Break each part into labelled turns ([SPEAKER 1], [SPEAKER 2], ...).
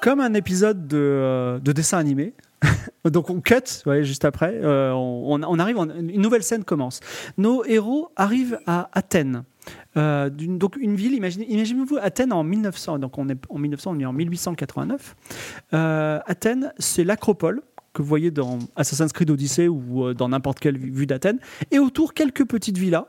[SPEAKER 1] comme un épisode de, euh, de dessin animé. Donc on cut ouais, juste après, euh, on, on arrive, en- une nouvelle scène commence. Nos héros arrivent à Athènes. Euh, d'une- donc une ville, imaginez- imaginez-vous Athènes en 1900, donc on est en 1900, on est en 1889. Euh, Athènes, c'est l'acropole que vous voyez dans Assassin's Creed Odyssey ou euh, dans n'importe quelle vue d'Athènes, et autour quelques petites villas.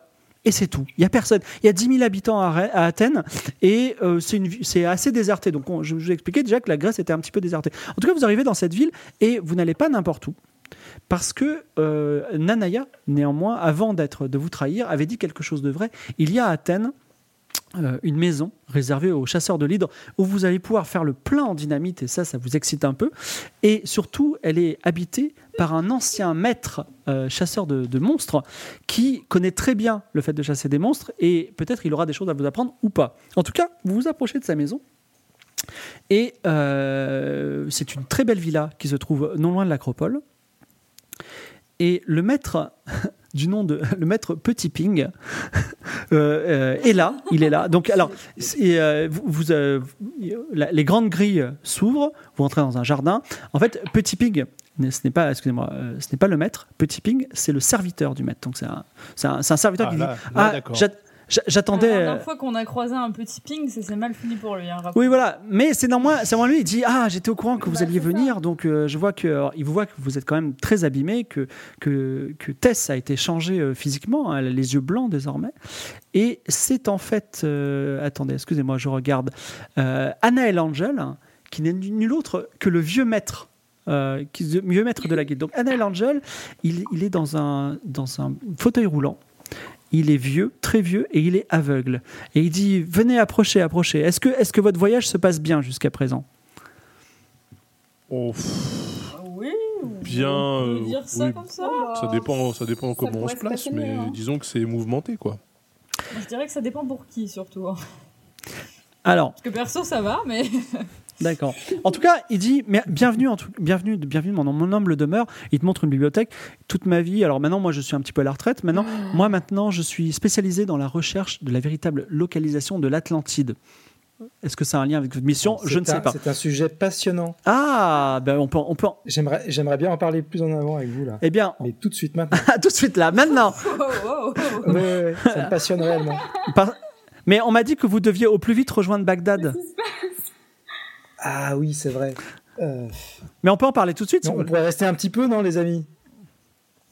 [SPEAKER 1] Et c'est tout. Il y a personne. Il y a 10 000 habitants à, Ra- à Athènes et euh, c'est une vi- c'est assez déserté. Donc, on- je je vous expliquais déjà que la Grèce était un petit peu désertée. En tout cas, vous arrivez dans cette ville et vous n'allez pas n'importe où. Parce que euh, Nanaya, néanmoins, avant d'être de vous trahir, avait dit quelque chose de vrai. Il y a à Athènes euh, une maison réservée aux chasseurs de l'hydre où vous allez pouvoir faire le plein en dynamite et ça, ça vous excite un peu. Et surtout, elle est habitée par un ancien maître euh, chasseur de, de monstres qui connaît très bien le fait de chasser des monstres et peut-être il aura des choses à vous apprendre ou pas. En tout cas, vous vous approchez de sa maison et euh, c'est une très belle villa qui se trouve non loin de l'acropole. Et le maître du nom de le maître Petit Ping euh, euh, est là, il est là. Donc alors, c'est, euh, vous, vous, euh, la- les grandes grilles s'ouvrent, vous entrez dans un jardin. En fait, Petit Ping, ce n'est pas, excusez-moi, euh, ce n'est pas le maître. Petit Ping, c'est le serviteur du maître. Donc c'est un, c'est un, c'est un serviteur
[SPEAKER 2] Ah,
[SPEAKER 1] qui
[SPEAKER 2] là-
[SPEAKER 1] dit,
[SPEAKER 2] là,
[SPEAKER 1] Ah,
[SPEAKER 2] d'accord.
[SPEAKER 1] j'at- j'a- j'attendais.
[SPEAKER 3] La
[SPEAKER 1] euh,
[SPEAKER 3] dernière fois qu'on a croisé un petit ping, ça s'est mal fini pour lui. hein, rappelons.
[SPEAKER 1] oui, voilà. Mais c'est néanmoins, c'est néanmoins lui, il dit Ah, j'étais au courant que vous
[SPEAKER 4] Bah,
[SPEAKER 1] alliez
[SPEAKER 4] c'est ça.
[SPEAKER 1] venir, donc euh, je vois que. alors, il vous voit que vous êtes quand même très abîmé, que, que, que Tess a été changée euh, physiquement, hein, elle a les yeux blancs désormais. Et c'est en fait. euh, attendez, excusez-moi, je regarde. euh, Anna El Angel, hein, qui n'est nul autre que le vieux maître. euh, qui, le vieux maître de la guilde. Donc Anna El Angel, il, il est dans un, dans un fauteuil roulant. Il est vieux, très vieux, et il est aveugle. Et il dit Venez, approchez, approchez. Est-ce que, est que votre voyage se passe bien jusqu'à présent
[SPEAKER 2] Oh, pff,
[SPEAKER 3] Ah Oui. on
[SPEAKER 2] Bien,
[SPEAKER 3] peut
[SPEAKER 2] euh,
[SPEAKER 3] dire ça
[SPEAKER 2] oui.
[SPEAKER 3] comme ça. Bah,
[SPEAKER 2] ça dépend, ça dépend comment on
[SPEAKER 4] Oh, pourrait
[SPEAKER 2] se
[SPEAKER 4] se
[SPEAKER 2] place,
[SPEAKER 4] passer
[SPEAKER 2] mais
[SPEAKER 4] mieux, hein.
[SPEAKER 2] disons que c'est mouvementé, quoi.
[SPEAKER 3] Moi, Je dirais que ça dépend pour qui surtout. hein.
[SPEAKER 1] Alors,
[SPEAKER 3] Parce que perso ça va, mais
[SPEAKER 1] d'accord. En tout cas, il dit mais Bienvenue, en tout, bienvenue, bienvenue dans mon humble demeure. Il te montre une bibliothèque. Toute ma vie, alors maintenant, moi, je suis un petit peu à la retraite. Maintenant,
[SPEAKER 5] Ah.
[SPEAKER 1] moi, maintenant, je suis spécialisé dans la recherche de la véritable localisation de l'Atlantide. Est-ce que ça a un lien avec votre mission Je
[SPEAKER 5] C'est
[SPEAKER 1] ne
[SPEAKER 5] un-
[SPEAKER 1] sais pas.
[SPEAKER 5] C'est un sujet passionnant.
[SPEAKER 1] Ah, ben on peut, on peut. en-
[SPEAKER 5] J'aimerais j'aimerais bien en parler plus en avant avec vous, là.
[SPEAKER 1] Eh bien,
[SPEAKER 5] Mais tout de suite maintenant.
[SPEAKER 1] à tout de suite là, maintenant.
[SPEAKER 3] Oh, oh, oh.
[SPEAKER 5] Ouais, ouais, ouais, ça me passionne réellement.
[SPEAKER 1] Par- Mais on m'a dit que vous deviez au plus vite rejoindre Bagdad.
[SPEAKER 5] Ah oui, c'est vrai. Euh,
[SPEAKER 1] Mais on peut en parler tout de suite. si
[SPEAKER 5] non,
[SPEAKER 1] vous
[SPEAKER 5] on pourrait rester un petit peu, non, les amis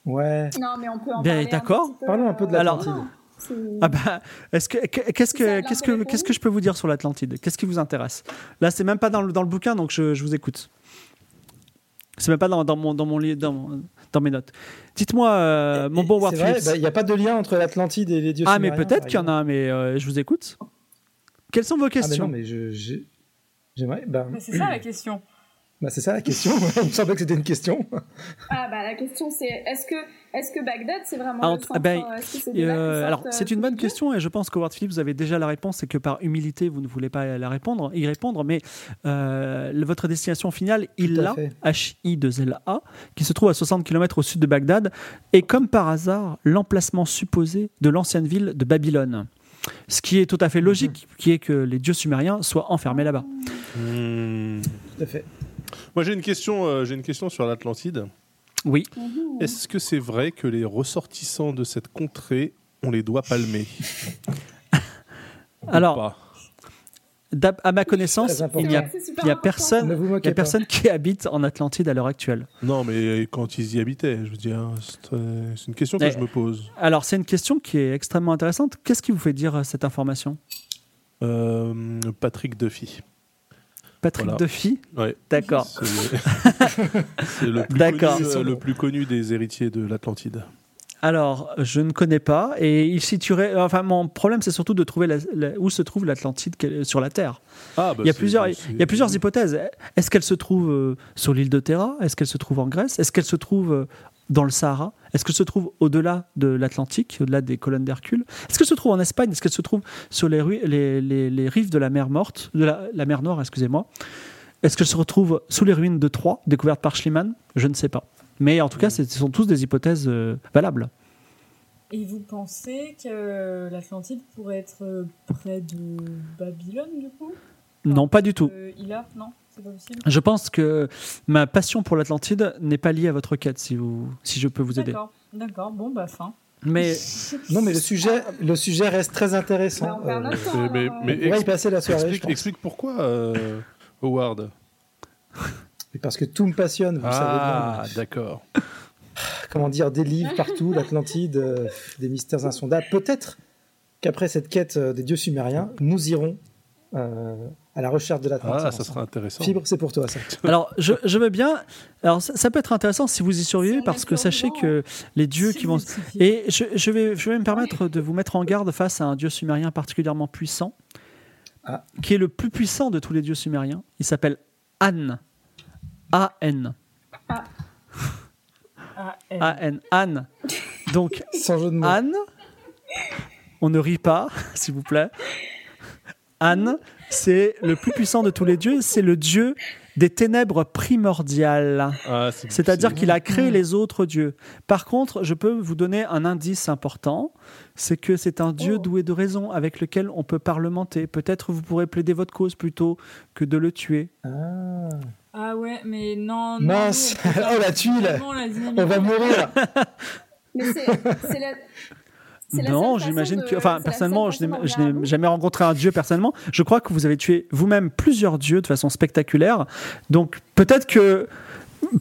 [SPEAKER 5] Ouais.
[SPEAKER 4] Non, mais on peut en
[SPEAKER 1] Ben,
[SPEAKER 4] parler.
[SPEAKER 1] d'accord.
[SPEAKER 4] petit peu,
[SPEAKER 5] Parlons un peu de
[SPEAKER 4] euh,
[SPEAKER 1] Alors-
[SPEAKER 5] l'Atlantide.
[SPEAKER 4] c'est-
[SPEAKER 1] Ah bah, est-ce que que- qu'est-ce
[SPEAKER 4] C'est
[SPEAKER 1] que
[SPEAKER 4] ça,
[SPEAKER 1] qu'est-ce que
[SPEAKER 4] l'intérêt
[SPEAKER 1] qu'est-ce que je peux vous dire sur l'Atlantide Qu'est-ce qui vous intéresse Là, c'est même pas dans le, dans le bouquin, donc je, je vous écoute. C'est même pas dans, dans mon dans mon li- dans, mon- dans mes notes. Dites-moi, euh, mon bon
[SPEAKER 5] C'est vrai,
[SPEAKER 1] Warfield.
[SPEAKER 5] bah, Il n'y a pas de lien entre l'Atlantide et les dieux
[SPEAKER 1] ah, mais
[SPEAKER 5] sumériens,
[SPEAKER 1] peut-être
[SPEAKER 5] par
[SPEAKER 1] qu'il y en a, un, mais euh, je vous écoute. Quelles sont vos questions
[SPEAKER 5] Ah, mais non, mais je- j'ai- J'aimerais. bah,
[SPEAKER 3] Mais c'est ça la question.
[SPEAKER 5] bah, c'est ça la question. Il me semblait que c'était une question.
[SPEAKER 4] Ah bah la question c'est est-ce que est-ce que Bagdad c'est vraiment
[SPEAKER 1] Ah,
[SPEAKER 4] le
[SPEAKER 1] en-
[SPEAKER 4] centre
[SPEAKER 1] ah, ben,
[SPEAKER 4] euh, est-ce que c'est
[SPEAKER 1] Et,
[SPEAKER 4] de là
[SPEAKER 1] euh,
[SPEAKER 4] que sortent,
[SPEAKER 1] alors,
[SPEAKER 4] euh,
[SPEAKER 1] c'est
[SPEAKER 4] tous
[SPEAKER 1] une
[SPEAKER 4] les
[SPEAKER 1] bonne
[SPEAKER 4] dieux
[SPEAKER 1] question et je pense qu'Howard Phillips, vous avez déjà la réponse et que par humilité, vous ne voulez pas la répondre, y répondre, mais euh, le- votre destination finale, il
[SPEAKER 5] à
[SPEAKER 1] l'a,
[SPEAKER 5] fait.
[SPEAKER 1] H-I-2-L-A, qui se trouve à 60 km au sud de Bagdad, est comme par hasard l'emplacement supposé de l'ancienne ville de Babylone. Ce qui est tout à fait logique,
[SPEAKER 2] Mhm.
[SPEAKER 1] qui est que les dieux sumériens soient enfermés là-bas. Hmm.
[SPEAKER 5] Tout à fait.
[SPEAKER 2] Moi, j'ai une question, euh, j'ai une question sur l'Atlantide.
[SPEAKER 1] Oui.
[SPEAKER 4] Mhm.
[SPEAKER 2] Est-ce que c'est vrai que les ressortissants de cette contrée ont les doigts palmés Ou
[SPEAKER 1] Alors,
[SPEAKER 2] pas
[SPEAKER 1] d'ab- à ma connaissance,
[SPEAKER 5] Très important.
[SPEAKER 1] il n'y a,
[SPEAKER 4] Ouais, c'est super
[SPEAKER 1] il y a
[SPEAKER 4] important.
[SPEAKER 5] Ne
[SPEAKER 1] personne.
[SPEAKER 5] vous
[SPEAKER 1] Il y
[SPEAKER 5] moquez
[SPEAKER 1] a
[SPEAKER 5] pas.
[SPEAKER 1] personne qui habite en Atlantide à l'heure actuelle.
[SPEAKER 2] Non, mais quand ils y habitaient, je veux dire, c'est euh, c'est une question que
[SPEAKER 1] Mais-
[SPEAKER 2] je me pose.
[SPEAKER 1] Alors, c'est une question qui est extrêmement intéressante. Qu'est-ce qui vous fait dire euh, cette information
[SPEAKER 2] Euh, Patrick Duffy.
[SPEAKER 1] Patrick
[SPEAKER 2] Voilà.
[SPEAKER 1] Duffy
[SPEAKER 2] Ouais.
[SPEAKER 1] D'accord.
[SPEAKER 2] C'est c'est le, plus
[SPEAKER 1] D'accord.
[SPEAKER 2] connu, euh, le plus connu des héritiers de l'Atlantide.
[SPEAKER 1] Alors, je ne connais pas. Et il situerait. Enfin, mon problème, c'est surtout de trouver la- la- où se trouve l'Atlantide quelle- sur la Terre.
[SPEAKER 2] Ah, bah,
[SPEAKER 1] il, y a
[SPEAKER 2] c'est-
[SPEAKER 1] plusieurs,
[SPEAKER 2] c'est-
[SPEAKER 1] il y a plusieurs hypothèses. Est-ce qu'elle se trouve euh, sur l'île de Terra Est-ce qu'elle se trouve en Grèce Est-ce qu'elle se trouve euh, dans le Sahara Est-ce qu'elle se trouve au-delà de l'Atlantique, au-delà des colonnes d'Hercule Est-ce qu'elle se trouve en Espagne Est-ce qu'elle se trouve sur les, rues- les, les- les rives de la mer morte, de la, la mer Noire, excusez-moi Est-ce qu'elle se retrouve sous les ruines de Troie, découvertes par Schliemann Je ne sais pas. Mais en tout
[SPEAKER 2] Mm.
[SPEAKER 1] cas, c'est- ce sont tous des hypothèses euh, valables.
[SPEAKER 3] Et vous pensez que l'Atlantide pourrait être près de Babylone du coup
[SPEAKER 1] Non, pas du tout.
[SPEAKER 3] Euh, Il a non. C'est pas possible.
[SPEAKER 1] Je pense que ma passion pour l'Atlantide n'est pas liée à votre quête, si, vous, si je peux vous aider.
[SPEAKER 3] D'accord, d'accord. Bon, bah, fin.
[SPEAKER 1] Mais
[SPEAKER 5] Non, mais le sujet, le sujet reste très
[SPEAKER 4] Mais Bah, on
[SPEAKER 5] intéressant.
[SPEAKER 4] perd
[SPEAKER 5] Euh,
[SPEAKER 4] notre temps.
[SPEAKER 2] mais- mais-
[SPEAKER 4] alors,
[SPEAKER 2] mais-
[SPEAKER 4] euh,
[SPEAKER 5] on va y passer la soirée. je
[SPEAKER 2] Explique,
[SPEAKER 5] pense.
[SPEAKER 2] explique pourquoi, euh, Howard.
[SPEAKER 5] Mais Parce que tout me passionne, vous savez
[SPEAKER 2] ah,
[SPEAKER 5] bien.
[SPEAKER 2] d'accord.
[SPEAKER 5] Comment dire, des livres partout, l'Atlantide, euh, des mystères insondables. Peut-être qu'après cette quête euh, des dieux sumériens, nous irons euh, à la recherche de l'Atlantide.
[SPEAKER 2] Ah, ça
[SPEAKER 5] ensemble.
[SPEAKER 2] sera intéressant.
[SPEAKER 5] Fibre, c'est pour toi ça.
[SPEAKER 1] alors, je, je veux bien. Alors, ça, ça peut être intéressant si vous y survivez,
[SPEAKER 4] on
[SPEAKER 1] parce
[SPEAKER 4] reste
[SPEAKER 1] que sachez
[SPEAKER 4] longtemps,
[SPEAKER 1] que les dieux
[SPEAKER 3] Si
[SPEAKER 1] qui vont.
[SPEAKER 3] vous êtes-
[SPEAKER 1] Et je, je vais, je vais me permettre de vous mettre en garde face à un dieu sumérien particulièrement puissant,
[SPEAKER 5] Ah.
[SPEAKER 1] qui est le plus puissant de tous les dieux sumériens. Il s'appelle An. A-N.
[SPEAKER 3] Ah, eh.
[SPEAKER 1] A-N. An. Donc,
[SPEAKER 5] Sans jeu de mots.
[SPEAKER 1] Anne, on ne rit pas, s'il vous plaît. Anne, c'est le plus puissant de tous les dieux, c'est le dieu des ténèbres primordiales.
[SPEAKER 2] Ah, c'est-
[SPEAKER 1] C'est-à-dire
[SPEAKER 2] c'est-
[SPEAKER 1] qu'il a créé
[SPEAKER 4] Mm.
[SPEAKER 1] les autres dieux. Par contre, je peux vous donner un indice important, c'est que c'est un dieu
[SPEAKER 3] Oh.
[SPEAKER 1] doué de raison avec lequel on peut parlementer. Peut-être vous pourrez plaider votre cause plutôt que de le tuer.
[SPEAKER 5] Ah.
[SPEAKER 3] Ah ouais, mais non. non,
[SPEAKER 5] Mince.
[SPEAKER 3] nous, on peut pas-
[SPEAKER 5] Oh, la tuile.
[SPEAKER 3] Vraiment, la dynamique.
[SPEAKER 5] On va mourir.
[SPEAKER 4] Mais c'est c'est la. c'est la
[SPEAKER 1] Non,
[SPEAKER 4] seule façon
[SPEAKER 1] j'imagine
[SPEAKER 4] de-
[SPEAKER 1] que. Enfin,
[SPEAKER 4] c'est la
[SPEAKER 1] personnellement,
[SPEAKER 4] seule
[SPEAKER 1] je n'ai
[SPEAKER 4] façon
[SPEAKER 1] je
[SPEAKER 4] d'en venir à
[SPEAKER 1] n'ai
[SPEAKER 4] bout.
[SPEAKER 1] jamais rencontré un dieu personnellement. Je crois que vous avez tué vous-même plusieurs dieux de façon spectaculaire. Donc, peut-être que.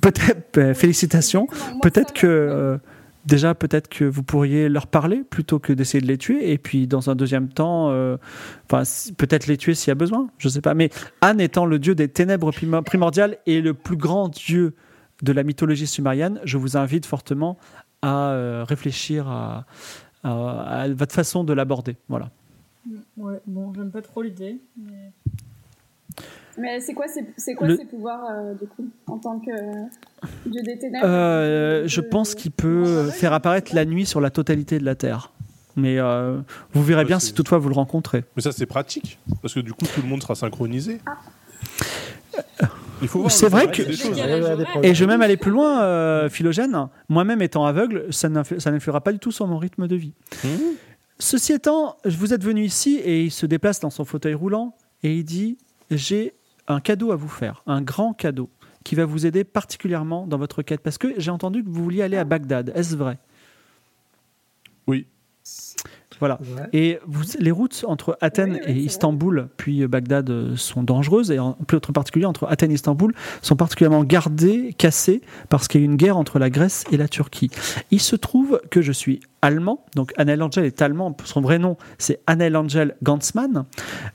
[SPEAKER 1] Peut-être. euh, félicitations.
[SPEAKER 4] Exactement, moi,
[SPEAKER 1] Peut-être
[SPEAKER 4] ça,
[SPEAKER 1] que.
[SPEAKER 4] euh,
[SPEAKER 1] euh, déjà, peut-être que vous pourriez leur parler plutôt que d'essayer de les tuer. Et puis, dans un deuxième temps, euh, enfin, si- peut-être les tuer s'il y a besoin. Je ne sais pas. Mais Anne étant le dieu des ténèbres prim- primordiales et le plus grand dieu de la mythologie sumérienne, je vous invite fortement à euh, réfléchir à, à- à votre façon de l'aborder. Voilà.
[SPEAKER 3] Ouais, bon, j'aime pas trop l'idée. mais-
[SPEAKER 4] Mais c'est quoi, ses- c'est quoi
[SPEAKER 1] Le-
[SPEAKER 4] ses pouvoirs, euh, du coup, en tant que euh, dieu des ténèbres
[SPEAKER 1] Euh,
[SPEAKER 4] de-
[SPEAKER 1] je pense qu'il peut faire apparaître la nuit sur la totalité de la Terre. Mais euh, vous verrez
[SPEAKER 2] Ouais,
[SPEAKER 1] bien
[SPEAKER 2] c'est-
[SPEAKER 1] si toutefois vous le rencontrez.
[SPEAKER 2] Mais ça, c'est pratique. Parce que du coup, tout le monde sera synchronisé. Il faut voir.
[SPEAKER 1] C'est
[SPEAKER 2] le
[SPEAKER 1] vrai
[SPEAKER 2] progrès
[SPEAKER 1] que-
[SPEAKER 2] des choses.
[SPEAKER 5] Il va y avoir des problèmes.
[SPEAKER 1] Et je vais même aller plus loin, euh, Philogène. Moi-même étant aveugle, ça n'influ- ça n'influera pas du tout sur mon rythme de vie.
[SPEAKER 2] Hmm
[SPEAKER 1] Ceci étant, vous êtes venu ici et il se déplace dans son fauteuil roulant et il dit J'ai un cadeau à vous faire, un grand cadeau qui va vous aider particulièrement dans votre quête. Parce que j'ai entendu que vous vouliez aller à Bagdad. Est-ce vrai
[SPEAKER 2] Oui.
[SPEAKER 1] Voilà.
[SPEAKER 5] Ouais.
[SPEAKER 1] Et vous- les routes entre Athènes
[SPEAKER 4] Oui, oui,
[SPEAKER 1] et
[SPEAKER 4] c'est vrai.
[SPEAKER 1] Istanbul, puis euh, Bagdad, euh, sont dangereuses, et en plus en particulier entre Athènes et Istanbul, sont particulièrement gardées, cassées, parce qu'il y a eu une guerre entre la Grèce et la Turquie. Il se trouve que je suis allemand, donc Annael Angel est allemand, son vrai nom c'est Annael Angel Gansmann.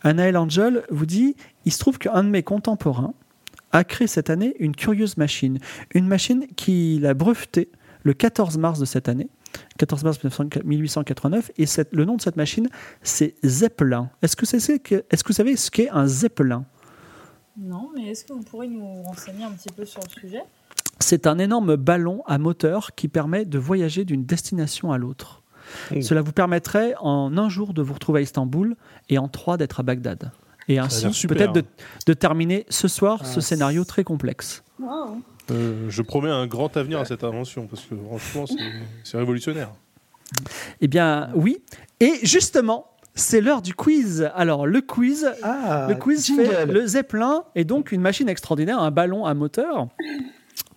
[SPEAKER 1] Annael Angel vous dit, il se trouve qu'un de mes contemporains a créé cette année une curieuse machine, une machine qu'il a brevetée le 14 mars de cette année, 14 mars 1900 1889, et cette- le nom de cette machine, c'est Zeppelin. Est-ce que, c'est- c'est que- est-ce que vous savez ce qu'est un Zeppelin
[SPEAKER 3] Non, mais est-ce que vous pourriez nous renseigner un petit peu sur le sujet
[SPEAKER 1] C'est un énorme ballon à moteur qui permet de voyager d'une destination à l'autre.
[SPEAKER 2] Oh.
[SPEAKER 1] Cela vous permettrait en un jour de vous retrouver à Istanbul et en trois d'être à Bagdad. Et
[SPEAKER 2] a
[SPEAKER 1] ainsi,
[SPEAKER 2] l'air super,
[SPEAKER 1] peut-être de,
[SPEAKER 2] hein.
[SPEAKER 1] de terminer ce soir ce
[SPEAKER 5] Ah,
[SPEAKER 1] scénario très complexe.
[SPEAKER 4] Wow.
[SPEAKER 2] Euh, je promets un grand avenir à cette invention. Parce que franchement, c'est- c'est révolutionnaire.
[SPEAKER 1] Eh bien, oui. Et justement, c'est l'heure du quiz. Alors, le quiz,
[SPEAKER 5] Ah,
[SPEAKER 1] le quiz fait
[SPEAKER 5] jingle.
[SPEAKER 1] le Zeppelin est donc une machine extraordinaire, un ballon à moteur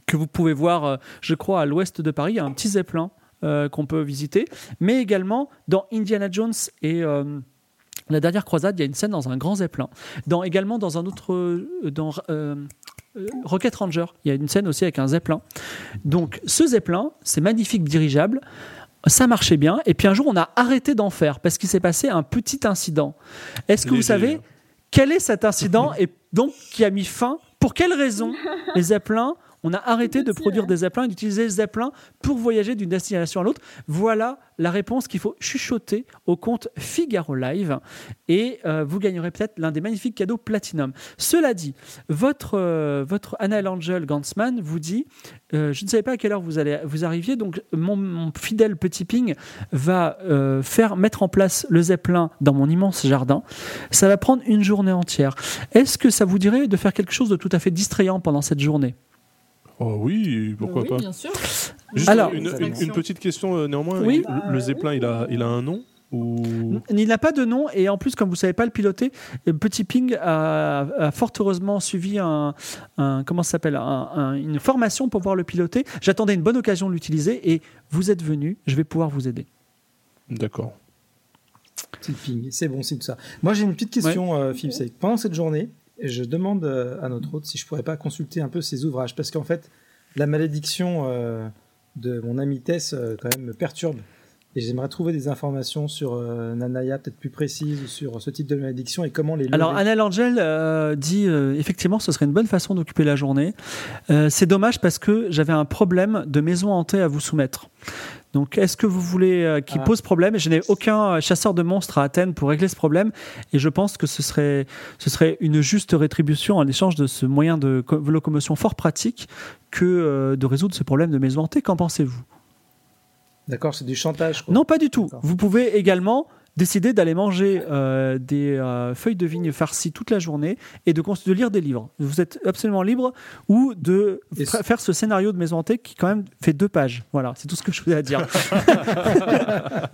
[SPEAKER 1] que vous pouvez voir, euh, je crois, à l'ouest de Paris, il y a un petit Zeppelin euh, qu'on peut visiter, mais également dans Indiana Jones et euh, la dernière croisade, il y a une scène dans un grand Zeppelin. Dans également dans un autre, euh, dans euh, euh, Rocket Ranger, il y a une scène aussi avec un Zeppelin. Donc ce Zeppelin, c'est magnifique dirigeable. Ça marchait bien, et puis un jour on a arrêté d'en faire parce qu'il s'est passé un petit incident. Est-ce que vous
[SPEAKER 2] Léger.
[SPEAKER 1] savez quel est cet incident et donc qui a mis fin Pour quelle raison les Zeppelins On a arrêté de produire des Zeppelins et d'utiliser les Zeppelins pour voyager d'une destination à l'autre. Voilà la réponse qu'il faut chuchoter au compte Figaro Live et euh, vous gagnerez peut-être l'un des magnifiques cadeaux Platinum. Cela dit, votre, euh, votre Anna Angel Gansman vous dit euh, Je ne savais pas à quelle heure vous, allez, vous arriviez, donc mon, mon fidèle petit ping va euh, faire mettre en place le Zeppelin dans mon immense jardin. Ça va prendre une journée entière. Est-ce que ça vous dirait de faire quelque chose de tout à fait distrayant pendant cette journée
[SPEAKER 2] Oh oui, pourquoi
[SPEAKER 3] Bah
[SPEAKER 2] pas.
[SPEAKER 3] Oui, bien sûr.
[SPEAKER 2] Juste
[SPEAKER 1] Alors-
[SPEAKER 2] une, une- une petite question euh, néanmoins.
[SPEAKER 1] Oui.
[SPEAKER 2] Le, le Zeppelin, il a, il a un nom Ou...
[SPEAKER 1] Il n'a pas de nom et en plus, comme vous savez pas le piloter, euh, Petit Ping a, a fort heureusement suivi un, un- comment ça s'appelle un- un- une formation pour pouvoir le piloter. J'attendais une bonne occasion de l'utiliser et vous êtes venu. Je vais pouvoir vous aider.
[SPEAKER 2] D'accord.
[SPEAKER 5] Petit ping, c'est bon, c'est tout ça. Moi, j'ai une petite question, euh, Philippe. c'est que pendant cette journée, je demande euh, à notre hôte si je pourrais pas consulter un peu ses ouvrages, parce qu'en fait, la malédiction euh, de mon ami Tess, euh, quand même, me perturbe. Et j'aimerais trouver des informations sur euh, Nanaya, peut-être plus précises, ou sur ce type de malédiction et comment les lever.
[SPEAKER 1] Alors, Anna Langel euh, dit euh, effectivement, ce serait une bonne façon d'occuper la journée. Euh, c'est dommage parce que j'avais un problème de maison hantée à vous soumettre. Donc, est-ce que vous voulez euh, qu'il
[SPEAKER 5] Ah.
[SPEAKER 1] pose problème Je n'ai aucun euh, chasseur de monstres à Athènes pour régler ce problème, et je pense que ce serait, ce serait une juste rétribution en échange de ce moyen de co- locomotion fort pratique que euh, de résoudre ce problème de maison hantée. Qu'en pensez-vous
[SPEAKER 5] D'accord, c'est du chantage. quoi.
[SPEAKER 1] non, pas du tout.
[SPEAKER 5] D'accord.
[SPEAKER 1] Vous pouvez également décider d'aller manger euh, des euh, feuilles de vigne farcies toute la journée et de, cons- de lire des livres. Vous êtes absolument libre ou de
[SPEAKER 5] Et
[SPEAKER 1] fa-
[SPEAKER 5] ce-
[SPEAKER 1] faire ce scénario de maison hantée qui quand même fait deux pages. Voilà, c'est tout ce que je voulais à dire. Eh ben,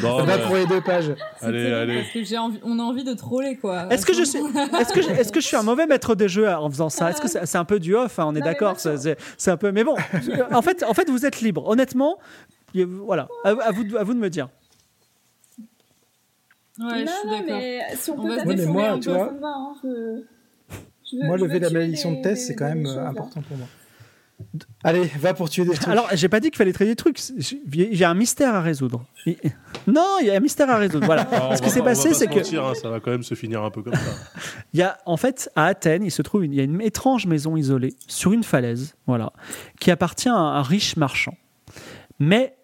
[SPEAKER 2] Bon,
[SPEAKER 5] Ça
[SPEAKER 2] bah,
[SPEAKER 5] va pour les deux pages.
[SPEAKER 3] C'est
[SPEAKER 2] Allez,
[SPEAKER 3] terrible
[SPEAKER 2] allez.
[SPEAKER 3] Parce que j'ai envie, on a envie de troller, quoi.
[SPEAKER 1] Est-ce que je
[SPEAKER 3] Attends.
[SPEAKER 1] suis, est-ce que je, est-ce que je suis un mauvais maître des jeux en faisant ça Est-ce que c'est, c'est un peu du off hein, On est
[SPEAKER 4] Non, mais
[SPEAKER 1] d'accord.
[SPEAKER 4] bien sûr.
[SPEAKER 1] ça, C'est, c'est un peu. Mais bon, en fait, en fait, vous êtes libre. Honnêtement, y- voilà. À, à vous, de- à vous de me dire.
[SPEAKER 3] Ouais, je
[SPEAKER 4] non,
[SPEAKER 3] suis
[SPEAKER 4] non,
[SPEAKER 3] d'accord.
[SPEAKER 4] mais si on
[SPEAKER 3] On va
[SPEAKER 4] peut pas
[SPEAKER 3] se- Ouais, mais
[SPEAKER 4] défendre
[SPEAKER 5] moi,
[SPEAKER 4] un
[SPEAKER 5] tu
[SPEAKER 4] peu,
[SPEAKER 5] vois-
[SPEAKER 4] ça me va, hein, je- je veux-
[SPEAKER 5] Moi,
[SPEAKER 4] je veux
[SPEAKER 5] lever la
[SPEAKER 4] tuer
[SPEAKER 5] malédiction
[SPEAKER 4] des-
[SPEAKER 5] de Tess,
[SPEAKER 4] des-
[SPEAKER 5] c'est quand
[SPEAKER 4] des
[SPEAKER 5] même
[SPEAKER 4] choses,
[SPEAKER 5] euh,
[SPEAKER 4] là.
[SPEAKER 5] important pour moi. Allez, va pour tuer des trucs.
[SPEAKER 1] Alors, j'ai pas dit qu'il fallait traiter des trucs. J'ai j'ai un mystère à résoudre. Et- Non, il y a un mystère à résoudre. Voilà.
[SPEAKER 2] ah, on va
[SPEAKER 1] Ce qui s'est
[SPEAKER 2] pas- on va
[SPEAKER 1] passé,
[SPEAKER 2] pas
[SPEAKER 1] c'est
[SPEAKER 2] se
[SPEAKER 1] que
[SPEAKER 2] mentir, hein, ça va quand même se finir un peu comme ça.
[SPEAKER 1] il y a, en fait, à Athènes, il se trouve une, il y a une étrange maison isolée sur une falaise, voilà, qui appartient à un riche marchand. Mais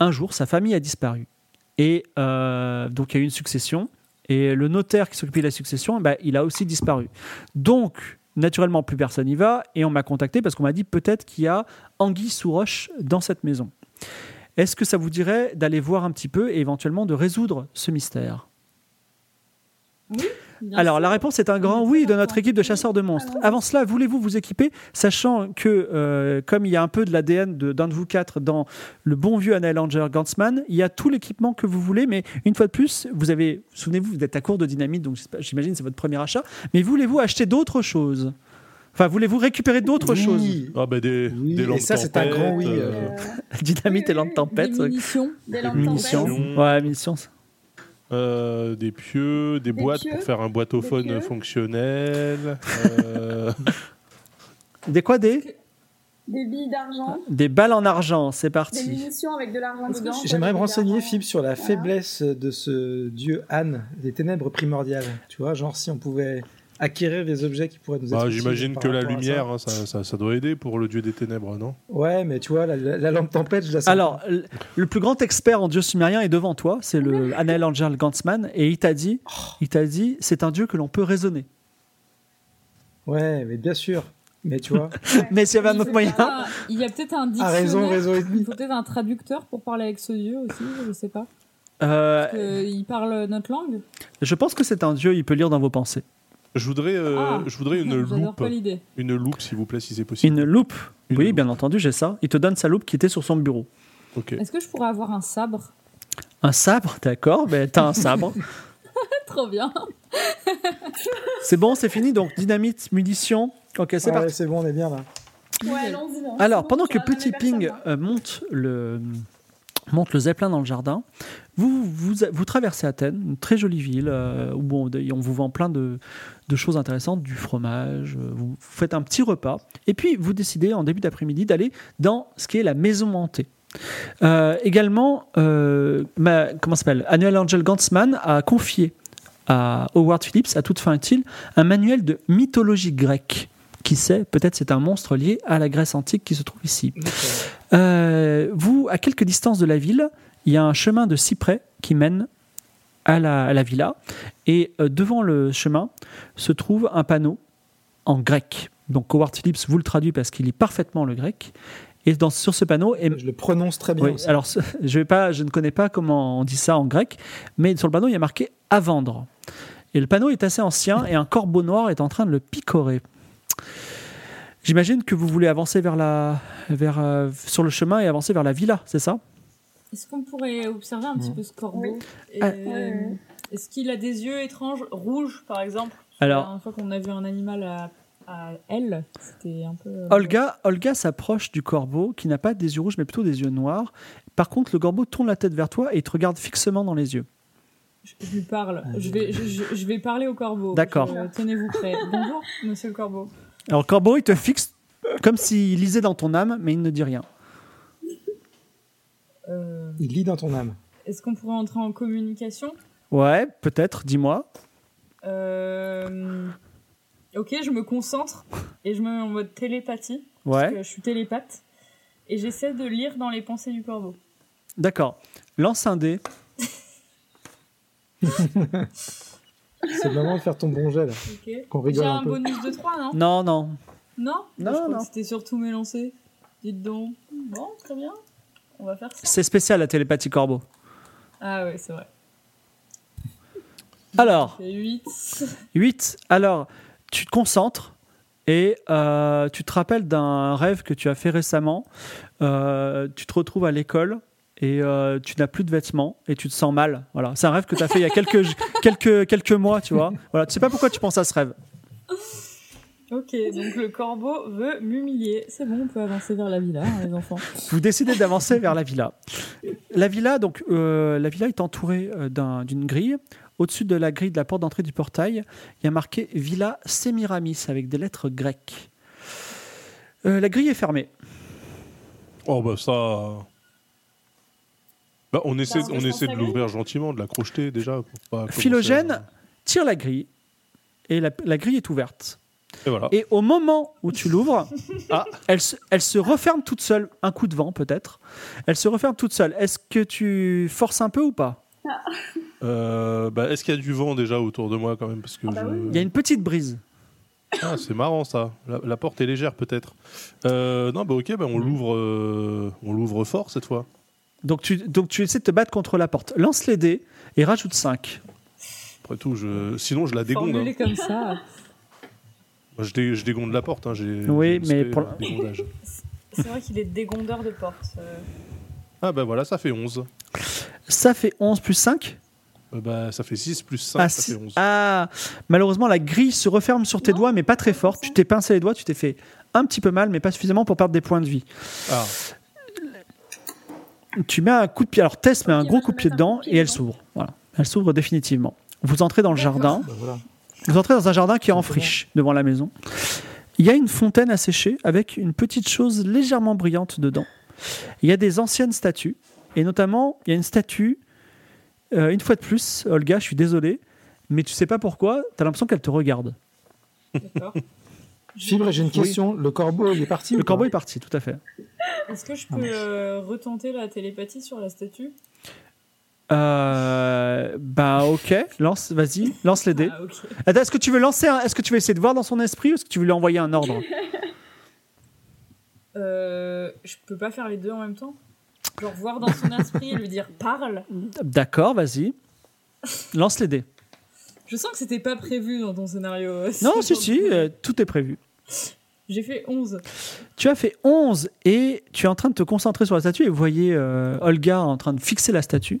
[SPEAKER 1] un jour, sa famille a disparu. Et euh, donc, il y a eu une succession. Et le notaire qui s'occupait de la succession, eh ben, il a aussi disparu. Donc, naturellement, plus personne n'y va. Et on m'a contacté parce qu'on m'a dit peut-être qu'il y a anguille sous roche dans cette maison. Est-ce que ça vous dirait d'aller voir un petit peu et éventuellement de résoudre ce mystère
[SPEAKER 3] Bien
[SPEAKER 1] Alors,
[SPEAKER 3] sûr.
[SPEAKER 1] la réponse est un grand
[SPEAKER 3] On est
[SPEAKER 1] oui de
[SPEAKER 3] d'accord.
[SPEAKER 1] notre équipe de chasseurs de
[SPEAKER 3] Ah
[SPEAKER 1] monstres. Avant cela, voulez-vous vous équiper, sachant que, euh, comme il y a un peu de l'ADN de- d'un de, vous quatre dans le bon vieux Annihilanger Gantzman, il y a tout l'équipement que vous voulez, mais une fois de plus, vous avez, souvenez-vous, vous êtes à court de dynamite, donc j'espère- j'imagine c'est votre premier achat, mais voulez-vous acheter d'autres choses Enfin, voulez-vous récupérer d'autres
[SPEAKER 5] Oui.
[SPEAKER 1] choses
[SPEAKER 2] Ah, bah, des,
[SPEAKER 5] Oui,
[SPEAKER 2] des
[SPEAKER 5] et
[SPEAKER 2] lampes
[SPEAKER 5] ça, c'est un
[SPEAKER 2] tempêtes,
[SPEAKER 5] grand oui,
[SPEAKER 2] euh,
[SPEAKER 4] Euh,
[SPEAKER 1] Dynamite et lampe
[SPEAKER 3] Des
[SPEAKER 1] tempête.
[SPEAKER 3] munitions.
[SPEAKER 4] des lampes
[SPEAKER 1] Munitions.
[SPEAKER 4] tempêtes.
[SPEAKER 2] tempêtes.
[SPEAKER 1] Ouais, munitions.
[SPEAKER 2] euh, des pieux, des, boîtes
[SPEAKER 4] pieux,
[SPEAKER 2] pour faire un boîtophone
[SPEAKER 4] pieux.
[SPEAKER 2] fonctionnel. euh,
[SPEAKER 1] Des quoi des
[SPEAKER 4] Des billes d'argent,
[SPEAKER 1] Des balles en argent, c'est
[SPEAKER 4] des
[SPEAKER 1] parti.
[SPEAKER 4] munitions avec de l'argent
[SPEAKER 3] Est-ce que
[SPEAKER 4] dedans.
[SPEAKER 3] je-
[SPEAKER 5] J'aimerais me renseigner, Philippe,
[SPEAKER 4] Philippe.
[SPEAKER 5] sur la
[SPEAKER 4] Voilà.
[SPEAKER 5] faiblesse de ce dieu Anne, des ténèbres primordiales. Tu vois, genre si on pouvait acquérir des objets qui pourraient nous être
[SPEAKER 2] bah,
[SPEAKER 5] utiles
[SPEAKER 2] J'imagine
[SPEAKER 5] par
[SPEAKER 2] que la
[SPEAKER 5] rapport à ça.
[SPEAKER 2] lumière, hein, ça, ça- ça doit aider pour le dieu des ténèbres, non
[SPEAKER 5] Ouais, mais tu vois, la, la- la lampe tempête, je la sens.
[SPEAKER 1] Alors, l- le plus grand expert en dieu sumérien est devant toi, c'est le Anel Angel Gantzman, et il t'a dit, il t'a dit, c'est un dieu que l'on peut raisonner.
[SPEAKER 5] Ouais, mais bien sûr. Mais tu vois,
[SPEAKER 1] Mais s'il y avait un
[SPEAKER 4] Je
[SPEAKER 1] autre
[SPEAKER 4] sais
[SPEAKER 1] moyen,
[SPEAKER 4] pas.
[SPEAKER 3] Ah, Il y a peut-être un
[SPEAKER 5] à
[SPEAKER 3] dictionnaire.
[SPEAKER 5] raison, raison et
[SPEAKER 3] Il
[SPEAKER 5] demi.
[SPEAKER 3] faut peut-être un traducteur pour parler avec ce dieu aussi, je sais pas.
[SPEAKER 1] euh,
[SPEAKER 3] Euh, il parle notre langue
[SPEAKER 1] je pense que c'est un dieu, il peut lire dans vos pensées.
[SPEAKER 2] je voudrais, euh,
[SPEAKER 3] Ah.
[SPEAKER 2] je voudrais une
[SPEAKER 3] J'adore
[SPEAKER 2] loupe,
[SPEAKER 3] pas l'idée.
[SPEAKER 2] une loupe, s'il vous plaît, si c'est possible.
[SPEAKER 1] Une loupe.
[SPEAKER 2] Une
[SPEAKER 1] oui,
[SPEAKER 2] loupe.
[SPEAKER 1] bien entendu, j'ai ça. Il te donne sa loupe qui était sur son bureau.
[SPEAKER 2] Ok.
[SPEAKER 3] Est-ce que je pourrais avoir un sabre
[SPEAKER 1] Un sabre, d'accord, mais t'as un sabre.
[SPEAKER 3] Trop bien
[SPEAKER 1] c'est bon, c'est fini, donc dynamite, munitions. Ok, c'est
[SPEAKER 5] Ah ouais,
[SPEAKER 1] parti.
[SPEAKER 5] c'est bon, on est bien là.
[SPEAKER 4] Ouais, allons-y. hein.
[SPEAKER 1] Alors,
[SPEAKER 4] Sinon,
[SPEAKER 1] pendant
[SPEAKER 4] je
[SPEAKER 1] que
[SPEAKER 4] vais ramener
[SPEAKER 1] Petit
[SPEAKER 4] personne,
[SPEAKER 1] Ping
[SPEAKER 4] hein.
[SPEAKER 1] euh, monte le monte le zeppelin dans le jardin, vous, vous, vous traversez Athènes, une très jolie ville, euh, où on, on vous vend plein de, de choses intéressantes, du fromage, euh, vous faites un petit repas, et puis vous décidez en début d'après-midi d'aller dans ce qui est la maison hantée. Euh, également, euh, ma, comment ça s'appelle Annuel Angel Gantzman a confié à Howard Phillips, à toute fin utile, un manuel de mythologie grecque. Qui sait, peut-être c'est un monstre lié à la Grèce antique qui se trouve ici. Euh, vous, à quelques distances de la ville, il y a un chemin de cyprès qui mène à la, à la villa. Et euh, devant le chemin se trouve un panneau en grec. Donc Howard Phillips vous le traduit parce qu'il lit parfaitement le grec. Et dans, sur ce panneau est
[SPEAKER 5] Je le prononce très bien.
[SPEAKER 1] oui,
[SPEAKER 5] aussi.
[SPEAKER 1] alors ce- je, vais pas, je ne connais pas comment on dit ça en grec, mais sur le panneau, il y a marqué à vendre. Et le panneau est assez ancien et un corbeau noir est en train de le picorer. J'imagine que vous voulez avancer vers la, vers, euh, sur le chemin et avancer vers la villa, c'est ça
[SPEAKER 3] Est-ce qu'on pourrait observer un petit
[SPEAKER 5] Mm.
[SPEAKER 3] peu ce corbeau Et,
[SPEAKER 1] Ah.
[SPEAKER 3] euh, Est-ce qu'il a des yeux étranges, rouges par exemple Parce que
[SPEAKER 1] Alors-
[SPEAKER 3] La dernière fois qu'on a vu un animal à, à elle, c'était un peu. euh,
[SPEAKER 1] Olga, Olga s'approche du corbeau qui n'a pas des yeux rouges mais plutôt des yeux noirs. Par contre, le corbeau tourne la tête vers toi et il te regarde fixement dans les yeux.
[SPEAKER 3] Je, je lui parle. Je vais, je, je- je vais parler au corbeau.
[SPEAKER 1] D'accord.
[SPEAKER 3] Je- Tenez-vous prêts. Bonjour, monsieur le corbeau.
[SPEAKER 1] Alors, le corbeau, il te fixe comme s'il lisait dans ton âme, mais il ne dit rien.
[SPEAKER 3] Euh,
[SPEAKER 5] Il lit dans ton âme.
[SPEAKER 3] Est-ce qu'on pourrait entrer en communication
[SPEAKER 1] Ouais, peut-être, dis-moi.
[SPEAKER 3] Euh, Ok, je me concentre et je me mets en mode télépathie. Parce
[SPEAKER 1] Ouais,
[SPEAKER 3] que je suis télépathe. Et j'essaie de lire dans les pensées du corbeau.
[SPEAKER 1] d'accord. Lance un dé.
[SPEAKER 5] C'est le moment de faire ton bon jet, là.
[SPEAKER 3] Ok.
[SPEAKER 5] Qu'on
[SPEAKER 3] J'ai
[SPEAKER 5] rigole
[SPEAKER 3] un,
[SPEAKER 5] un peu.
[SPEAKER 3] bonus de 3,
[SPEAKER 1] Non, non.
[SPEAKER 3] non Non
[SPEAKER 1] Mm. Non,
[SPEAKER 3] Je crois
[SPEAKER 1] non.
[SPEAKER 3] que C'était surtout mes lancers. Dites donc. Bon, très bien. On va faire ça.
[SPEAKER 1] C'est spécial la télépathie corbeau.
[SPEAKER 3] Ah ouais, c'est vrai.
[SPEAKER 1] Alors,
[SPEAKER 3] C'est 8.
[SPEAKER 1] 8. Alors, tu te concentres et euh, tu te rappelles d'un rêve que tu as fait récemment. Euh, tu te retrouves à l'école et euh, tu n'as plus de vêtements et tu te sens mal. Voilà, c'est un rêve que tu as fait il y a quelques, quelques, quelques mois, tu vois. Voilà, tu sais pas pourquoi tu penses à ce rêve.
[SPEAKER 3] Ok, donc le corbeau veut m'humilier. C'est bon, on peut avancer vers la villa, hein, les enfants.
[SPEAKER 1] Vous décidez d'avancer vers la villa. La villa, donc, euh, la villa est entourée euh, d'un- d'une grille. Au-dessus de la grille de la porte d'entrée du portail, il y a marqué Villa Semiramis avec des lettres grecques. Euh, la grille est fermée.
[SPEAKER 2] Oh bah ça. Bah, on essaie,
[SPEAKER 4] Bah,
[SPEAKER 2] on essaie
[SPEAKER 4] on reste en
[SPEAKER 2] de
[SPEAKER 4] famille.
[SPEAKER 2] l'ouvrir gentiment, de l'accrocheter déjà. Pour pas commencer
[SPEAKER 1] Philogène tire la grille et la, la grille est ouverte.
[SPEAKER 2] à- Et voilà.
[SPEAKER 1] Et au moment où tu l'ouvres, ah, elle, se- elle se referme toute seule. Un coup de vent peut-être. Elle se referme toute seule. Est-ce que tu forces un peu ou pas
[SPEAKER 2] Euh, bah, Est-ce qu'il y a du vent déjà autour de moi quand même parce que
[SPEAKER 4] bah
[SPEAKER 2] je-
[SPEAKER 1] Il y a une petite brise.
[SPEAKER 2] Ah, c'est marrant ça. La, la porte est légère peut-être. Euh, non, bah ok, bah, on l'ouvre, euh, on l'ouvre fort cette fois.
[SPEAKER 1] Donc tu, donc tu essaies de te battre contre la porte. Lance les dés et rajoute 5.
[SPEAKER 2] Après tout, je... sinon je la dégonde. hein.
[SPEAKER 3] Formulé comme ça.
[SPEAKER 2] Moi, je, dé- je dégonde la porte. hein, j'ai-
[SPEAKER 1] Oui,
[SPEAKER 2] j'ai une
[SPEAKER 1] mais
[SPEAKER 2] spé-
[SPEAKER 1] pour-
[SPEAKER 2] euh, dégondage.
[SPEAKER 3] C'est vrai qu'il est dégondeur de porte. euh.
[SPEAKER 2] Ah bah voilà, ça fait 11.
[SPEAKER 1] Ça fait 11 plus 5
[SPEAKER 2] Euh, bah, ça fait 6 plus 5,
[SPEAKER 1] ah,
[SPEAKER 2] ça
[SPEAKER 1] si-
[SPEAKER 2] fait 11.
[SPEAKER 1] ah, malheureusement, la grille se referme sur tes
[SPEAKER 4] Non,
[SPEAKER 1] doigts, mais pas très
[SPEAKER 4] pas
[SPEAKER 1] fort.
[SPEAKER 4] comme ça.
[SPEAKER 1] Tu t'es pincé les doigts, tu t'es fait un petit peu mal, mais pas suffisamment pour perdre des points de vie.
[SPEAKER 2] Ah.
[SPEAKER 1] Tu mets un coup de pied, alors Tess met un
[SPEAKER 4] Ok,
[SPEAKER 1] gros
[SPEAKER 4] moi, je
[SPEAKER 1] coup de
[SPEAKER 4] vais
[SPEAKER 1] pied
[SPEAKER 4] mettre un
[SPEAKER 1] dedans
[SPEAKER 4] coup de pied
[SPEAKER 1] et elle
[SPEAKER 4] dedans.
[SPEAKER 1] s'ouvre. Voilà, elle s'ouvre définitivement. Vous entrez dans le
[SPEAKER 4] D'accord.
[SPEAKER 1] jardin.
[SPEAKER 5] Bah, voilà.
[SPEAKER 1] Vous entrez dans un jardin qui est en friche devant la maison. Il y a une fontaine à sécher avec une petite chose légèrement brillante dedans. Il y a des anciennes statues et notamment il y a une statue. euh, une fois de plus, Olga, je suis désolé, mais tu sais pas pourquoi, tu as l'impression qu'elle te regarde.
[SPEAKER 3] D'accord.
[SPEAKER 5] Fibre, j'ai une question. Le corbeau, il est parti
[SPEAKER 1] Le
[SPEAKER 5] ou pas
[SPEAKER 1] corbeau est parti, tout à fait.
[SPEAKER 3] Est-ce que je
[SPEAKER 1] Ah,
[SPEAKER 3] peux euh, retenter la télépathie sur la statue
[SPEAKER 1] Euh, bah ok, lance, vas-y, lance les dés.
[SPEAKER 3] Ah, ok.
[SPEAKER 1] Attends, est-ce que tu veux lancer, un- est-ce que tu veux essayer de voir dans son esprit ou est-ce que tu veux lui envoyer un ordre
[SPEAKER 3] Euh, je peux pas faire les deux en même temps Genre voir dans son esprit et lui dire parle
[SPEAKER 1] D'accord, vas-y, lance les dés.
[SPEAKER 3] Je sens que c'était pas prévu dans ton scénario. euh,
[SPEAKER 1] Non, si
[SPEAKER 3] ce genre
[SPEAKER 1] si,
[SPEAKER 3] de-
[SPEAKER 1] euh, tout est prévu.
[SPEAKER 3] J'ai fait 11.
[SPEAKER 1] Tu as fait 11 et tu es en train de te concentrer sur la statue et vous voyez euh, Olga en train de fixer la statue.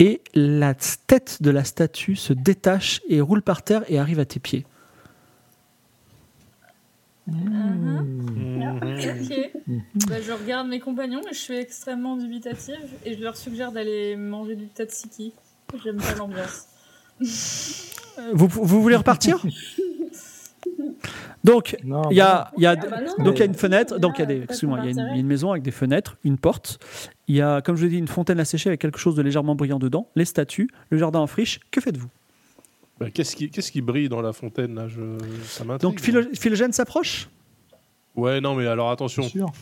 [SPEAKER 1] Et la tête de la statue se détache et roule par terre et arrive à tes pieds.
[SPEAKER 5] Mmh.
[SPEAKER 2] Mhm.
[SPEAKER 3] Ok. Bah, je regarde mes compagnons et je suis extrêmement dubitative et je leur suggère d'aller manger du tatsiki. J'aime pas l'ambiance.
[SPEAKER 1] Euh, Vous, vous voulez repartir Donc,
[SPEAKER 5] Non,
[SPEAKER 1] il y a, il y a-
[SPEAKER 4] Ah bah non, non,
[SPEAKER 1] donc il y a une
[SPEAKER 4] mais-
[SPEAKER 1] fenêtre,
[SPEAKER 4] là,
[SPEAKER 1] donc il y a des,
[SPEAKER 4] euh, pas
[SPEAKER 1] excuse-moi, il y a une-
[SPEAKER 4] d'intérêt.
[SPEAKER 1] il y a une maison avec des fenêtres, une porte. Il y a, comme je l'ai dit, une fontaine à sécher avec quelque chose de légèrement brillant dedans, les statues, le jardin en friche. Que faites-vous
[SPEAKER 2] Bah, Qu'est-ce qui, qu'est-ce qui brille dans la fontaine là je... Ça m'intrigue.
[SPEAKER 1] Donc, Philo- Philogène s'approche
[SPEAKER 2] Ouais, non, mais alors attention.
[SPEAKER 5] bien sûr.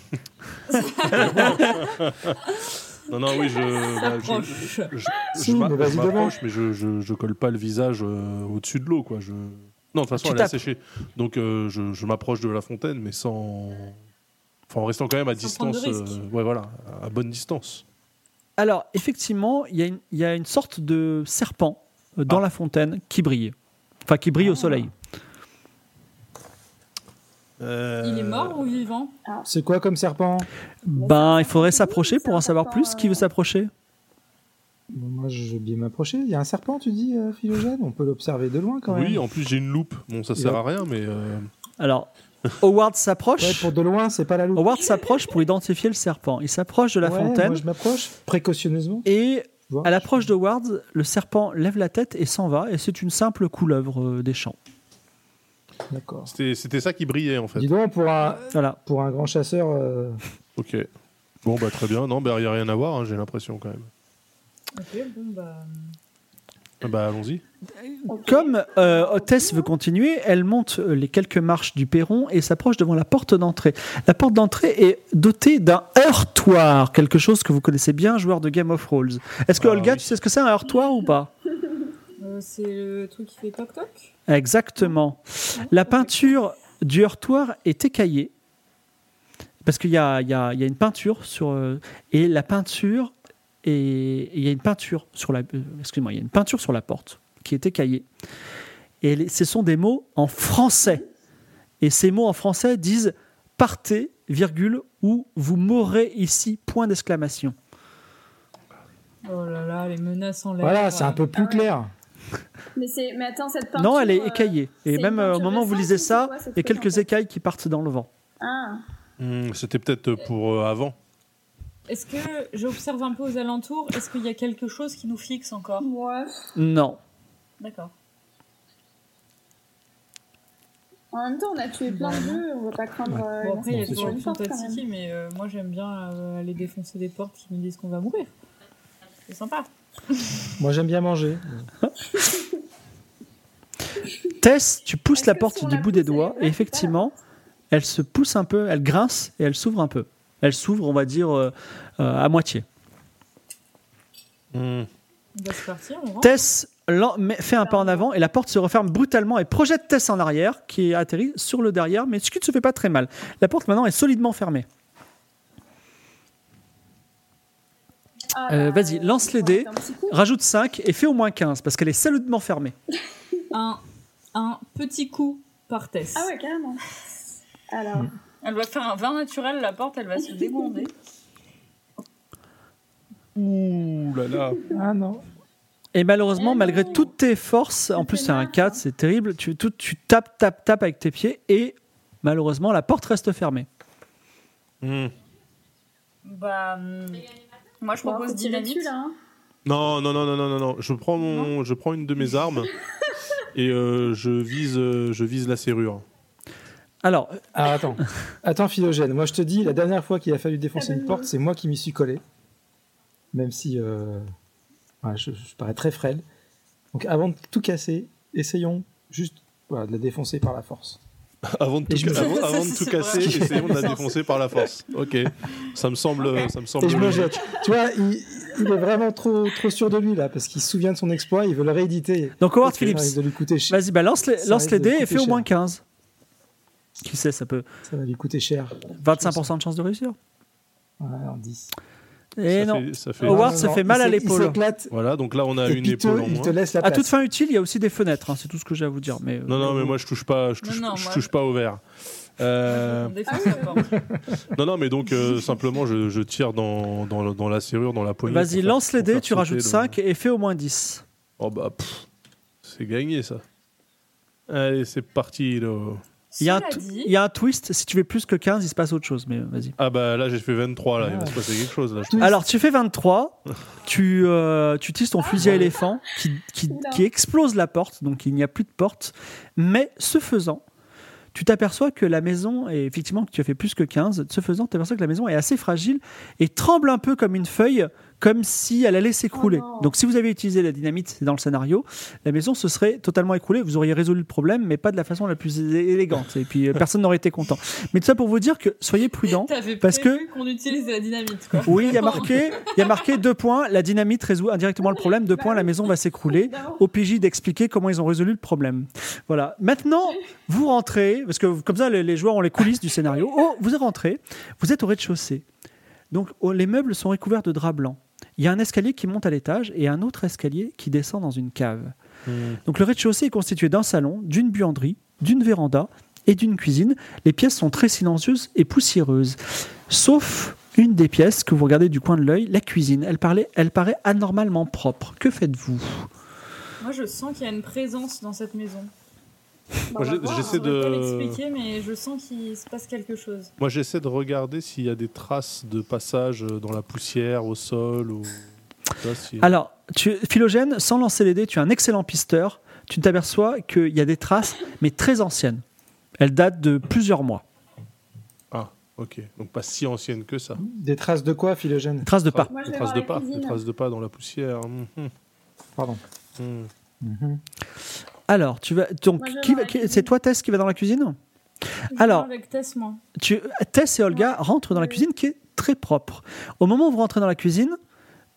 [SPEAKER 2] Non, non, oui, je. bah, je-
[SPEAKER 3] S'approche.
[SPEAKER 2] je- je-
[SPEAKER 5] Si,
[SPEAKER 2] je
[SPEAKER 5] mais
[SPEAKER 2] m'a-
[SPEAKER 5] vas-y
[SPEAKER 2] je
[SPEAKER 5] devant.
[SPEAKER 2] m'approche, mais je, je, je colle pas le visage euh, au-dessus de l'eau, quoi. Je... Non, de toute façon,
[SPEAKER 1] Tu
[SPEAKER 2] elle a
[SPEAKER 1] tapes.
[SPEAKER 2] séché. Donc, euh, je, je m'approche de la fontaine, mais sans. Enfin, en restant quand même à
[SPEAKER 3] Sans prendre de
[SPEAKER 2] distance. euh,
[SPEAKER 3] risque.
[SPEAKER 2] ouais, voilà, à bonne distance.
[SPEAKER 1] Alors, effectivement, il y, a une- il y a une sorte de serpent euh, dans
[SPEAKER 2] Ah.
[SPEAKER 1] la fontaine qui brille. Enfin, qui brille au soleil.
[SPEAKER 2] Euh,
[SPEAKER 3] Il est mort ou vivant
[SPEAKER 5] C'est quoi comme serpent
[SPEAKER 1] Ben, il faudrait s'approcher pour en savoir plus. Qui veut s'approcher
[SPEAKER 5] Bon, Moi, je veux bien m'approcher. Il y a un serpent, tu dis, euh, Philogène On peut l'observer de loin quand même.
[SPEAKER 2] Oui, en plus j'ai une loupe. Bon, ça
[SPEAKER 5] Il
[SPEAKER 2] sert
[SPEAKER 5] a-
[SPEAKER 2] à rien, mais euh,
[SPEAKER 1] Alors, Howard
[SPEAKER 5] Ouais,
[SPEAKER 1] s'approche.
[SPEAKER 5] pour de loin, c'est pas la loupe.
[SPEAKER 1] Howard s'approche pour identifier le serpent. Il s'approche de la
[SPEAKER 5] Ouais,
[SPEAKER 1] fontaine
[SPEAKER 5] Moi, je m'approche précautionneusement.
[SPEAKER 1] et
[SPEAKER 5] tu vois.
[SPEAKER 1] à l'approche de Howard, le serpent lève la tête et s'en va. Et c'est une simple couleuvre euh, des champs.
[SPEAKER 5] D'accord.
[SPEAKER 2] c'était c'était ça qui brillait en fait.
[SPEAKER 5] Dis donc, pour un,
[SPEAKER 1] Voilà.
[SPEAKER 5] pour un grand chasseur, euh,
[SPEAKER 2] Ok. Bon, bah très bien. Non, bah il n'y a rien à voir, hein, j'ai l'impression quand même.
[SPEAKER 3] Ok, bon bah.
[SPEAKER 2] Ah Bah allons-y.
[SPEAKER 1] Comme euh, Hôtesse veut continuer, elle monte euh, les quelques marches du perron et s'approche devant la porte d'entrée. La porte d'entrée est dotée d'un heurtoir, quelque chose que vous connaissez bien, joueur de Game of Thrones. Est-ce que
[SPEAKER 2] Ah,
[SPEAKER 1] Olga,
[SPEAKER 2] oui.
[SPEAKER 1] tu sais ce que c'est un heurtoir ou pas
[SPEAKER 3] euh, c'est le truc qui fait toc-toc
[SPEAKER 1] Exactement. La peinture du heurtoir est écaillée. Parce qu'il y a, il y a- il y a une peinture sur. euh, et la peinture. est- il y a une peinture sur la. euh, Excuse-moi, il y a une peinture sur la porte qui est écaillée. Et les- ce sont des mots en français. Et ces mots en français disent partez, virgule, ou vous mourrez ici, point d'exclamation.
[SPEAKER 3] Oh là là, les menaces en l'air.
[SPEAKER 5] voilà, c'est un peu plus clair.
[SPEAKER 4] Mais, c'est- mais attends, cette peinture.
[SPEAKER 1] Non, elle est
[SPEAKER 4] euh,
[SPEAKER 1] écaillée. Et
[SPEAKER 4] c'est
[SPEAKER 1] même
[SPEAKER 4] une
[SPEAKER 1] euh, au
[SPEAKER 4] peinture
[SPEAKER 1] moment où vous
[SPEAKER 4] récente
[SPEAKER 1] lisez
[SPEAKER 4] ou c'est
[SPEAKER 1] ça,
[SPEAKER 4] quoi, ce
[SPEAKER 1] il y a
[SPEAKER 4] truc, en
[SPEAKER 1] quelques
[SPEAKER 4] fait
[SPEAKER 1] écailles qui partent dans le vent.
[SPEAKER 4] Ah.
[SPEAKER 2] Hmm, C'était peut-être pour euh, avant.
[SPEAKER 3] Est-ce que j'observe un peu aux alentours Est-ce qu'il y a quelque chose qui nous fixe encore
[SPEAKER 4] Ouais.
[SPEAKER 1] Non.
[SPEAKER 3] D'accord.
[SPEAKER 4] En même temps, on a tué plein de jeux, on va pas craindre. euh,
[SPEAKER 3] Bon, après, il y a
[SPEAKER 5] c'est
[SPEAKER 3] toujours une
[SPEAKER 5] sûr.
[SPEAKER 4] l'incendie d'une porte, quand même.
[SPEAKER 3] fantastique, mais euh, moi j'aime bien euh, aller défoncer des portes qui nous disent qu'on va mourir. C'est sympa.
[SPEAKER 5] Moi, j'aime bien manger.
[SPEAKER 1] Tess, tu pousses
[SPEAKER 4] Est-ce
[SPEAKER 1] la
[SPEAKER 4] que
[SPEAKER 1] porte
[SPEAKER 4] si on
[SPEAKER 1] du
[SPEAKER 4] la
[SPEAKER 1] bout des
[SPEAKER 4] pousse, elle
[SPEAKER 1] doigts
[SPEAKER 4] est
[SPEAKER 1] et
[SPEAKER 4] là
[SPEAKER 1] effectivement, elle se pousse un peu, elle grince et elle s'ouvre un peu. Elle s'ouvre, on va dire, euh, euh, à moitié.
[SPEAKER 2] Hmm.
[SPEAKER 3] On va se partir, on rentre.
[SPEAKER 1] Tess lan- met- fait un pas en avant et la porte se referme brutalement et projette Tess en arrière qui atterrit sur le derrière, mais ce qui ne se fait pas très mal. La porte maintenant est solidement fermée.
[SPEAKER 4] Ah,
[SPEAKER 1] Euh,
[SPEAKER 4] là,
[SPEAKER 1] vas-y,
[SPEAKER 4] euh,
[SPEAKER 1] lance les
[SPEAKER 4] on va
[SPEAKER 1] dés.
[SPEAKER 4] mettre un petit coup.
[SPEAKER 1] Rajoute 5 et fais au moins 15 parce qu'elle est solidement fermée.
[SPEAKER 3] Un, un petit coup par Tess.
[SPEAKER 4] Ah ouais, carrément. Alors,
[SPEAKER 1] Hmm.
[SPEAKER 3] Elle va faire un vin naturel, la porte, elle va se dégonfler.
[SPEAKER 2] Ouh là là.
[SPEAKER 5] Ah non.
[SPEAKER 1] Et malheureusement,
[SPEAKER 4] Eh
[SPEAKER 1] malgré
[SPEAKER 4] non.
[SPEAKER 1] toutes tes forces, en
[SPEAKER 4] Ça
[SPEAKER 1] plus
[SPEAKER 4] fait
[SPEAKER 1] c'est un
[SPEAKER 4] mal,
[SPEAKER 1] 4, c'est terrible, tu, tout- tu tapes, tapes, tapes avec tes pieds et malheureusement la porte reste fermée.
[SPEAKER 2] Hmm.
[SPEAKER 3] Bah. hum, moi je
[SPEAKER 4] on va
[SPEAKER 3] propose
[SPEAKER 4] tirer
[SPEAKER 3] dynamite.
[SPEAKER 4] dessus là. hein.
[SPEAKER 2] Non, non, non, non, non, non, non. Je prends mon, je prends une de mes armes et euh, je vise, euh, je vise la serrure.
[SPEAKER 1] Alors, euh,
[SPEAKER 5] Ah, attends. Attends, Philogène. Moi, je te dis, la dernière fois qu'il a fallu défoncer une porte, c'est moi qui m'y suis collé. Même si euh, ouais, je, je parais très frêle. Donc, avant de tout casser, essayons juste voilà, de la défoncer par la force.
[SPEAKER 2] Avant de
[SPEAKER 5] Et
[SPEAKER 2] tout,
[SPEAKER 5] je me-
[SPEAKER 2] ca- avant, avant de tout
[SPEAKER 3] C'est
[SPEAKER 2] casser,
[SPEAKER 3] vrai.
[SPEAKER 2] essayons de la défoncer par la force. Ok. Ça me semble, ça me semble.
[SPEAKER 5] Et je me jette. Tu vois, il, il est vraiment trop, trop sûr de lui, là, parce qu'il se souvient de son exploit, il veut le rééditer.
[SPEAKER 1] donc Howard
[SPEAKER 5] Ça risque
[SPEAKER 1] Phillips,
[SPEAKER 5] de lui coûter cher.
[SPEAKER 1] vas-y, bah, lance les,
[SPEAKER 5] Ça
[SPEAKER 1] lance
[SPEAKER 5] risque
[SPEAKER 1] les
[SPEAKER 5] de
[SPEAKER 1] dés et
[SPEAKER 5] coûter
[SPEAKER 1] fais au
[SPEAKER 5] cher.
[SPEAKER 1] moins 15. Qui sait, ça peut.
[SPEAKER 5] Ça va lui coûter cher.
[SPEAKER 1] 25% de chance de réussir.
[SPEAKER 5] Ouais, en 10.
[SPEAKER 1] Et
[SPEAKER 2] ça
[SPEAKER 1] non.
[SPEAKER 2] Fait, ça fait-
[SPEAKER 1] Howard se fait mal
[SPEAKER 5] Il
[SPEAKER 1] à
[SPEAKER 5] s'é-
[SPEAKER 1] l'épaule.
[SPEAKER 5] Il s'éclate.
[SPEAKER 2] Voilà. Donc là, on a
[SPEAKER 5] et
[SPEAKER 2] une
[SPEAKER 5] piteux,
[SPEAKER 2] épaule en
[SPEAKER 5] il
[SPEAKER 2] moins.
[SPEAKER 5] te laisse la
[SPEAKER 1] À
[SPEAKER 5] place.
[SPEAKER 1] toute fin utile, il y a aussi des fenêtres, hein, c'est tout ce que j'ai à vous dire. Mais, euh,
[SPEAKER 2] Non, non, mais moi je touche pas, je touche,
[SPEAKER 3] Non, non,
[SPEAKER 2] je
[SPEAKER 3] moi-
[SPEAKER 2] touche pas au verre. Euh,
[SPEAKER 3] On
[SPEAKER 4] Ah
[SPEAKER 3] défonce la porte.
[SPEAKER 2] non, non, mais donc euh, simplement je, je tire dans, dans, dans la serrure, dans la poignée.
[SPEAKER 1] Vas-y,
[SPEAKER 2] pour faire-
[SPEAKER 1] lance les
[SPEAKER 2] pour
[SPEAKER 1] dés,
[SPEAKER 2] faire
[SPEAKER 1] tu
[SPEAKER 2] sauter
[SPEAKER 1] rajoutes
[SPEAKER 2] le-
[SPEAKER 1] 5 et fais au moins 10.
[SPEAKER 2] Oh bah, pff, c'est gagné ça. Allez, c'est parti. Là.
[SPEAKER 1] Il y, a un
[SPEAKER 3] Cela
[SPEAKER 1] tw-
[SPEAKER 3] dit,
[SPEAKER 1] il y a un twist, si tu fais plus que 15, il se passe autre chose, mais euh, vas-y.
[SPEAKER 2] Ah bah là, j'ai fait 23, là, il va
[SPEAKER 5] Ah.
[SPEAKER 2] se passer quelque chose. Là, je-
[SPEAKER 5] Twist.
[SPEAKER 1] Alors, tu fais 23, tu, euh, tu utilises ton fusil à éléphant qui, qui,
[SPEAKER 4] Ah, bah Oula.
[SPEAKER 1] qui explose la porte, donc il n'y a plus de porte. Mais ce faisant, tu t'aperçois que la maison, est, effectivement, que tu as fait plus que 15, ce faisant, tu t'aperçois que la maison est assez fragile et tremble un peu comme une feuille, comme si elle allait s'écrouler.
[SPEAKER 4] Oh non.
[SPEAKER 1] donc, si vous avez utilisé la dynamite c'est dans le scénario, la maison se serait totalement écroulée. Vous auriez résolu le problème, mais pas de la façon la plus é- élégante. Et puis, euh, personne n'aurait été content. Mais tout ça pour vous dire que soyez prudent.
[SPEAKER 3] t'avais
[SPEAKER 1] parce
[SPEAKER 3] prévu qu'on utilise la dynamite quoi.
[SPEAKER 1] Oui, il y a marqué, il y a marqué deux points. La dynamite résout indirectement le problème. Deux points, la maison va s'écrouler.
[SPEAKER 4] Non.
[SPEAKER 1] Au PJ d'expliquer comment ils ont résolu le problème. Voilà. Maintenant, vous rentrez, parce que comme ça, les, les joueurs ont les coulisses du scénario. Oh, vous rentrez, vous êtes au rez-de-chaussée. Donc, oh, les meubles sont recouverts de draps blancs. Il y a un escalier qui monte à l'étage et un autre escalier qui descend dans une cave.
[SPEAKER 2] Hmm.
[SPEAKER 1] Donc, le rez-de-chaussée est constitué d'un salon, d'une buanderie, d'une véranda et d'une cuisine. Les pièces sont très silencieuses et poussiéreuses. Sauf une des pièces que vous regardez du coin de l'œil, la cuisine. Elle, parlait, elle paraît anormalement propre. Que faites-vous
[SPEAKER 3] Moi, je sens qu'il y a une présence dans cette maison.
[SPEAKER 2] Moi, j'ai- j'essaie
[SPEAKER 4] hein.
[SPEAKER 3] Je saurais pas
[SPEAKER 2] de.
[SPEAKER 3] l'expliquer, mais je sens qu'il se passe quelque chose.
[SPEAKER 2] Moi, j'essaie de regarder s'il y a des traces de passage euh, dans la poussière, au sol, ou. Tu vois, si-
[SPEAKER 1] Alors, tu, Philogène, sans lancer les dés, tu es un excellent pisteur. Tu t'aperçois qu'il y a des traces, mais très anciennes. Elles datent de plusieurs mois.
[SPEAKER 2] Ah, ok. Donc pas si ancienne que ça.
[SPEAKER 5] Des traces de quoi, Philogène
[SPEAKER 1] Traces de pas.
[SPEAKER 4] Moi, je
[SPEAKER 2] Des
[SPEAKER 4] vais
[SPEAKER 2] traces
[SPEAKER 4] voir
[SPEAKER 2] de
[SPEAKER 4] la
[SPEAKER 2] pas, des
[SPEAKER 4] cuisine.
[SPEAKER 2] traces de pas dans la poussière. Mhm,
[SPEAKER 5] Pardon.
[SPEAKER 2] mhm.
[SPEAKER 1] Alors, tu vas donc
[SPEAKER 4] Moi, je vais
[SPEAKER 1] qui
[SPEAKER 4] dans
[SPEAKER 1] va-
[SPEAKER 4] la
[SPEAKER 1] qui- c'est
[SPEAKER 4] cuisine.
[SPEAKER 1] toi Tess qui va dans la cuisine
[SPEAKER 3] Je
[SPEAKER 1] Alors-
[SPEAKER 3] parle Avec Tess, moi.
[SPEAKER 1] tu, Tess et Olga rentrent dans la cuisine qui est très propre. Au moment où vous rentrez dans la cuisine,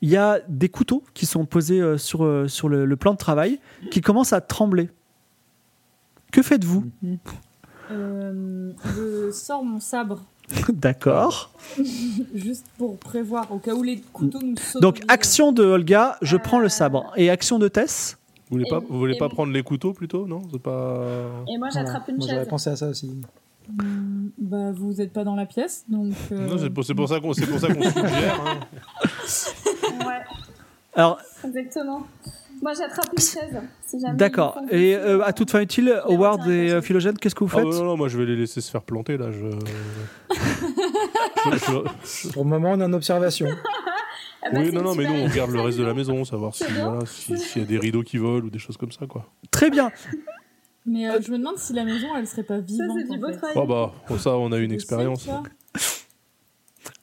[SPEAKER 1] il y a des couteaux qui sont posés euh, sur, euh, sur le, le plan de travail qui commencent à trembler. Que faites-vous
[SPEAKER 3] Euh, je sors mon sabre,
[SPEAKER 1] D'accord.
[SPEAKER 3] juste pour prévoir, au cas où les couteaux nous sautent. au
[SPEAKER 1] Donc
[SPEAKER 3] visage.
[SPEAKER 1] action de Olga,
[SPEAKER 4] Euh,
[SPEAKER 1] je prends le sabre. Et action de Tess
[SPEAKER 2] Vous voulez pas, vous voulez
[SPEAKER 4] Et- Euh.
[SPEAKER 2] pas prendre les couteaux plutôt, non C'est pas.
[SPEAKER 4] Et moi,
[SPEAKER 5] Voilà.
[SPEAKER 4] j'attrape une
[SPEAKER 5] Moi,
[SPEAKER 4] chaise.
[SPEAKER 5] J'aurais pensé à ça aussi.
[SPEAKER 3] Hmm, Bah, vous n'êtes pas dans la pièce, donc. euh,
[SPEAKER 2] Non, c'est pour, c'est pour ça qu'on c'est pour ça qu'on suggère. hein.
[SPEAKER 4] Ouais,
[SPEAKER 1] Alors
[SPEAKER 4] exactement. Moi, j'attrape une chaise. si jamais
[SPEAKER 1] d'accord.
[SPEAKER 4] ils font-
[SPEAKER 1] Et euh, à toute fin utile,
[SPEAKER 4] Mais
[SPEAKER 1] Howard
[SPEAKER 4] retiens la
[SPEAKER 1] et euh,
[SPEAKER 4] prochaine.
[SPEAKER 1] Philogène, qu'est-ce que vous
[SPEAKER 2] Ah,
[SPEAKER 1] faites
[SPEAKER 2] non, non, moi je vais les laisser se faire planter là. Je. Je- je-
[SPEAKER 5] Pour le moment, on est en observation.
[SPEAKER 4] Ah bah,
[SPEAKER 2] Oui,
[SPEAKER 4] c'est
[SPEAKER 2] non,
[SPEAKER 4] une
[SPEAKER 2] non, mais
[SPEAKER 4] super
[SPEAKER 2] nous on
[SPEAKER 4] idée,
[SPEAKER 2] regarde le
[SPEAKER 4] ça,
[SPEAKER 2] reste de la
[SPEAKER 4] dis donc.
[SPEAKER 2] maison, savoir si
[SPEAKER 4] C'est bien.
[SPEAKER 2] voilà, si- s'il y a des rideaux qui volent ou des choses comme ça quoi.
[SPEAKER 1] Très bien.
[SPEAKER 3] Mais euh, je me demande si la maison, elle serait pas
[SPEAKER 4] Ça,
[SPEAKER 3] vivante.
[SPEAKER 4] c'est du
[SPEAKER 3] en
[SPEAKER 4] beau
[SPEAKER 3] fait.
[SPEAKER 4] travail.
[SPEAKER 2] Oh bah oh, ça on a une
[SPEAKER 3] Je sais,
[SPEAKER 2] expérience.
[SPEAKER 3] tu vois.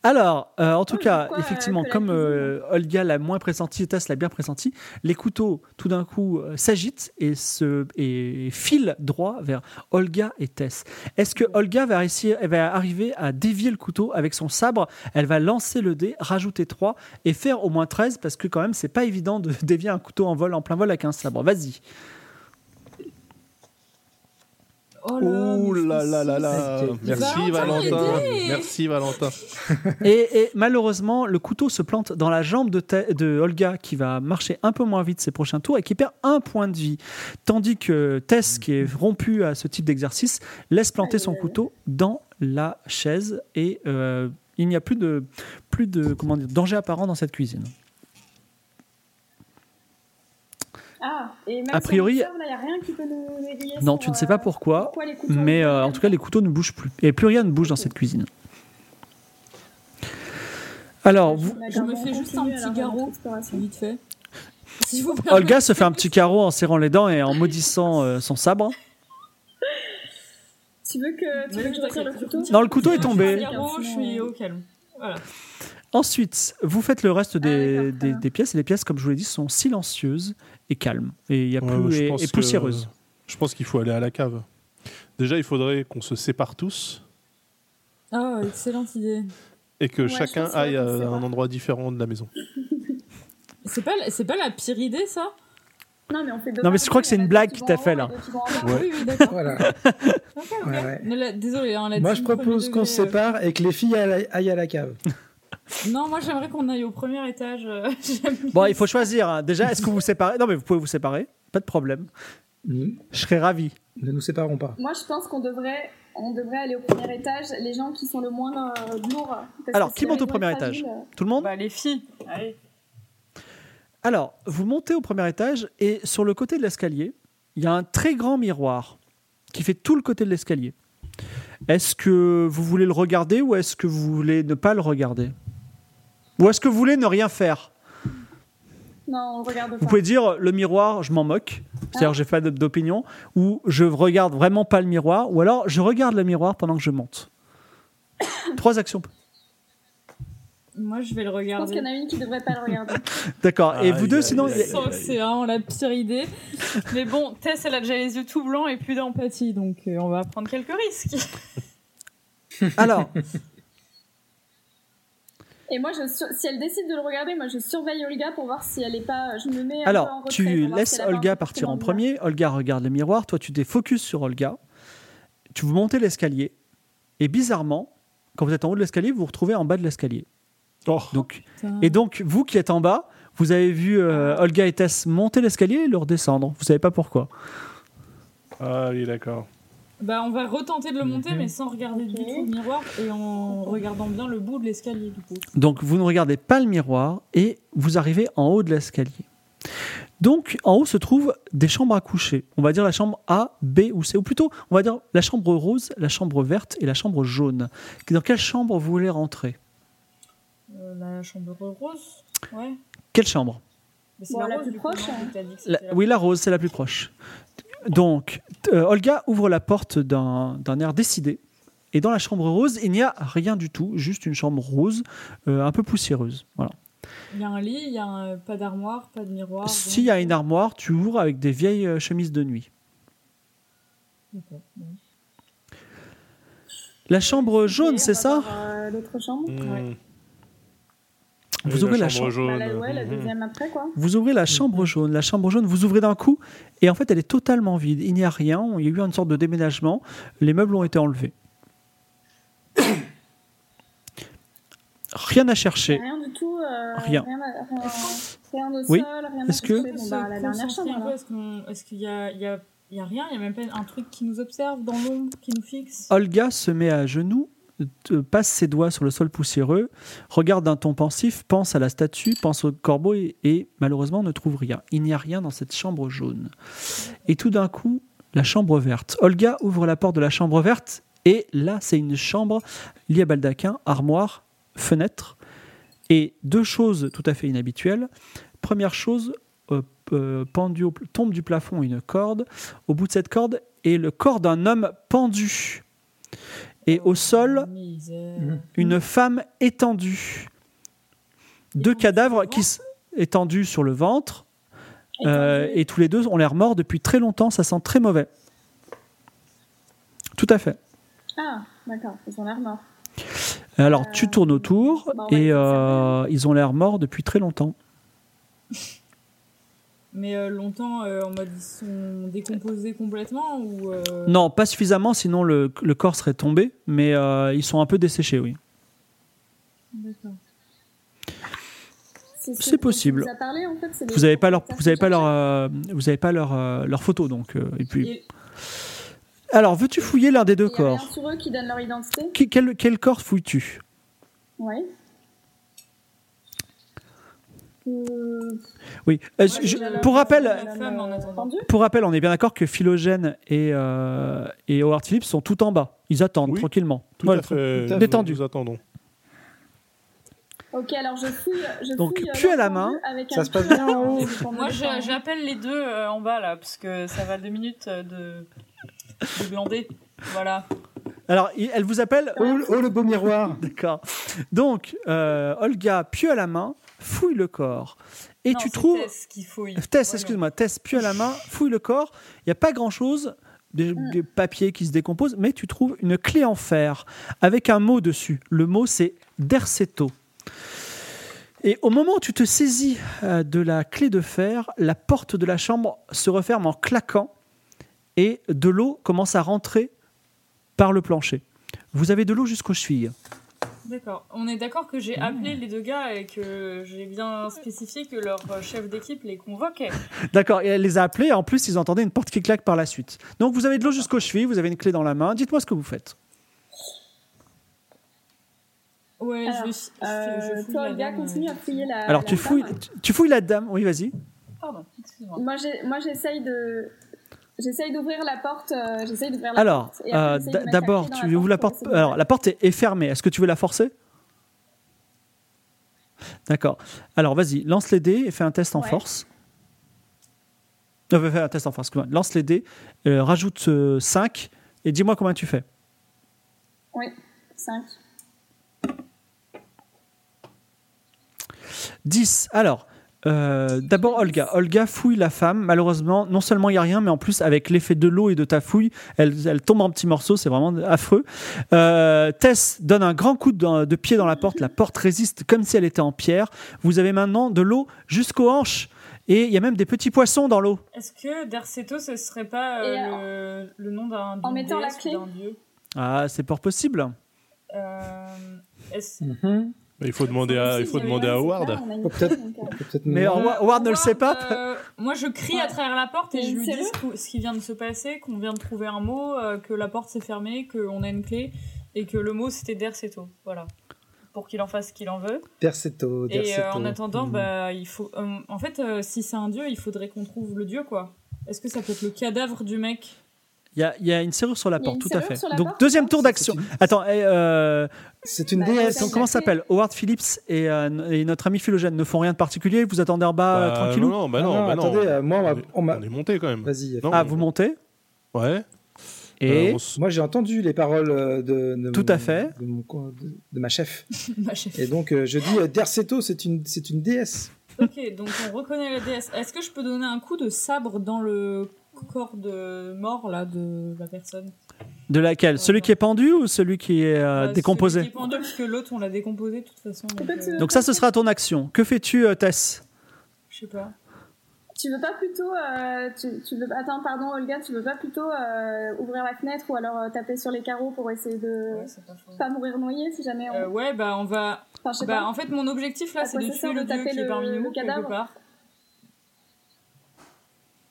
[SPEAKER 1] Alors, euh, en tout
[SPEAKER 4] Ouais,
[SPEAKER 1] cas,
[SPEAKER 4] pourquoi, euh,
[SPEAKER 1] effectivement,
[SPEAKER 4] que la
[SPEAKER 1] comme
[SPEAKER 4] cuisine,
[SPEAKER 1] euh, Olga l'a moins pressenti, Tess l'a bien pressenti, les couteaux, tout d'un coup, euh, s'agitent et, se, et filent droit vers Olga et Tess. Est-ce que Olga va, réussir, elle va arriver à dévier le couteau avec son sabre Elle va lancer le dé, rajouter 3 et faire au moins 13 parce que quand même, c'est pas évident de dévier un couteau en vol, en plein vol avec un sabre. Vas-y.
[SPEAKER 3] Oh là,
[SPEAKER 2] Oh
[SPEAKER 3] mais je
[SPEAKER 2] là
[SPEAKER 3] suis
[SPEAKER 2] là là
[SPEAKER 3] si-
[SPEAKER 2] là
[SPEAKER 5] Ok.
[SPEAKER 2] Merci
[SPEAKER 3] Valentin,
[SPEAKER 2] Valentin
[SPEAKER 3] aidez
[SPEAKER 2] Merci Valentin
[SPEAKER 1] Et, et malheureusement, le couteau se plante dans la jambe de, Te- de Olga qui va marcher un peu moins vite ses prochains tours et qui perd un point de vie. Tandis que Tess, qui est rompue à ce type d'exercice, laisse planter son couteau dans la chaise et euh, il n'y a plus de, plus de comment dire, danger apparent dans cette cuisine.
[SPEAKER 4] Ah, et même
[SPEAKER 1] A priori-
[SPEAKER 4] si on observe, là, y a rien qui peut nous nous aiguiller
[SPEAKER 1] Non,
[SPEAKER 4] sur,
[SPEAKER 1] tu ne sais pas
[SPEAKER 4] euh,
[SPEAKER 1] pourquoi,
[SPEAKER 4] pourquoi les couteaux
[SPEAKER 1] mais
[SPEAKER 4] ont-
[SPEAKER 1] euh, en tout cas, les couteaux ne bougent plus. Et plus rien ne bouge dans cette cuisine. Alors, vous,
[SPEAKER 4] D'accord,
[SPEAKER 3] Je me
[SPEAKER 4] bon, Bah, on
[SPEAKER 3] fais juste un
[SPEAKER 4] continue
[SPEAKER 3] petit
[SPEAKER 4] alors
[SPEAKER 3] garrot,
[SPEAKER 4] notre exploration.
[SPEAKER 3] vite fait. Si vous
[SPEAKER 1] Olga se fait un petit carreau en serrant les dents et en maudissant euh, son sabre.
[SPEAKER 4] Tu veux que tu
[SPEAKER 3] Mais
[SPEAKER 4] veux que
[SPEAKER 3] je
[SPEAKER 4] je retire le
[SPEAKER 3] t'inquiète.
[SPEAKER 4] couteau
[SPEAKER 1] Non, le couteau est
[SPEAKER 3] permettez.
[SPEAKER 1] tombé.
[SPEAKER 3] Zéro, Je suis au calme. Voilà.
[SPEAKER 1] Ensuite, vous faites le reste
[SPEAKER 4] Ah,
[SPEAKER 1] des,
[SPEAKER 4] d'accord, très
[SPEAKER 1] des,
[SPEAKER 4] bien.
[SPEAKER 1] des pièces. Et les pièces, comme je vous l'ai dit, sont silencieuses et calmes. Et, il y a
[SPEAKER 2] Ouais,
[SPEAKER 1] plus,
[SPEAKER 2] je
[SPEAKER 1] et-
[SPEAKER 2] pense
[SPEAKER 1] et
[SPEAKER 2] que-
[SPEAKER 1] poussiéreuses.
[SPEAKER 2] Je pense qu'il faut aller à la cave. Déjà il faudrait qu'on se sépare tous
[SPEAKER 3] Ah, excellente idée.
[SPEAKER 2] et que
[SPEAKER 4] Ouais, je
[SPEAKER 2] chacun
[SPEAKER 4] pense que
[SPEAKER 2] aille à
[SPEAKER 4] c'est
[SPEAKER 2] un
[SPEAKER 4] vrai.
[SPEAKER 2] endroit différent de la maison.
[SPEAKER 3] C'est pas, la- c'est pas la pire idée, ça
[SPEAKER 4] Non, mais on fait deux
[SPEAKER 1] Non, mais
[SPEAKER 4] parties,
[SPEAKER 1] je crois que c'est
[SPEAKER 4] il y en
[SPEAKER 1] une
[SPEAKER 4] a
[SPEAKER 1] blague
[SPEAKER 4] deux
[SPEAKER 1] qui t'a
[SPEAKER 4] vont en
[SPEAKER 1] fait,
[SPEAKER 4] haut,
[SPEAKER 1] là.
[SPEAKER 4] deux qui vont en bas.
[SPEAKER 2] Ouais.
[SPEAKER 3] Oui, oui, d'accord.
[SPEAKER 5] Voilà. Ouais, ouais.
[SPEAKER 3] Ne la- Désolé, on l'a
[SPEAKER 5] Moi,
[SPEAKER 3] dit
[SPEAKER 5] je
[SPEAKER 3] au premier
[SPEAKER 5] propose qu'on se
[SPEAKER 3] degré, euh.
[SPEAKER 5] sépare et que les filles aillent aillent à la cave.
[SPEAKER 3] Non, moi, j'aimerais qu'on aille au premier étage. euh, j'aime bien.
[SPEAKER 1] Bon, il faut choisir. hein. Déjà, est-ce que vous vous séparez Non, mais vous pouvez vous séparer. Pas de problème.
[SPEAKER 5] Nous
[SPEAKER 1] Je serais ravi.
[SPEAKER 5] ne nous séparons pas.
[SPEAKER 4] Moi, je pense qu'on devrait, on devrait aller au premier étage, les gens qui sont le moins euh, lourds. parce
[SPEAKER 1] Alors,
[SPEAKER 4] que
[SPEAKER 1] qui
[SPEAKER 4] si la
[SPEAKER 1] monte au
[SPEAKER 4] maison est
[SPEAKER 1] premier
[SPEAKER 4] fragile,
[SPEAKER 1] étage
[SPEAKER 4] euh,
[SPEAKER 1] Tout le monde
[SPEAKER 3] Bah, les filles. Allez.
[SPEAKER 1] Alors, vous montez au premier étage et sur le côté de l'escalier, il y a un très grand miroir qui fait tout le côté de l'escalier. Est-ce que vous voulez le regarder ou est-ce que vous voulez ne pas le regarder Ou est-ce que vous voulez ne rien faire
[SPEAKER 4] Non, on regarde
[SPEAKER 1] Vous
[SPEAKER 4] pas.
[SPEAKER 1] pouvez dire euh, le miroir, je m'en moque, c'est-à-dire j'ai pas d- d'opinion, ou je regarde vraiment pas le miroir, ou alors je regarde le miroir pendant que je monte. Trois actions.
[SPEAKER 3] Moi, je vais le
[SPEAKER 4] Je pense
[SPEAKER 3] regarder.
[SPEAKER 4] qu'il y en a une qui devrait pas le regarder.
[SPEAKER 1] D'accord. et
[SPEAKER 2] Aïe,
[SPEAKER 1] vous deux,
[SPEAKER 2] aïe,
[SPEAKER 1] sinon,
[SPEAKER 2] aïe,
[SPEAKER 1] il y
[SPEAKER 3] Je
[SPEAKER 1] a-
[SPEAKER 3] sens que c'est vraiment la pire idée. Mais bon, Tess, elle a déjà les yeux tout blancs et plus d'empathie, donc euh, on va prendre quelques risques.
[SPEAKER 1] alors,
[SPEAKER 4] Et moi, je sur- si elle décide de le regarder, moi, je surveille Olga pour voir si elle est pas. Je me mets. un peu en
[SPEAKER 1] Alors,
[SPEAKER 4] retrait pour
[SPEAKER 1] tu
[SPEAKER 4] voir si
[SPEAKER 1] laisses
[SPEAKER 4] elle a pas un
[SPEAKER 1] Olga partir en
[SPEAKER 4] comportement
[SPEAKER 1] premier. Olga regarde le miroir. Toi, tu t'es focus sur Olga. Tu vous montez l'escalier. Et bizarrement, quand vous êtes en haut de l'escalier, vous vous retrouvez en bas de l'escalier.
[SPEAKER 2] Oh.
[SPEAKER 1] Donc,
[SPEAKER 3] Putain.
[SPEAKER 1] et donc, vous qui êtes en bas, vous avez vu euh, Olga et Tess monter l'escalier et le redescendre. Vous savez pas pourquoi.
[SPEAKER 2] Ah oui d'accord.
[SPEAKER 3] Bah, on va retenter de le
[SPEAKER 1] Mhm.
[SPEAKER 3] monter, mais sans regarder du tout le miroir et en regardant bien le bout de l'escalier, du coup.
[SPEAKER 1] Donc vous ne regardez pas le miroir et vous arrivez en haut de l'escalier. Donc en haut se trouvent des chambres à coucher. On va dire la chambre A, B ou C, ou plutôt on va dire la chambre rose, la chambre verte et la chambre jaune. Dans quelle chambre vous voulez rentrer
[SPEAKER 3] Euh, la chambre rose, ouais.
[SPEAKER 1] Quelle chambre
[SPEAKER 3] Mais c'est
[SPEAKER 4] Bon, la
[SPEAKER 3] rose,
[SPEAKER 4] plus
[SPEAKER 3] du coup,
[SPEAKER 4] proche,
[SPEAKER 3] non,
[SPEAKER 4] hein.
[SPEAKER 3] t'as dit que
[SPEAKER 1] La-
[SPEAKER 3] c'était la-
[SPEAKER 1] oui, la rose, c'est la plus proche. Donc, euh, Olga ouvre la porte d'un d'un air décidé. Et dans la chambre rose, il n'y a rien du tout, juste une chambre rose euh, un peu poussiéreuse. Voilà.
[SPEAKER 3] Il y a un lit, il y a un- pas d'armoire, pas de
[SPEAKER 4] Oh,
[SPEAKER 3] miroir.
[SPEAKER 1] S'il y a une armoire, tu ouvres avec des vieilles euh, chemises de nuit.
[SPEAKER 3] armoire.
[SPEAKER 1] La chambre jaune,
[SPEAKER 4] Et
[SPEAKER 1] c'est
[SPEAKER 4] on va
[SPEAKER 1] ça
[SPEAKER 4] voir, euh, L'autre chambre
[SPEAKER 2] Mmh.
[SPEAKER 1] Vous
[SPEAKER 2] Et
[SPEAKER 1] ouvrez la
[SPEAKER 2] chambre
[SPEAKER 1] chambre.
[SPEAKER 2] jaune.
[SPEAKER 4] Bah, la, ouais, la
[SPEAKER 2] Mmh.
[SPEAKER 4] deuxième après, quoi.
[SPEAKER 1] Vous ouvrez la chambre jaune. La chambre jaune, vous ouvrez d'un coup et en fait, elle est totalement vide. Il n'y a rien. Il y a eu une sorte de déménagement. Les meubles ont été enlevés. Rien à chercher.
[SPEAKER 4] Rien du tout. euh,
[SPEAKER 1] Rien.
[SPEAKER 4] Rien, à- rien, rien au
[SPEAKER 1] Oui.
[SPEAKER 4] sol, rien à
[SPEAKER 1] Est-ce que-
[SPEAKER 4] toucher. Bon, bah, la dernière chambre. alors.
[SPEAKER 3] Est-ce qu'on- est-ce qu'il y a, il y, a, il y a rien Il y a même pas un truc qui nous observe dans l'ombre, qui nous fixe
[SPEAKER 1] Olga se met à genoux, te- passe ses doigts sur le sol poussiéreux, regarde d'un ton pensif, pense à la statue, pense au corbeau et, et, malheureusement ne trouve rien. Il n'y a rien dans cette chambre jaune. Et tout d'un coup, la chambre verte. Olga ouvre la porte de la chambre verte et là, c'est une chambre liée à baldaquin, armoire, fenêtre et deux choses tout à fait inhabituelles. Première chose, euh, euh, pendu au pl- tombe du plafond une corde. Au bout de cette corde est le corps d'un homme pendu. Et au sol,
[SPEAKER 3] Oh, Misère.
[SPEAKER 5] Mhm.
[SPEAKER 1] une femme étendue. Deux
[SPEAKER 3] Étendue sur
[SPEAKER 1] cadavres
[SPEAKER 3] le
[SPEAKER 1] qui s- étendus sur le ventre. euh,
[SPEAKER 4] Étendue.
[SPEAKER 1] et tous les deux ont l'air morts depuis très longtemps. Ça sent très mauvais. Tout à fait.
[SPEAKER 4] Ah, d'accord. Ils ont l'air morts.
[SPEAKER 1] Alors,
[SPEAKER 4] Euh,
[SPEAKER 1] tu tournes autour
[SPEAKER 4] bah, on va
[SPEAKER 1] et
[SPEAKER 4] les
[SPEAKER 1] euh, ils ont l'air morts depuis très longtemps.
[SPEAKER 3] Mais euh, longtemps, euh, en mode, ils sont décomposés complètement ou... euh,
[SPEAKER 1] Non, pas suffisamment, sinon le, le corps serait tombé, mais euh, ils sont un peu desséchés, oui.
[SPEAKER 3] D'accord.
[SPEAKER 1] C'est
[SPEAKER 4] ceux dont
[SPEAKER 1] possible.
[SPEAKER 4] Tu nous as parlé, en fait, c'est des
[SPEAKER 1] Vous n'avez pas leur,
[SPEAKER 4] personnes
[SPEAKER 1] vous avez pas leur,
[SPEAKER 4] cherchées.
[SPEAKER 1] euh, vous avez pas leur, euh, leur photo, donc. euh, et puis.
[SPEAKER 3] Et
[SPEAKER 1] Alors, veux-tu fouiller l'un des deux
[SPEAKER 4] Il y a rien
[SPEAKER 1] corps
[SPEAKER 4] sur eux qui donnent leur identité.
[SPEAKER 1] Qui- quel, quel corps fouilles-tu
[SPEAKER 4] Ouais. Euh,
[SPEAKER 1] Oui. euh, je-
[SPEAKER 3] j'ai la-
[SPEAKER 1] pour rappel,
[SPEAKER 3] la femme, en attendant.
[SPEAKER 4] Pendu
[SPEAKER 1] pour rappel, on est bien d'accord que Philogène et euh, et Howard Phillips sont tout en bas. Ils attendent
[SPEAKER 2] Oui,
[SPEAKER 1] tranquillement.
[SPEAKER 2] Tout
[SPEAKER 1] Voilà.
[SPEAKER 2] à fait.
[SPEAKER 5] Tout à fait.
[SPEAKER 1] Détendu.
[SPEAKER 2] Nous attendons.
[SPEAKER 4] Ok, alors je fouille. Je
[SPEAKER 1] Donc,
[SPEAKER 4] fouille, euh,
[SPEAKER 1] tu as la
[SPEAKER 4] pendu
[SPEAKER 1] main.
[SPEAKER 4] Avec
[SPEAKER 5] Ça
[SPEAKER 4] un
[SPEAKER 5] se passe
[SPEAKER 4] pied.
[SPEAKER 5] bien en haut.
[SPEAKER 4] Pour me
[SPEAKER 3] Moi, je-
[SPEAKER 4] défendre.
[SPEAKER 3] j'appelle les deux euh, en bas, là, parce que ça va deux minutes euh, de, de glander. Voilà.
[SPEAKER 1] Alors, il- elle vous appelle.
[SPEAKER 5] Oh, le- oh, le beau miroir
[SPEAKER 1] D'accord. Donc, euh, Olga, pieu à la main, fouille le corps et
[SPEAKER 3] Non,
[SPEAKER 1] tu
[SPEAKER 3] c'est
[SPEAKER 1] trouves.
[SPEAKER 3] Tess qu'il faut. y-
[SPEAKER 1] Tess,
[SPEAKER 3] Voyons.
[SPEAKER 1] excuse-moi, Tess, pieu à la main, fouille le corps. Il n'y a pas grand-chose, des, des papiers qui se décomposent, mais tu trouves une clé en fer avec un mot dessus. Le mot, c'est Derceto. Et au moment où tu te saisis euh, de la clé de fer, la porte de la chambre se referme en claquant et de l'eau commence à rentrer par le plancher. Vous avez de l'eau jusqu'aux chevilles.
[SPEAKER 3] D'accord. On est d'accord que
[SPEAKER 1] Ah.
[SPEAKER 3] j'ai appelé les deux gars et que j'ai bien spécifié que leur euh, chef d'équipe les convoquait.
[SPEAKER 1] D'accord, et elle les a appelés, et en plus ils entendaient une porte qui claque par la suite. Donc vous avez de l'eau jusqu'aux chevilles, vous avez une clé dans la main, dites-moi ce que vous faites.
[SPEAKER 3] Ouais,
[SPEAKER 4] Alors,
[SPEAKER 3] je, je, je
[SPEAKER 4] Euh,
[SPEAKER 3] fouille
[SPEAKER 4] toi,
[SPEAKER 3] la
[SPEAKER 4] le gars,
[SPEAKER 3] dame, euh,
[SPEAKER 4] continue à fouiller la.
[SPEAKER 1] Alors
[SPEAKER 4] la
[SPEAKER 1] tu fouilles,
[SPEAKER 4] femme.
[SPEAKER 1] tu- tu fouilles la dame, oui vas-y.
[SPEAKER 3] Pardon, excuse-moi.
[SPEAKER 4] Moi, j'ai- moi, j'essaye de. J'essaye d'ouvrir la porte. euh, j'essaye d'ouvrir la
[SPEAKER 1] Alors,
[SPEAKER 4] porte, et après,
[SPEAKER 1] euh,
[SPEAKER 4] j'essaye de
[SPEAKER 1] d-
[SPEAKER 4] mettre la
[SPEAKER 1] d'abord
[SPEAKER 4] clé dans
[SPEAKER 1] tu ouvres la porte,
[SPEAKER 4] pour essayer de
[SPEAKER 1] alors la porte est, est fermée, est-ce que tu veux la forcer D'accord, alors vas-y, lance les dés et fais un test en
[SPEAKER 4] Ouais.
[SPEAKER 1] force. Non, fais un test en force, excuse-moi. lance les dés, euh, rajoute 5 et dis-moi combien tu fais.
[SPEAKER 4] Oui, 5.
[SPEAKER 1] 10. Alors, euh, d'abord Olga. Olga fouille la femme. Malheureusement, non seulement il n'y a rien, mais en plus, avec l'effet de l'eau et de ta fouille, elle, elle tombe en petits morceaux. C'est vraiment affreux. Euh, Tess donne un grand coup de, de pied dans la porte. La porte résiste comme si elle était en pierre. Vous avez maintenant de l'eau jusqu'aux hanches. Et il y a même des petits poissons dans l'eau.
[SPEAKER 3] Est-ce que Derceto, ce serait pas
[SPEAKER 4] Et,
[SPEAKER 3] euh, le, le nom d'un
[SPEAKER 4] en
[SPEAKER 3] d'une
[SPEAKER 4] mettant la
[SPEAKER 3] déesse ou
[SPEAKER 4] clé
[SPEAKER 3] d'un dieu
[SPEAKER 1] Ah, c'est pas possible.
[SPEAKER 3] Euh, est-ce-
[SPEAKER 5] Mhm.
[SPEAKER 2] Il
[SPEAKER 4] Ah,
[SPEAKER 2] faut demander à, il faut demander à Howard.
[SPEAKER 5] Peut-être.
[SPEAKER 4] euh,
[SPEAKER 5] peut-être
[SPEAKER 1] Mais
[SPEAKER 5] non.
[SPEAKER 1] Howard Howard ne le sait pas.
[SPEAKER 3] Euh, moi, je crie à travers la porte et
[SPEAKER 4] Mais
[SPEAKER 3] je lui
[SPEAKER 4] sérieux
[SPEAKER 3] dis ce qu'o- ce qui vient de se passer, qu'on vient de trouver un mot, euh, que la porte s'est fermée, qu'on a une clé et que le mot c'était Derceto. Voilà. Pour qu'il en fasse ce qu'il en veut.
[SPEAKER 5] Derceto,
[SPEAKER 3] Et
[SPEAKER 5] Derceto.
[SPEAKER 3] euh, en attendant,
[SPEAKER 5] Mhm.
[SPEAKER 3] bah, il faut. euh, en fait, euh, si c'est un dieu, il faudrait qu'on trouve le dieu, quoi. Est-ce que ça peut être le cadavre du mec
[SPEAKER 1] Il y a, il y a une serrure sur la
[SPEAKER 4] Il y a
[SPEAKER 1] porte,
[SPEAKER 4] une
[SPEAKER 1] tout à
[SPEAKER 4] serrure
[SPEAKER 1] fait.
[SPEAKER 4] sur la
[SPEAKER 1] Donc,
[SPEAKER 4] porte,
[SPEAKER 1] deuxième tour
[SPEAKER 5] C'est-
[SPEAKER 1] d'action.
[SPEAKER 5] c'est une-
[SPEAKER 1] Attends, et, euh,
[SPEAKER 5] C'est une
[SPEAKER 4] Bah,
[SPEAKER 5] déesse.
[SPEAKER 4] c'est
[SPEAKER 1] donc,
[SPEAKER 4] une
[SPEAKER 1] comment
[SPEAKER 4] sacrée.
[SPEAKER 1] ça s'appelle Howard Phillips et, euh, et notre ami Philogène ne font rien de particulier, vous attendez en bas
[SPEAKER 2] Bah,
[SPEAKER 1] euh, tranquillou
[SPEAKER 2] Non, non, bah
[SPEAKER 5] Ah
[SPEAKER 2] non,
[SPEAKER 5] non,
[SPEAKER 2] bah non.
[SPEAKER 5] attendez, euh, moi, on m'a-
[SPEAKER 2] est-
[SPEAKER 5] on m'a-
[SPEAKER 2] on est monté quand même.
[SPEAKER 5] Vas-y.
[SPEAKER 2] Non.
[SPEAKER 1] Ah, vous montez
[SPEAKER 2] Ouais.
[SPEAKER 1] Et
[SPEAKER 2] Euh, on s-
[SPEAKER 5] Moi, j'ai entendu les paroles euh, de, de
[SPEAKER 1] Tout
[SPEAKER 5] mon-
[SPEAKER 1] à fait.
[SPEAKER 5] de, mon co- de- de ma chef.
[SPEAKER 3] Ma chef.
[SPEAKER 5] Et donc, euh, je dis euh, Derceto, c'est une, c'est une déesse.
[SPEAKER 3] Ok, donc on reconnaît la déesse. Est-ce que je peux donner un coup de sabre dans le corps de mort là de la personne
[SPEAKER 1] de laquelle Celui qui est pendu ou celui qui est euh,
[SPEAKER 3] Euh,
[SPEAKER 1] décomposé
[SPEAKER 3] celui qui est pendu, puisque l'autre on l'a décomposé de toute façon. Donc,
[SPEAKER 4] Peut-être,
[SPEAKER 3] euh,
[SPEAKER 4] euh,
[SPEAKER 1] Donc ça, ce sera ton action. Que fais-tu, euh, Tess
[SPEAKER 3] je sais pas.
[SPEAKER 4] Tu veux pas plutôt. euh, tu, tu veux, attends, pardon, Olga, tu veux pas plutôt euh, ouvrir la fenêtre ou alors euh, taper sur les carreaux pour essayer de
[SPEAKER 3] Ouais, c'est pas faux.
[SPEAKER 4] pas mourir noyé si jamais on.
[SPEAKER 3] Euh, ouais, bah on va.
[SPEAKER 4] Enfin, je sais
[SPEAKER 3] Bah
[SPEAKER 4] pas. Ah,
[SPEAKER 3] en fait mon objectif là
[SPEAKER 4] À
[SPEAKER 3] c'est
[SPEAKER 4] quoi
[SPEAKER 3] de
[SPEAKER 4] ça sert
[SPEAKER 3] tuer
[SPEAKER 4] de
[SPEAKER 3] le dieu
[SPEAKER 4] taper
[SPEAKER 3] qui est
[SPEAKER 4] le-
[SPEAKER 3] parmi nous
[SPEAKER 4] le cadavre
[SPEAKER 3] quelque part.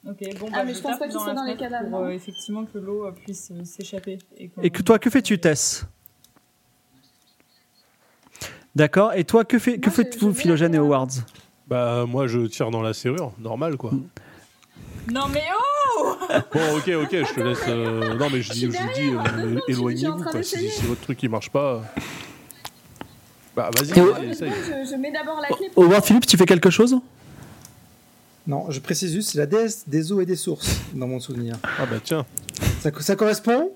[SPEAKER 3] Ok, bon bah
[SPEAKER 4] Ah, mais je pense
[SPEAKER 3] tape
[SPEAKER 4] pas qu'ils
[SPEAKER 3] dans
[SPEAKER 4] sont
[SPEAKER 3] la
[SPEAKER 4] dans les
[SPEAKER 3] fenêtre
[SPEAKER 4] cadavres,
[SPEAKER 3] pour euh,
[SPEAKER 4] hein.
[SPEAKER 3] effectivement que l'eau euh, puisse euh, s'échapper. Et, qu'on-
[SPEAKER 1] Et que toi, que fais-tu, Tess D'accord. Et toi, que, fais, que
[SPEAKER 4] Moi, je- je
[SPEAKER 1] faites-vous,
[SPEAKER 4] vais
[SPEAKER 1] Philogène et
[SPEAKER 4] aller, euh,
[SPEAKER 1] Howard
[SPEAKER 2] Bah, moi, je tire dans la serrure, normal, quoi.
[SPEAKER 3] Non mais oh
[SPEAKER 2] Bon, ok, ok, je te laisse. euh, Non, mais je
[SPEAKER 4] Je
[SPEAKER 2] dis,
[SPEAKER 4] suis
[SPEAKER 2] je
[SPEAKER 4] derrière,
[SPEAKER 2] dis,
[SPEAKER 4] attends, je
[SPEAKER 2] euh,
[SPEAKER 4] suis- je suis en
[SPEAKER 2] éloignez-vous,
[SPEAKER 4] train
[SPEAKER 2] quoi. Si,
[SPEAKER 4] d'essayer.
[SPEAKER 2] si votre truc il marche pas. euh. Bah, vas-y,
[SPEAKER 1] Et-
[SPEAKER 2] vas-y,
[SPEAKER 4] Je,
[SPEAKER 2] essaye.
[SPEAKER 4] je- je mets d'abord la clé pour.
[SPEAKER 1] Howard Phillips, tu fais quelque chose
[SPEAKER 5] Non, je précise juste, c'est la déesse des eaux et des sources, dans mon souvenir.
[SPEAKER 2] Ah, bah, tiens.
[SPEAKER 5] Ça, co- ça correspond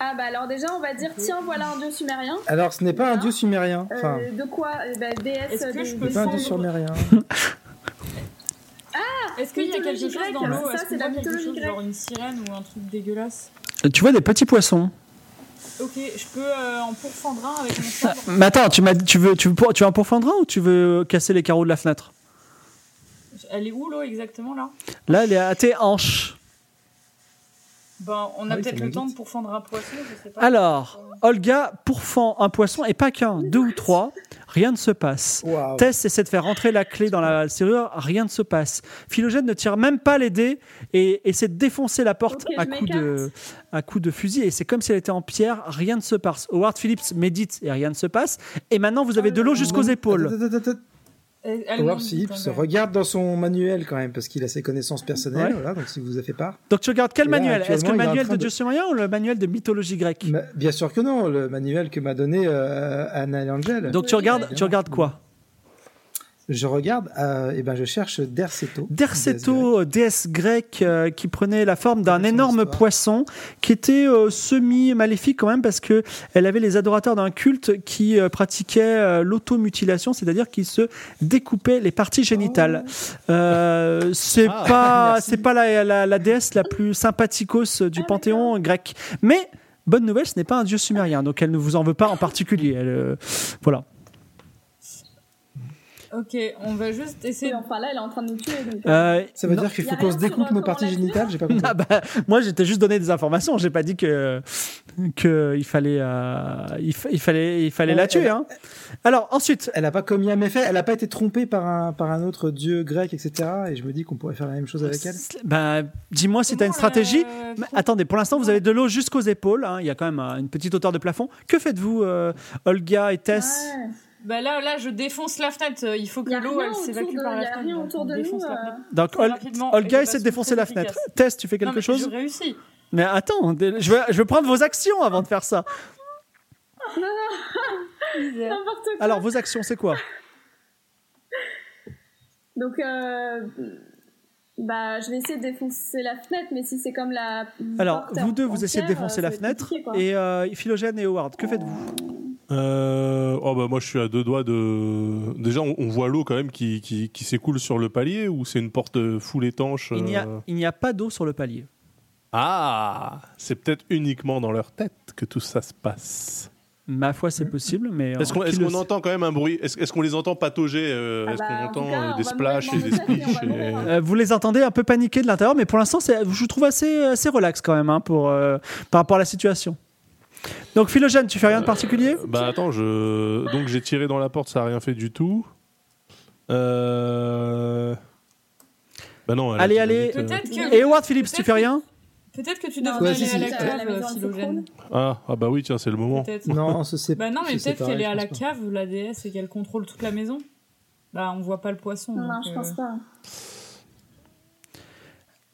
[SPEAKER 4] Ah bah alors déjà, on va dire tiens, voilà un dieu sumérien.
[SPEAKER 5] Alors, ce n'est pas un
[SPEAKER 4] Non.
[SPEAKER 5] dieu sumérien.
[SPEAKER 4] Euh,
[SPEAKER 5] Enfin,
[SPEAKER 4] de quoi Eh ben, Déesse
[SPEAKER 3] Est-ce que
[SPEAKER 4] de-
[SPEAKER 3] je
[SPEAKER 5] ce
[SPEAKER 3] peux
[SPEAKER 5] n'est pas un dieu
[SPEAKER 3] descendre
[SPEAKER 5] sumérien.
[SPEAKER 3] Est-ce qu'il y a quelque
[SPEAKER 4] Mythologie
[SPEAKER 3] chose dans
[SPEAKER 4] grecque,
[SPEAKER 3] l'eau
[SPEAKER 4] ça,
[SPEAKER 3] Est-ce
[SPEAKER 4] c'est
[SPEAKER 3] qu'on
[SPEAKER 4] la
[SPEAKER 3] voit quelque
[SPEAKER 4] mythologie
[SPEAKER 3] chose,
[SPEAKER 4] grecque.
[SPEAKER 3] genre une sirène ou un truc dégueulasse
[SPEAKER 1] Tu vois des petits poissons.
[SPEAKER 3] Ok, je peux euh, en pourfendre un avec mon sabre.
[SPEAKER 1] Mais attends, tu, m'as- tu veux, tu, veux pour- tu veux un pourfendre un ou tu veux casser les carreaux de la fenêtre
[SPEAKER 3] Elle est où l'eau exactement là
[SPEAKER 1] Là, elle est à tes hanches.
[SPEAKER 3] Ben, on a
[SPEAKER 5] Ah oui,
[SPEAKER 3] peut-être
[SPEAKER 5] ça
[SPEAKER 3] le temps de
[SPEAKER 5] m'invite.
[SPEAKER 3] pourfendre un poisson, je
[SPEAKER 1] Ah,
[SPEAKER 3] sais pas.
[SPEAKER 1] Alors, Olga pourfend un poisson et pas qu'un, deux ou trois. Rien ne se passe.
[SPEAKER 5] Waouh.
[SPEAKER 1] Tess essaie de faire rentrer la clé dans la serrure, rien ne se passe. Philogène ne tire même pas les dés et essaie de défoncer la porte
[SPEAKER 4] Ok, je
[SPEAKER 1] à, coups de, à coups de fusil. Et c'est comme si elle était en pierre, rien ne se passe. Howard Phillips médite et rien ne se passe. Et maintenant, vous avez de l'eau
[SPEAKER 5] Ah,
[SPEAKER 1] jusqu'aux épaules.
[SPEAKER 5] Attends, attends, attends.
[SPEAKER 3] Elle- elle
[SPEAKER 5] Howard
[SPEAKER 3] m'invite,
[SPEAKER 5] Phillips
[SPEAKER 3] hein,
[SPEAKER 5] se
[SPEAKER 3] quand même.
[SPEAKER 5] regarde dans son manuel quand même, parce qu'il a ses connaissances personnelles,
[SPEAKER 1] Ouais.
[SPEAKER 5] voilà, donc s'il vous a fait part.
[SPEAKER 1] Donc tu regardes quel
[SPEAKER 5] Et là,
[SPEAKER 1] manuel Est-ce que le
[SPEAKER 5] actuellement, il est en
[SPEAKER 1] manuel
[SPEAKER 5] train
[SPEAKER 1] de
[SPEAKER 5] de-
[SPEAKER 1] Dieu sumérien ou le manuel de mythologie grecque
[SPEAKER 5] Mais bien sûr que non, le manuel que m'a donné euh, Anna et Angel.
[SPEAKER 1] Donc tu regardes, tu
[SPEAKER 5] évidemment.
[SPEAKER 1] regardes quoi
[SPEAKER 5] je regarde, euh, et ben je cherche Derceto.
[SPEAKER 1] Derceto, déesse grecque euh, qui prenait la forme d'un
[SPEAKER 5] Connaissons
[SPEAKER 1] énorme
[SPEAKER 5] l'histoire.
[SPEAKER 1] poisson qui était euh, semi-maléfique quand même parce que elle avait les adorateurs d'un culte qui euh, pratiquait euh, l'automutilation, c'est-à-dire qui se découpait les parties génitales. Euh, c'est
[SPEAKER 2] Ah,
[SPEAKER 1] pas,
[SPEAKER 5] Oh. merci. Ah,
[SPEAKER 1] c'est pas la, la- la déesse la plus sympathicos du panthéon grec. Mais bonne nouvelle, ce n'est pas un dieu sumérien, donc elle ne vous en veut pas en particulier. Elle, euh, voilà.
[SPEAKER 3] Ok, on va juste essayer.
[SPEAKER 4] Oui, enfin là, elle est en train de nous tuer. donc.
[SPEAKER 1] Euh,
[SPEAKER 5] Ça veut
[SPEAKER 1] non.
[SPEAKER 5] dire qu'il
[SPEAKER 4] Y a
[SPEAKER 5] faut
[SPEAKER 4] rien
[SPEAKER 5] qu'on se
[SPEAKER 4] sur,
[SPEAKER 5] découpe
[SPEAKER 4] euh,
[SPEAKER 5] nos
[SPEAKER 4] comment
[SPEAKER 5] parties
[SPEAKER 4] la tuer
[SPEAKER 5] génitales, j'ai pas compris.
[SPEAKER 1] Ah bah, moi, j'ai juste donné des informations. J'ai pas dit que que il fallait euh, il, fa- il fallait il fallait
[SPEAKER 5] Ouais,
[SPEAKER 1] la tuer.
[SPEAKER 5] elle-
[SPEAKER 1] hein. Alors ensuite,
[SPEAKER 5] Elle n'a pas commis un méfait, elle n'a pas été trompée par un, par un autre dieu grec, etc. Et je me dis qu'on pourrait faire la même chose avec elle.
[SPEAKER 1] bah, dis-moi si t'as une
[SPEAKER 3] Comment
[SPEAKER 1] stratégie.
[SPEAKER 3] la-
[SPEAKER 1] Mais attendez, pour l'instant, vous avez de l'eau jusqu'aux épaules. hein. Il y a quand même euh, une petite hauteur de plafond. Que faites-vous, euh, Olga et Tess
[SPEAKER 4] Ouais.
[SPEAKER 3] Bah là, là, je défonce la fenêtre. Il faut
[SPEAKER 4] Y
[SPEAKER 3] que
[SPEAKER 4] a
[SPEAKER 3] l'eau,
[SPEAKER 4] rien
[SPEAKER 3] elle
[SPEAKER 4] autour
[SPEAKER 3] s'évacue
[SPEAKER 4] de-
[SPEAKER 3] par
[SPEAKER 4] y a
[SPEAKER 3] la fenêtre.
[SPEAKER 4] rien
[SPEAKER 3] donc
[SPEAKER 4] autour
[SPEAKER 3] on
[SPEAKER 4] de
[SPEAKER 3] défonce
[SPEAKER 4] nous,
[SPEAKER 3] la
[SPEAKER 4] euh,
[SPEAKER 3] fenêtre.
[SPEAKER 1] Donc,
[SPEAKER 3] Très
[SPEAKER 1] Ol-
[SPEAKER 3] rapidement, et
[SPEAKER 1] Olga
[SPEAKER 3] de
[SPEAKER 1] essaie de
[SPEAKER 3] façon
[SPEAKER 1] défoncer
[SPEAKER 3] très
[SPEAKER 1] la fenêtre.
[SPEAKER 3] efficace.
[SPEAKER 1] Tess, tu fais quelque
[SPEAKER 3] Non, mais
[SPEAKER 1] chose
[SPEAKER 3] Je réussis.
[SPEAKER 5] Euh,
[SPEAKER 1] Mais attends, dé- je veux, je veux prendre vos actions avant de faire ça.
[SPEAKER 4] N'importe quoi.
[SPEAKER 1] Alors, vos actions, c'est quoi
[SPEAKER 4] Donc, euh, bah, je vais essayer de défoncer la fenêtre, mais si c'est comme la.
[SPEAKER 1] Alors,
[SPEAKER 4] porte
[SPEAKER 1] vous
[SPEAKER 4] en-
[SPEAKER 1] deux,
[SPEAKER 4] en
[SPEAKER 1] vous essayez de
[SPEAKER 4] pierre,
[SPEAKER 1] défoncer
[SPEAKER 4] euh,
[SPEAKER 1] la
[SPEAKER 4] ça va être
[SPEAKER 1] fenêtre.
[SPEAKER 4] compliqué, quoi.
[SPEAKER 1] Et euh, Philogène et Howard, que faites-vous
[SPEAKER 2] Euh, oh, bah, moi, je suis à deux doigts de. Déjà, on, on voit l'eau quand même qui, qui, qui s'écoule sur le palier ou c'est une porte euh, full étanche
[SPEAKER 1] Il n'y a,
[SPEAKER 2] euh,
[SPEAKER 1] il n'y a pas d'eau sur le palier.
[SPEAKER 2] Ah C'est peut-être uniquement dans leur tête que tout ça se passe.
[SPEAKER 1] Ma foi, c'est possible, mais. euh,
[SPEAKER 2] Est-ce qu'on
[SPEAKER 1] qui
[SPEAKER 2] est-ce
[SPEAKER 1] le
[SPEAKER 2] qu'on
[SPEAKER 1] sait
[SPEAKER 2] entend quand même un bruit Est-ce est-ce qu'on les entend patauger euh,
[SPEAKER 4] Ah
[SPEAKER 2] Est-ce
[SPEAKER 4] bah, en
[SPEAKER 2] qu'on
[SPEAKER 4] tout
[SPEAKER 2] entend
[SPEAKER 4] cas,
[SPEAKER 2] euh,
[SPEAKER 4] on va
[SPEAKER 2] des splashs et
[SPEAKER 4] mourir
[SPEAKER 2] des
[SPEAKER 4] dans nos têtes et on
[SPEAKER 2] speeches
[SPEAKER 4] va mourir.
[SPEAKER 2] et-
[SPEAKER 1] Euh, vous les entendez un peu paniquer de l'intérieur, mais pour l'instant, c'est- je vous trouve assez, assez relax quand même hein, pour, euh, par rapport à la situation. Donc Philogène, tu fais rien de particulier
[SPEAKER 2] Bah attends, je... donc j'ai tiré dans la porte, ça a rien fait du tout. Euh... Bah non. elle a
[SPEAKER 1] Allez, allez.
[SPEAKER 2] dynamite, euh.
[SPEAKER 3] Peut-être que.
[SPEAKER 1] Et Howard Phillips, tu fais rien
[SPEAKER 3] Peut-être que tu
[SPEAKER 4] Non,
[SPEAKER 3] devrais
[SPEAKER 5] oh. ouais,
[SPEAKER 3] aller
[SPEAKER 5] si,
[SPEAKER 3] à
[SPEAKER 5] si.
[SPEAKER 3] la
[SPEAKER 5] Euh,
[SPEAKER 4] la maison
[SPEAKER 3] cave,
[SPEAKER 4] de
[SPEAKER 3] Philogène.
[SPEAKER 2] Ah, ah bah oui, tiens, c'est le moment.
[SPEAKER 3] Peut-être.
[SPEAKER 5] Non, ce c'est
[SPEAKER 3] Bah non, mais
[SPEAKER 5] c'est
[SPEAKER 3] peut-être
[SPEAKER 5] pareil,
[SPEAKER 3] qu'elle est à
[SPEAKER 5] je
[SPEAKER 3] la
[SPEAKER 5] pense
[SPEAKER 3] cave, la déesse, et qu'elle contrôle toute la maison. Bah, on voit pas le poisson.
[SPEAKER 4] Non,
[SPEAKER 3] donc,
[SPEAKER 4] je
[SPEAKER 3] euh,
[SPEAKER 4] pense pas.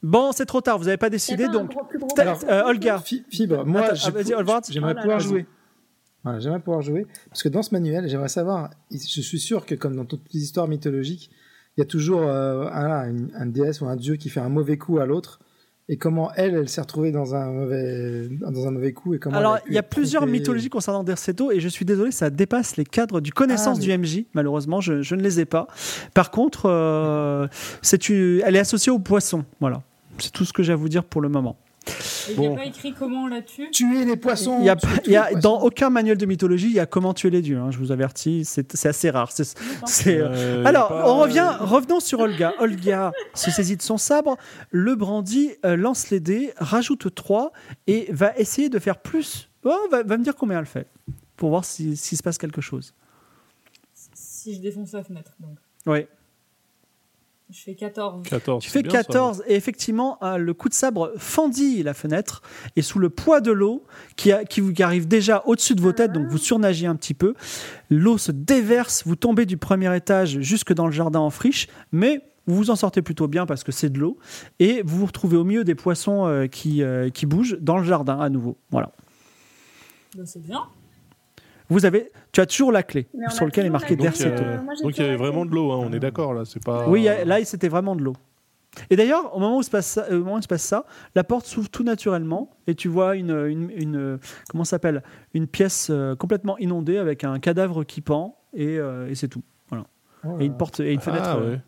[SPEAKER 1] Bon, c'est trop tard, vous n'avez pas
[SPEAKER 4] Y a
[SPEAKER 1] décidé,
[SPEAKER 4] pas un
[SPEAKER 1] donc...
[SPEAKER 4] gros- plus gros
[SPEAKER 1] Ta-
[SPEAKER 4] poisson
[SPEAKER 1] euh, Olga,
[SPEAKER 5] pas. Fi- Fibre, moi,
[SPEAKER 1] Attends,
[SPEAKER 5] j'ai-
[SPEAKER 1] ah, vas-y, Alvaro.
[SPEAKER 5] j'aimerais
[SPEAKER 4] Oh là
[SPEAKER 5] pouvoir
[SPEAKER 4] là.
[SPEAKER 5] jouer. Voilà, j'aimerais pouvoir jouer. Parce que dans ce manuel, j'aimerais savoir, je suis sûr que comme dans toutes les histoires mythologiques, il y a toujours euh, un, une- un déesse ou un dieu qui fait un mauvais coup à l'autre. Et comment elle, elle s'est retrouvée dans un mauvais, dans un mauvais coup et comment
[SPEAKER 1] Alors,
[SPEAKER 5] elle pu
[SPEAKER 1] il y a plusieurs
[SPEAKER 5] tromper-
[SPEAKER 1] mythologies concernant Derceto, et je suis désolé, ça dépasse les cadres du connaissance
[SPEAKER 5] Ah, mais-
[SPEAKER 1] du MJ. Malheureusement, je, je ne les ai pas. Par contre, euh, c'est une- elle est associée au poisson. Voilà. C'est tout ce que j'ai à vous dire pour le moment.
[SPEAKER 3] euh, Et il n'y
[SPEAKER 2] Bon.
[SPEAKER 3] a pas écrit comment on la tue
[SPEAKER 5] Tuer les poissons.
[SPEAKER 1] Il y a,
[SPEAKER 5] tuer tous
[SPEAKER 1] il y a-
[SPEAKER 5] les poissons.
[SPEAKER 1] dans aucun manuel de mythologie, il y a comment tuer les dieux. hein, je vous avertis, c'est c'est assez rare. C'est- c'est, euh,
[SPEAKER 2] Euh,
[SPEAKER 1] Alors,
[SPEAKER 2] y a pas-
[SPEAKER 1] on revient, revenons sur Olga. Olga se saisit de son sabre, le brandit, euh, lance les dés, rajoute 3 et va essayer de faire plus. Oh, va, va me dire combien elle fait pour voir si- s'il se passe quelque chose.
[SPEAKER 3] Si je défonce la fenêtre. Donc.
[SPEAKER 1] Oui.
[SPEAKER 3] Je fais 14.
[SPEAKER 2] 14.
[SPEAKER 1] Tu
[SPEAKER 2] c'est
[SPEAKER 1] fais
[SPEAKER 2] bien, ça.
[SPEAKER 1] 14 et effectivement, hein, le coup de sabre fendit la fenêtre et sous le poids de l'eau qui, a- qui vous qui arrive déjà au-dessus de vos têtes, donc vous surnagez un petit peu, l'eau se déverse, vous tombez du premier étage jusque dans le jardin en friche, mais vous vous en sortez plutôt bien parce que c'est de l'eau et vous vous retrouvez au milieu des poissons euh, qui, euh, qui bougent dans le jardin à nouveau. Voilà.
[SPEAKER 3] Bah, c'est bien.
[SPEAKER 1] Vous avez, tu as toujours la clé
[SPEAKER 4] Mais on a
[SPEAKER 1] sur laquelle est
[SPEAKER 4] toujours
[SPEAKER 1] marqué
[SPEAKER 4] la clé.
[SPEAKER 1] Derceto.
[SPEAKER 2] Donc,
[SPEAKER 4] Derceto.
[SPEAKER 2] euh,
[SPEAKER 4] Moi, j'ai
[SPEAKER 2] donc il y
[SPEAKER 4] fait
[SPEAKER 2] avait
[SPEAKER 4] la
[SPEAKER 2] vraiment
[SPEAKER 4] clé.
[SPEAKER 2] de l'eau, hein, on est d'accord là, c'est pas.
[SPEAKER 1] Oui, là, là, c'était vraiment de l'eau. Et d'ailleurs, au moment où se passe ça, au moment où se passe ça, la porte s'ouvre tout naturellement et tu vois une, une, une- comment ça s'appelle une pièce euh, complètement inondée avec un cadavre qui pend et, euh, et c'est tout. Et une porte et une fenêtre.
[SPEAKER 2] Ah,
[SPEAKER 1] euh,
[SPEAKER 2] ouais.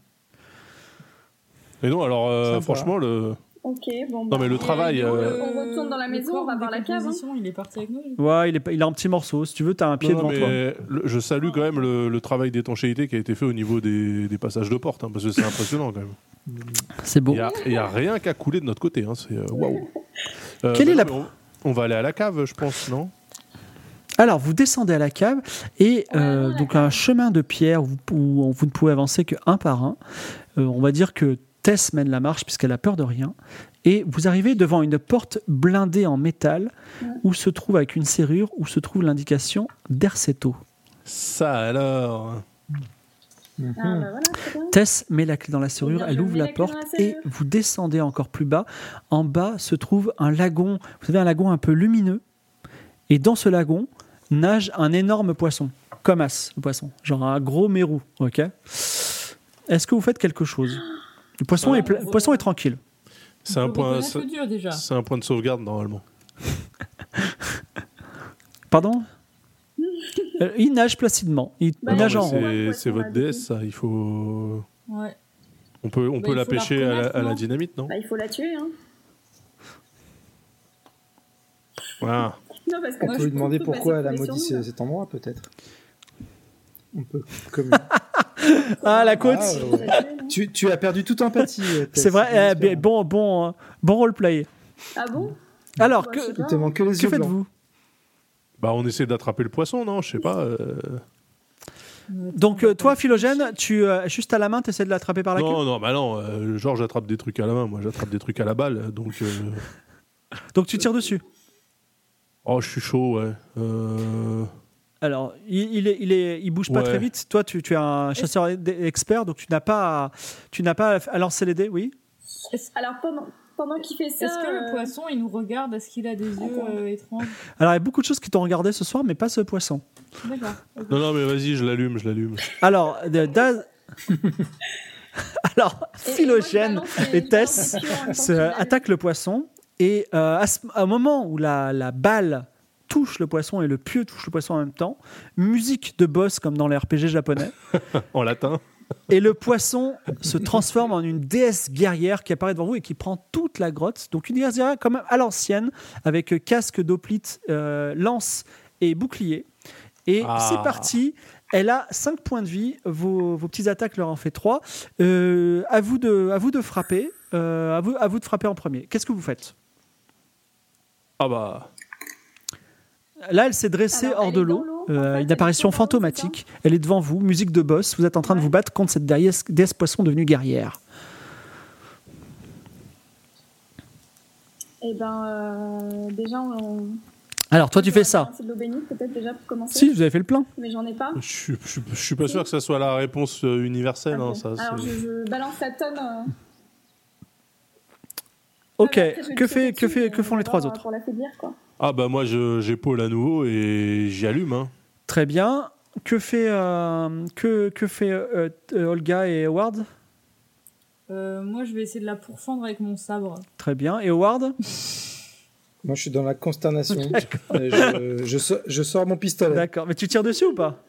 [SPEAKER 2] Et non, alors euh,
[SPEAKER 5] Sympa.
[SPEAKER 2] franchement, le...
[SPEAKER 4] Ok,
[SPEAKER 2] non
[SPEAKER 4] bon. bah.
[SPEAKER 2] mais le
[SPEAKER 3] Et,
[SPEAKER 2] travail.
[SPEAKER 3] euh,
[SPEAKER 2] euh,
[SPEAKER 4] On retourne dans la
[SPEAKER 3] le
[SPEAKER 4] maison,
[SPEAKER 3] corps
[SPEAKER 4] on va
[SPEAKER 3] en
[SPEAKER 4] voir la cave, hein.
[SPEAKER 3] décomposition, Il est parti avec nous. lui.
[SPEAKER 1] euh, ouais, il est, pas- il a un petit morceau. Si tu veux, tu as un pied
[SPEAKER 2] Non, non,
[SPEAKER 1] devant toi.
[SPEAKER 2] mais le- je salue quand même le, le travail d'étanchéité qui a été fait au niveau des, des passages de porte, hein, parce que c'est impressionnant quand même.
[SPEAKER 1] C'est beau.
[SPEAKER 2] Il n'y a, rien qu'à couler de notre côté, hein, c'est euh, waouh. Euh,
[SPEAKER 1] Quelle
[SPEAKER 2] mais
[SPEAKER 1] est la-
[SPEAKER 2] non, mais on, on va aller à la cave, je pense, non
[SPEAKER 1] Alors, vous descendez à la cave et euh,
[SPEAKER 4] ouais, la
[SPEAKER 1] donc un chemin de pierre où, vous- où vous ne pouvez avancer que un par un. Euh, on va dire que Tess mène la marche puisqu'elle a peur de rien. Et vous arrivez devant une porte blindée en métal où se trouve, avec une serrure, où se trouve l'indication d'Erceto.
[SPEAKER 2] Ça alors.
[SPEAKER 5] Mhm.
[SPEAKER 4] Ah, bah voilà, très bien.
[SPEAKER 1] Tess met la clé dans la serrure,
[SPEAKER 4] bien,
[SPEAKER 1] elle
[SPEAKER 4] je
[SPEAKER 1] ouvre
[SPEAKER 4] mets
[SPEAKER 1] la
[SPEAKER 4] la clé dans
[SPEAKER 1] porte
[SPEAKER 4] la
[SPEAKER 1] et
[SPEAKER 4] serrure.
[SPEAKER 1] vous descendez encore plus bas. En bas se trouve un lagon. Vous savez, un lagon un peu lumineux. Et dans ce lagon nage un énorme poisson. Comme as, le poisson. Genre un gros mérou. Ok Est-ce que vous faites quelque chose le poisson,
[SPEAKER 3] Ah.
[SPEAKER 1] est
[SPEAKER 4] Bah,
[SPEAKER 1] pla- le poisson est tranquille.
[SPEAKER 2] C'est
[SPEAKER 3] On
[SPEAKER 2] un,
[SPEAKER 3] peut
[SPEAKER 2] point,
[SPEAKER 3] reconnaître
[SPEAKER 2] c'est
[SPEAKER 3] le dur déjà.
[SPEAKER 2] c'est un point de sauvegarde normalement.
[SPEAKER 1] Pardon Euh, Il nage placidement. Il
[SPEAKER 4] Bah,
[SPEAKER 1] il nage
[SPEAKER 2] mais
[SPEAKER 1] en
[SPEAKER 4] non,
[SPEAKER 1] rond.
[SPEAKER 2] c'est-
[SPEAKER 4] Ouais,
[SPEAKER 2] c'est
[SPEAKER 4] ouais,
[SPEAKER 2] votre
[SPEAKER 4] ouais,
[SPEAKER 2] déesse, ça. Il faut.
[SPEAKER 3] Ouais.
[SPEAKER 2] On peut, on
[SPEAKER 3] Bah,
[SPEAKER 2] peut
[SPEAKER 3] il
[SPEAKER 2] la
[SPEAKER 3] faut la
[SPEAKER 2] pêcher à la,
[SPEAKER 3] reconnaître,
[SPEAKER 2] à la
[SPEAKER 3] non
[SPEAKER 2] dynamite, non
[SPEAKER 4] Bah, il faut la tuer, hein.
[SPEAKER 3] Bah.
[SPEAKER 2] Ah.
[SPEAKER 4] Non, parce
[SPEAKER 5] On
[SPEAKER 4] que bah, moi,
[SPEAKER 5] peut
[SPEAKER 4] je
[SPEAKER 5] lui demander
[SPEAKER 4] trouve pas
[SPEAKER 5] pourquoi
[SPEAKER 4] ces
[SPEAKER 5] elle a
[SPEAKER 4] coulées sur
[SPEAKER 5] maudit
[SPEAKER 4] nous,
[SPEAKER 5] ce-
[SPEAKER 4] là.
[SPEAKER 5] cet endroit, peut-être. On peut. Comme...
[SPEAKER 1] Ah, la côte
[SPEAKER 5] Ah,
[SPEAKER 4] Faut la tuer, hein.
[SPEAKER 5] tu, tu as perdu toute empathie. euh, Tess,
[SPEAKER 1] C'est vrai,
[SPEAKER 5] bien
[SPEAKER 1] eh, bon,
[SPEAKER 5] différent.
[SPEAKER 1] bon, euh, bon roleplay.
[SPEAKER 4] Ah bon
[SPEAKER 1] Alors,
[SPEAKER 4] Bah,
[SPEAKER 1] que,
[SPEAKER 4] je sais
[SPEAKER 5] Il
[SPEAKER 4] pas.
[SPEAKER 5] te manque que les
[SPEAKER 1] que
[SPEAKER 5] yeux blancs.
[SPEAKER 1] faites-vous
[SPEAKER 2] Bah, on essaie d'attraper le poisson, non Je sais pas. euh,
[SPEAKER 1] Donc, euh, toi, Philogène, tu, euh, juste à la main, tu essaies de l'attraper par la queue
[SPEAKER 2] Non, non, bah non. euh, genre, j'attrape des trucs à la main. Moi, j'attrape des trucs à la balle. Donc, euh,
[SPEAKER 1] Donc, tu tires dessus.
[SPEAKER 2] oh, je suis chaud, ouais. Euh,
[SPEAKER 1] Alors, il, il, est- il, est- il bouge pas
[SPEAKER 2] Ouais.
[SPEAKER 1] très vite. Toi, tu, tu es un chasseur d- expert, donc tu n'as pas, à, tu n'as pas à- à lancer les dés, oui.
[SPEAKER 4] Alors pendant, pendant qu'il fait ça.
[SPEAKER 3] Est-ce que le
[SPEAKER 4] euh,
[SPEAKER 3] poisson, il nous regarde Est-ce qu'il a des yeux euh, étranges
[SPEAKER 1] Alors, il y a beaucoup de choses qui t'ont regardé ce soir, mais pas ce poisson.
[SPEAKER 3] D'accord.
[SPEAKER 2] Non, non, mais vas-y, je l'allume, je l'allume.
[SPEAKER 1] Alors, de- Daz. Alors,
[SPEAKER 4] euh, et- et
[SPEAKER 1] Philogène
[SPEAKER 4] moi, je balance les-
[SPEAKER 1] et
[SPEAKER 4] je balance
[SPEAKER 1] Tess
[SPEAKER 4] les tuyaux en même temps
[SPEAKER 1] se-
[SPEAKER 4] qu'il la-
[SPEAKER 1] attaque le poisson et euh, à ce- à un moment où la, la balle touche le poisson et le pieu touche le poisson en même temps, musique de boss comme dans les RPG japonais,
[SPEAKER 2] En latin.
[SPEAKER 1] Et le poisson se transforme en une déesse guerrière qui apparaît devant vous et qui prend toute la grotte. Donc une déesse guerrière quand même à l'ancienne, avec euh, casque d'oplite, euh, lance et bouclier. Et
[SPEAKER 2] Ah.
[SPEAKER 1] c'est parti. Elle a 5 points de vie. Vos, vos petites attaques leur en fait 3. à, vous de, à vous de frapper. Euh, à, vous, à vous de frapper en premier. Qu'est-ce que vous faites
[SPEAKER 2] Ah bah.
[SPEAKER 1] Là, elle s'est dressée
[SPEAKER 4] Alors,
[SPEAKER 1] hors
[SPEAKER 4] elle
[SPEAKER 1] de
[SPEAKER 4] est
[SPEAKER 1] l'eau.
[SPEAKER 4] dans l'eau, en
[SPEAKER 1] Euh,
[SPEAKER 4] fait,
[SPEAKER 1] une
[SPEAKER 4] elle
[SPEAKER 1] apparition
[SPEAKER 4] est dans l'eau,
[SPEAKER 1] fantomatique. Elle est devant vous, musique de boss. Vous êtes en train de vous battre contre cette déesse, déesse poisson devenue guerrière.
[SPEAKER 4] Et ben, euh, déjà, on.
[SPEAKER 1] Alors, toi, tu
[SPEAKER 4] on va
[SPEAKER 1] fais ça.
[SPEAKER 4] balancer de l'eau bénite, peut-être déjà pour commencer.
[SPEAKER 1] Si, vous avez fait le plein.
[SPEAKER 4] Mais j'en ai pas.
[SPEAKER 2] Je suis- je suis je suis pas sûr que ça soit la réponse euh, universelle.
[SPEAKER 3] Ah
[SPEAKER 2] hein,
[SPEAKER 4] Ok.
[SPEAKER 2] ça,
[SPEAKER 4] Alors,
[SPEAKER 2] c'est-
[SPEAKER 4] je, je balance la tonne. euh,
[SPEAKER 1] Ok.
[SPEAKER 4] Ah, après, je vais
[SPEAKER 1] Que,
[SPEAKER 4] lui sauter
[SPEAKER 1] fait, que,
[SPEAKER 4] dessus,
[SPEAKER 1] fait, que
[SPEAKER 4] mais
[SPEAKER 1] font les
[SPEAKER 4] d'abord,
[SPEAKER 1] trois
[SPEAKER 4] euh,
[SPEAKER 1] autres
[SPEAKER 4] Pour la faiblir, quoi.
[SPEAKER 2] Ah bah moi je- j'épaule à nouveau et j'y allume. Hein.
[SPEAKER 1] Très bien. Que fait, euh, que, que fait euh, euh, Olga et Howard
[SPEAKER 3] Euh, moi, je vais essayer de la pourfendre avec mon sabre.
[SPEAKER 1] Très bien. Et Howard
[SPEAKER 5] Moi, je suis dans la consternation. Euh, je, je sors, je sors mon pistolet.
[SPEAKER 1] D'accord. Mais tu tires dessus ou pas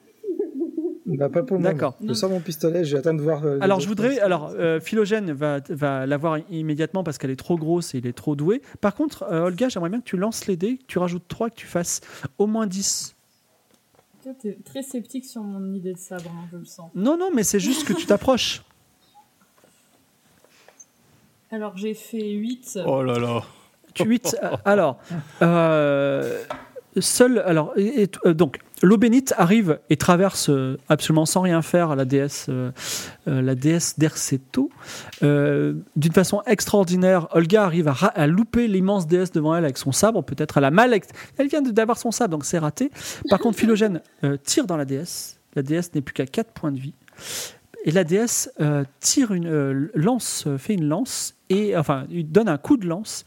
[SPEAKER 5] Bah, pas pour le moment.
[SPEAKER 1] D'accord.
[SPEAKER 5] Je sors mon pistolet, j'attends de voir. euh, les
[SPEAKER 1] Alors, je
[SPEAKER 5] autres.
[SPEAKER 1] voudrais. Alors, euh, Philogène va, va l'avoir immédiatement parce qu'elle est trop grosse et il est trop doué. Par contre, euh, Olga, j'aimerais bien que tu lances les dés, que tu rajoutes 3, que tu fasses au moins 10.
[SPEAKER 3] Toi, t'es très sceptique sur mon idée de sabre, hein, je le sens.
[SPEAKER 1] Non, non, mais c'est juste que tu t'approches.
[SPEAKER 3] Alors, j'ai fait 8.
[SPEAKER 2] Oh là là.
[SPEAKER 1] Tu 8. Alors, euh, seul. Alors, et- et- euh, donc, l'eau bénite arrive et traverse euh, absolument sans rien faire la déesse, euh, euh, la déesse d'Erceto. Euh, D'une façon extraordinaire, Olga arrive à, ra- à louper l'immense déesse devant elle avec son sabre. Peut-être elle a mal. ex- Elle vient de- d'avoir son sabre, donc c'est raté. Par contre, Philogène euh, tire dans la déesse. La déesse n'est plus qu'à 4 points de vie. Et la déesse euh, tire une euh, lance, euh, fait une lance et enfin lui donne un coup de lance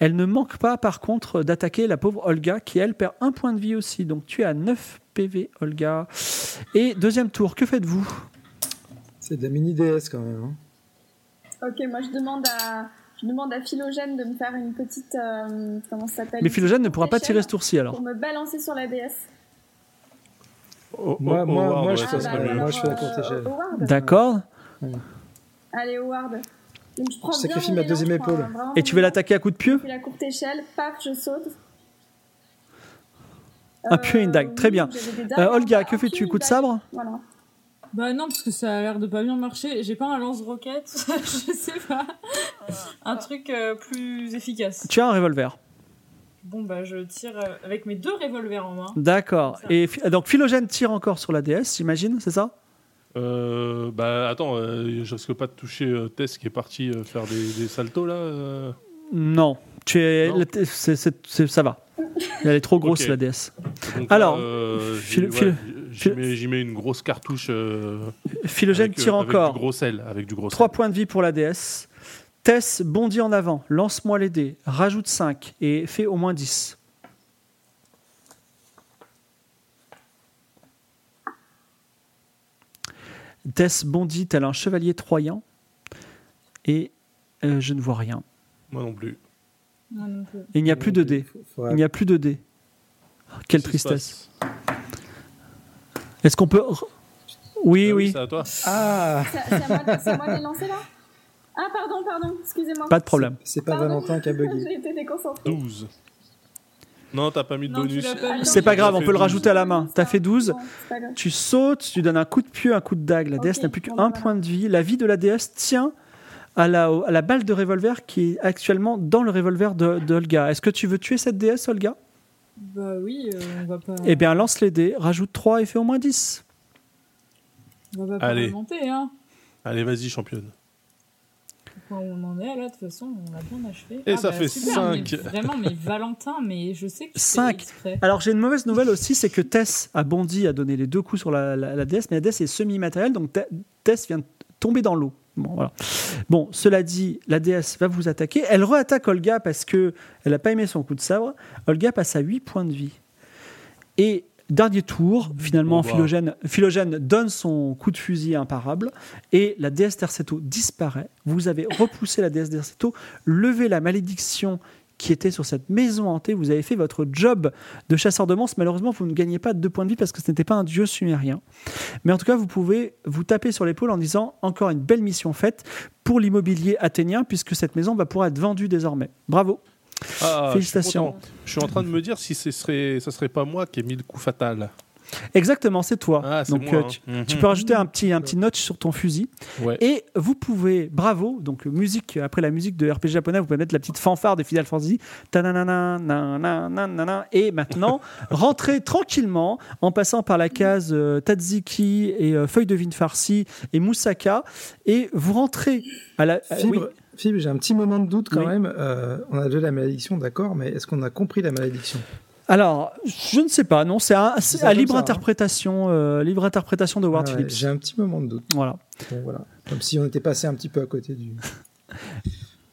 [SPEAKER 1] elle ne manque pas, par contre, d'attaquer la pauvre Olga, qui, elle, perd un point de vie aussi. Donc, tu es à 9 PV, Olga. Et deuxième tour, que faites-vous
[SPEAKER 5] C'est de la mini DS quand même. hein.
[SPEAKER 4] Ok, moi, je demande à. Je demande à Philogène de me faire une petite. euh, comment ça s'appelle
[SPEAKER 1] Mais Philogène ne pourra pas tirer ce tour-ci,
[SPEAKER 4] Pour
[SPEAKER 1] alors.
[SPEAKER 4] me balancer sur la déesse. Ah,
[SPEAKER 2] Oh, oh,
[SPEAKER 5] Moi-
[SPEAKER 2] oh,
[SPEAKER 5] moi-
[SPEAKER 2] Ward,
[SPEAKER 5] moi,
[SPEAKER 2] ouais,
[SPEAKER 5] je
[SPEAKER 2] ça
[SPEAKER 5] pense
[SPEAKER 2] serait
[SPEAKER 5] que-
[SPEAKER 2] mieux.
[SPEAKER 5] moi, je fais la courte échelle.
[SPEAKER 4] bah, euh, Howard.
[SPEAKER 1] D'accord.
[SPEAKER 4] Allez, Howard. Donc, je prends
[SPEAKER 5] Je
[SPEAKER 4] bien
[SPEAKER 5] sacrifie
[SPEAKER 4] mon
[SPEAKER 5] ma
[SPEAKER 4] élan,
[SPEAKER 5] deuxième
[SPEAKER 4] je prends,
[SPEAKER 5] épaule.
[SPEAKER 4] euh, vraiment
[SPEAKER 1] Et tu
[SPEAKER 4] mon
[SPEAKER 1] veux
[SPEAKER 4] élan.
[SPEAKER 1] l'attaquer à coup de pieu Euh,
[SPEAKER 4] Je fais la courte échelle, paf, je saute.
[SPEAKER 1] Un pieu et une dague, très bien.
[SPEAKER 4] oui, j'avais des
[SPEAKER 1] Euh,
[SPEAKER 4] dagues.
[SPEAKER 1] Olga, que
[SPEAKER 4] Un pieu,
[SPEAKER 1] fais-tu
[SPEAKER 4] une
[SPEAKER 1] Coup de
[SPEAKER 4] dague.
[SPEAKER 1] sabre
[SPEAKER 4] Voilà.
[SPEAKER 3] Bah non, parce que ça a l'air de pas bien marcher. J'ai pas un lance-roquette, je sais pas.
[SPEAKER 4] Ah.
[SPEAKER 3] Un truc euh, plus efficace.
[SPEAKER 1] Tu as un revolver.
[SPEAKER 3] Bon, bah je tire euh, avec mes deux revolvers en main.
[SPEAKER 1] D'accord.
[SPEAKER 3] Ça.
[SPEAKER 1] Et phi- donc, Philogène tire encore sur la déesse, j'imagine, c'est ça
[SPEAKER 2] Euh, bah attends, euh, je risque pas de toucher euh, Tess qui est parti euh, faire des, des saltos là. euh.
[SPEAKER 1] Non. Tu es...
[SPEAKER 2] Non.
[SPEAKER 1] la- c'est- c'est- c'est- ça va. Elle est trop grosse,
[SPEAKER 2] Ok.
[SPEAKER 1] la déesse.
[SPEAKER 2] Donc,
[SPEAKER 1] Alors,
[SPEAKER 2] euh,
[SPEAKER 1] Phil-
[SPEAKER 2] j'y- ouais,
[SPEAKER 1] Phil-
[SPEAKER 2] j'y
[SPEAKER 1] Phil-
[SPEAKER 2] mets, j'y mets une grosse cartouche. euh,
[SPEAKER 1] Philogène
[SPEAKER 2] avec, euh,
[SPEAKER 1] tire
[SPEAKER 2] avec
[SPEAKER 1] encore.
[SPEAKER 2] du gros sel, avec du gros
[SPEAKER 1] 3
[SPEAKER 2] sel.
[SPEAKER 1] points de vie pour la déesse. Tess bondit en avant, lance-moi les dés, rajoute 5 et fais au moins 10. Tess bondit tel un chevalier troyen et euh, je ne vois rien.
[SPEAKER 2] Moi non plus.
[SPEAKER 3] Non, non plus.
[SPEAKER 1] Il n'y a plus de dés.
[SPEAKER 5] Faut- faut-
[SPEAKER 1] Il n'y a plus de dés. Oh, Quelle
[SPEAKER 2] Qu'est-ce qui se
[SPEAKER 1] tristesse.
[SPEAKER 2] passe
[SPEAKER 1] Est-ce qu'on peut... Oui,
[SPEAKER 2] Ah
[SPEAKER 1] Eh oui,
[SPEAKER 2] C'est à toi.
[SPEAKER 5] Ah
[SPEAKER 4] Ça- C'est à moi de- c'est à moi de les lancer là Ah, pardon, pardon, excusez-moi.
[SPEAKER 1] pas de problème.
[SPEAKER 5] C'est pas
[SPEAKER 4] Pardon.
[SPEAKER 5] Valentin qui a bugué.
[SPEAKER 4] J'ai été déconcentrée.
[SPEAKER 2] 12. Non, t'as pas mis de
[SPEAKER 3] Non, tu
[SPEAKER 2] bonus.
[SPEAKER 3] l'as pas mis.
[SPEAKER 1] C'est pas grave, on peut le
[SPEAKER 2] 12.
[SPEAKER 1] rajouter à la main. T'as fait 12,
[SPEAKER 4] Bon, Ah, c'est pas grave.
[SPEAKER 1] Tu sautes, tu donnes un coup de pieu, un coup de dague. La
[SPEAKER 4] Ok,
[SPEAKER 1] déesse n'a plus
[SPEAKER 4] bon,
[SPEAKER 1] qu'un
[SPEAKER 4] bah
[SPEAKER 1] point de vie. La vie de la déesse tient à la, à la balle de revolver qui est actuellement dans le revolver de, de Olga. Est-ce que tu veux tuer cette déesse, Olga
[SPEAKER 3] Bah oui, euh, on va pas.
[SPEAKER 1] Eh bien, lance les dés, rajoute 3 et fais au moins 10.
[SPEAKER 3] on va pas
[SPEAKER 2] Allez.
[SPEAKER 3] remonter, hein.
[SPEAKER 2] Allez, vas-y, championne.
[SPEAKER 3] Enfin, on en est là, de toute façon, on a bien achevé. Ah, bah,
[SPEAKER 2] Et ça fait
[SPEAKER 3] mais
[SPEAKER 2] cinq.
[SPEAKER 3] vraiment, mais Valentin, mais je sais que c'est
[SPEAKER 1] Cinq.
[SPEAKER 3] exprès.
[SPEAKER 1] Alors, j'ai une mauvaise nouvelle aussi, c'est que Tess a bondi, a donné les deux coups sur la, la- la déesse, mais la déesse est semi-matérielle, donc Te- Tess vient de tomber dans l'eau. Bon, voilà. bon, cela dit, la déesse va vous attaquer. Elle reattaque Olga parce que elle n'a pas aimé son coup de sabre. Olga passe à 8 points de vie. Et dernier tour, finalement,
[SPEAKER 2] Au revoir.
[SPEAKER 1] Philogène, Philogène donne son coup de fusil imparable et la déesse Terceto disparaît. Vous avez repoussé la déesse Terceto, levé la malédiction qui était sur cette maison hantée. Vous avez fait votre job de chasseur de monstres. Malheureusement, vous ne gagnez pas de deux points de vie parce que ce n'était pas un dieu sumérien. Mais en tout cas, vous pouvez vous taper sur l'épaule en disant encore une belle mission faite pour l'immobilier athénien puisque cette maison va pouvoir être vendue désormais. Bravo.
[SPEAKER 2] Ah, je suis
[SPEAKER 1] Félicitations.
[SPEAKER 2] content. Je suis en train de me dire si ce serait, ça serait pas moi qui ai mis le coup fatal.
[SPEAKER 1] Exactement, c'est toi.
[SPEAKER 2] Ah, c'est
[SPEAKER 1] donc
[SPEAKER 2] moi,
[SPEAKER 1] euh,
[SPEAKER 2] hein.
[SPEAKER 1] tu,
[SPEAKER 2] Mhm.
[SPEAKER 1] tu peux rajouter un petit, un petit notch sur ton fusil.
[SPEAKER 2] Ouais.
[SPEAKER 1] Et vous pouvez, bravo, donc euh, musique, après la musique de RPG japonais, vous pouvez mettre la petite fanfare des Final Fantasy. Tananana, nanana, nanana. et maintenant, rentrez tranquillement en passant par la case euh, Tadziki et euh, Feuille de Vigne Farci et Moussaka. Et vous rentrez à la. euh, oui.
[SPEAKER 5] Fibre, Fibre, j'ai un petit moment de doute quand
[SPEAKER 1] Oui.
[SPEAKER 5] même. Euh, on a déjà la malédiction, d'accord, mais est-ce qu'on a compris la malédiction
[SPEAKER 1] Alors, je ne sais pas, non, c'est à, c'est
[SPEAKER 5] ça
[SPEAKER 1] à
[SPEAKER 5] comme
[SPEAKER 1] libre,
[SPEAKER 5] ça, hein.
[SPEAKER 1] interprétation, euh, libre interprétation de Ward
[SPEAKER 5] Ah ouais,
[SPEAKER 1] Phillips.
[SPEAKER 5] J'ai un petit moment de doute.
[SPEAKER 1] Voilà.
[SPEAKER 5] Bon, voilà. Comme si on était passé un petit peu à côté du,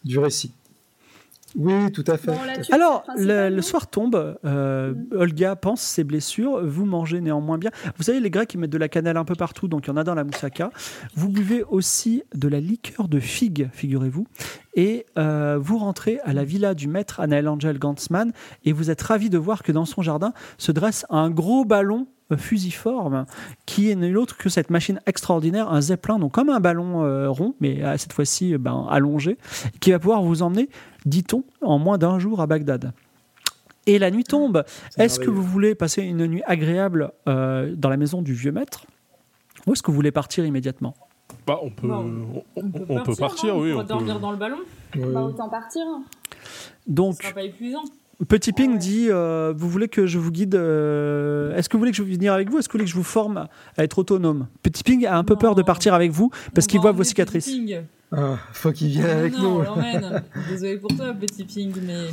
[SPEAKER 5] du récit. Oui, tout à fait.
[SPEAKER 4] Bon,
[SPEAKER 5] tout
[SPEAKER 4] là,
[SPEAKER 5] à
[SPEAKER 4] tu-
[SPEAKER 5] fait.
[SPEAKER 1] Alors,
[SPEAKER 4] principalement.
[SPEAKER 1] le, le soir tombe, euh, Olga pense ses blessures, vous mangez néanmoins bien. Vous savez, les Grecs, ils mettent de la cannelle un peu partout, donc il y en a dans la moussaka. Vous buvez aussi de la liqueur de figue, figurez-vous. Et euh, vous rentrez à la villa du maître Anael Angel Gantzman, et vous êtes ravi de voir que dans son jardin se dresse un gros ballon euh, fusiforme qui est nul autre que cette machine extraordinaire, un zeppelin, donc comme un ballon euh, rond, mais euh, cette fois-ci euh, ben, allongé, qui va pouvoir vous emmener dit-on, en moins d'un jour à Bagdad. Et la nuit tombe.
[SPEAKER 5] C'est
[SPEAKER 1] Est-ce que vous
[SPEAKER 5] merveilleux.
[SPEAKER 1] voulez passer une nuit agréable euh, dans la maison du vieux maître ou est-ce que vous voulez partir immédiatement
[SPEAKER 2] Bah, on peut,
[SPEAKER 3] Bah,
[SPEAKER 2] on, on- on peut partir,
[SPEAKER 4] hein,
[SPEAKER 3] non
[SPEAKER 2] oui.
[SPEAKER 3] On
[SPEAKER 2] On
[SPEAKER 3] va dormir
[SPEAKER 2] peut-
[SPEAKER 3] dans le ballon,
[SPEAKER 5] Oui.
[SPEAKER 1] euh,
[SPEAKER 4] Bah, autant partir.
[SPEAKER 3] ce
[SPEAKER 1] Donc,
[SPEAKER 3] sera pas épuisant.
[SPEAKER 1] Petit Ping dit euh, Vous voulez que je vous guide euh, Est-ce que vous voulez que je vienne avec vous Est-ce que vous voulez que je vous forme à être autonome Petit Ping a un peu
[SPEAKER 3] Non.
[SPEAKER 1] peur de partir avec vous parce
[SPEAKER 3] On
[SPEAKER 1] qu'il
[SPEAKER 3] va
[SPEAKER 1] voit vos
[SPEAKER 3] emmener
[SPEAKER 1] cicatrices.
[SPEAKER 3] Petit Ping.
[SPEAKER 5] Ah, faut qu'il vienne
[SPEAKER 3] Non,
[SPEAKER 5] avec
[SPEAKER 3] non, on
[SPEAKER 5] nous.
[SPEAKER 3] l'emmène. Désolé pour toi, petit ping, mais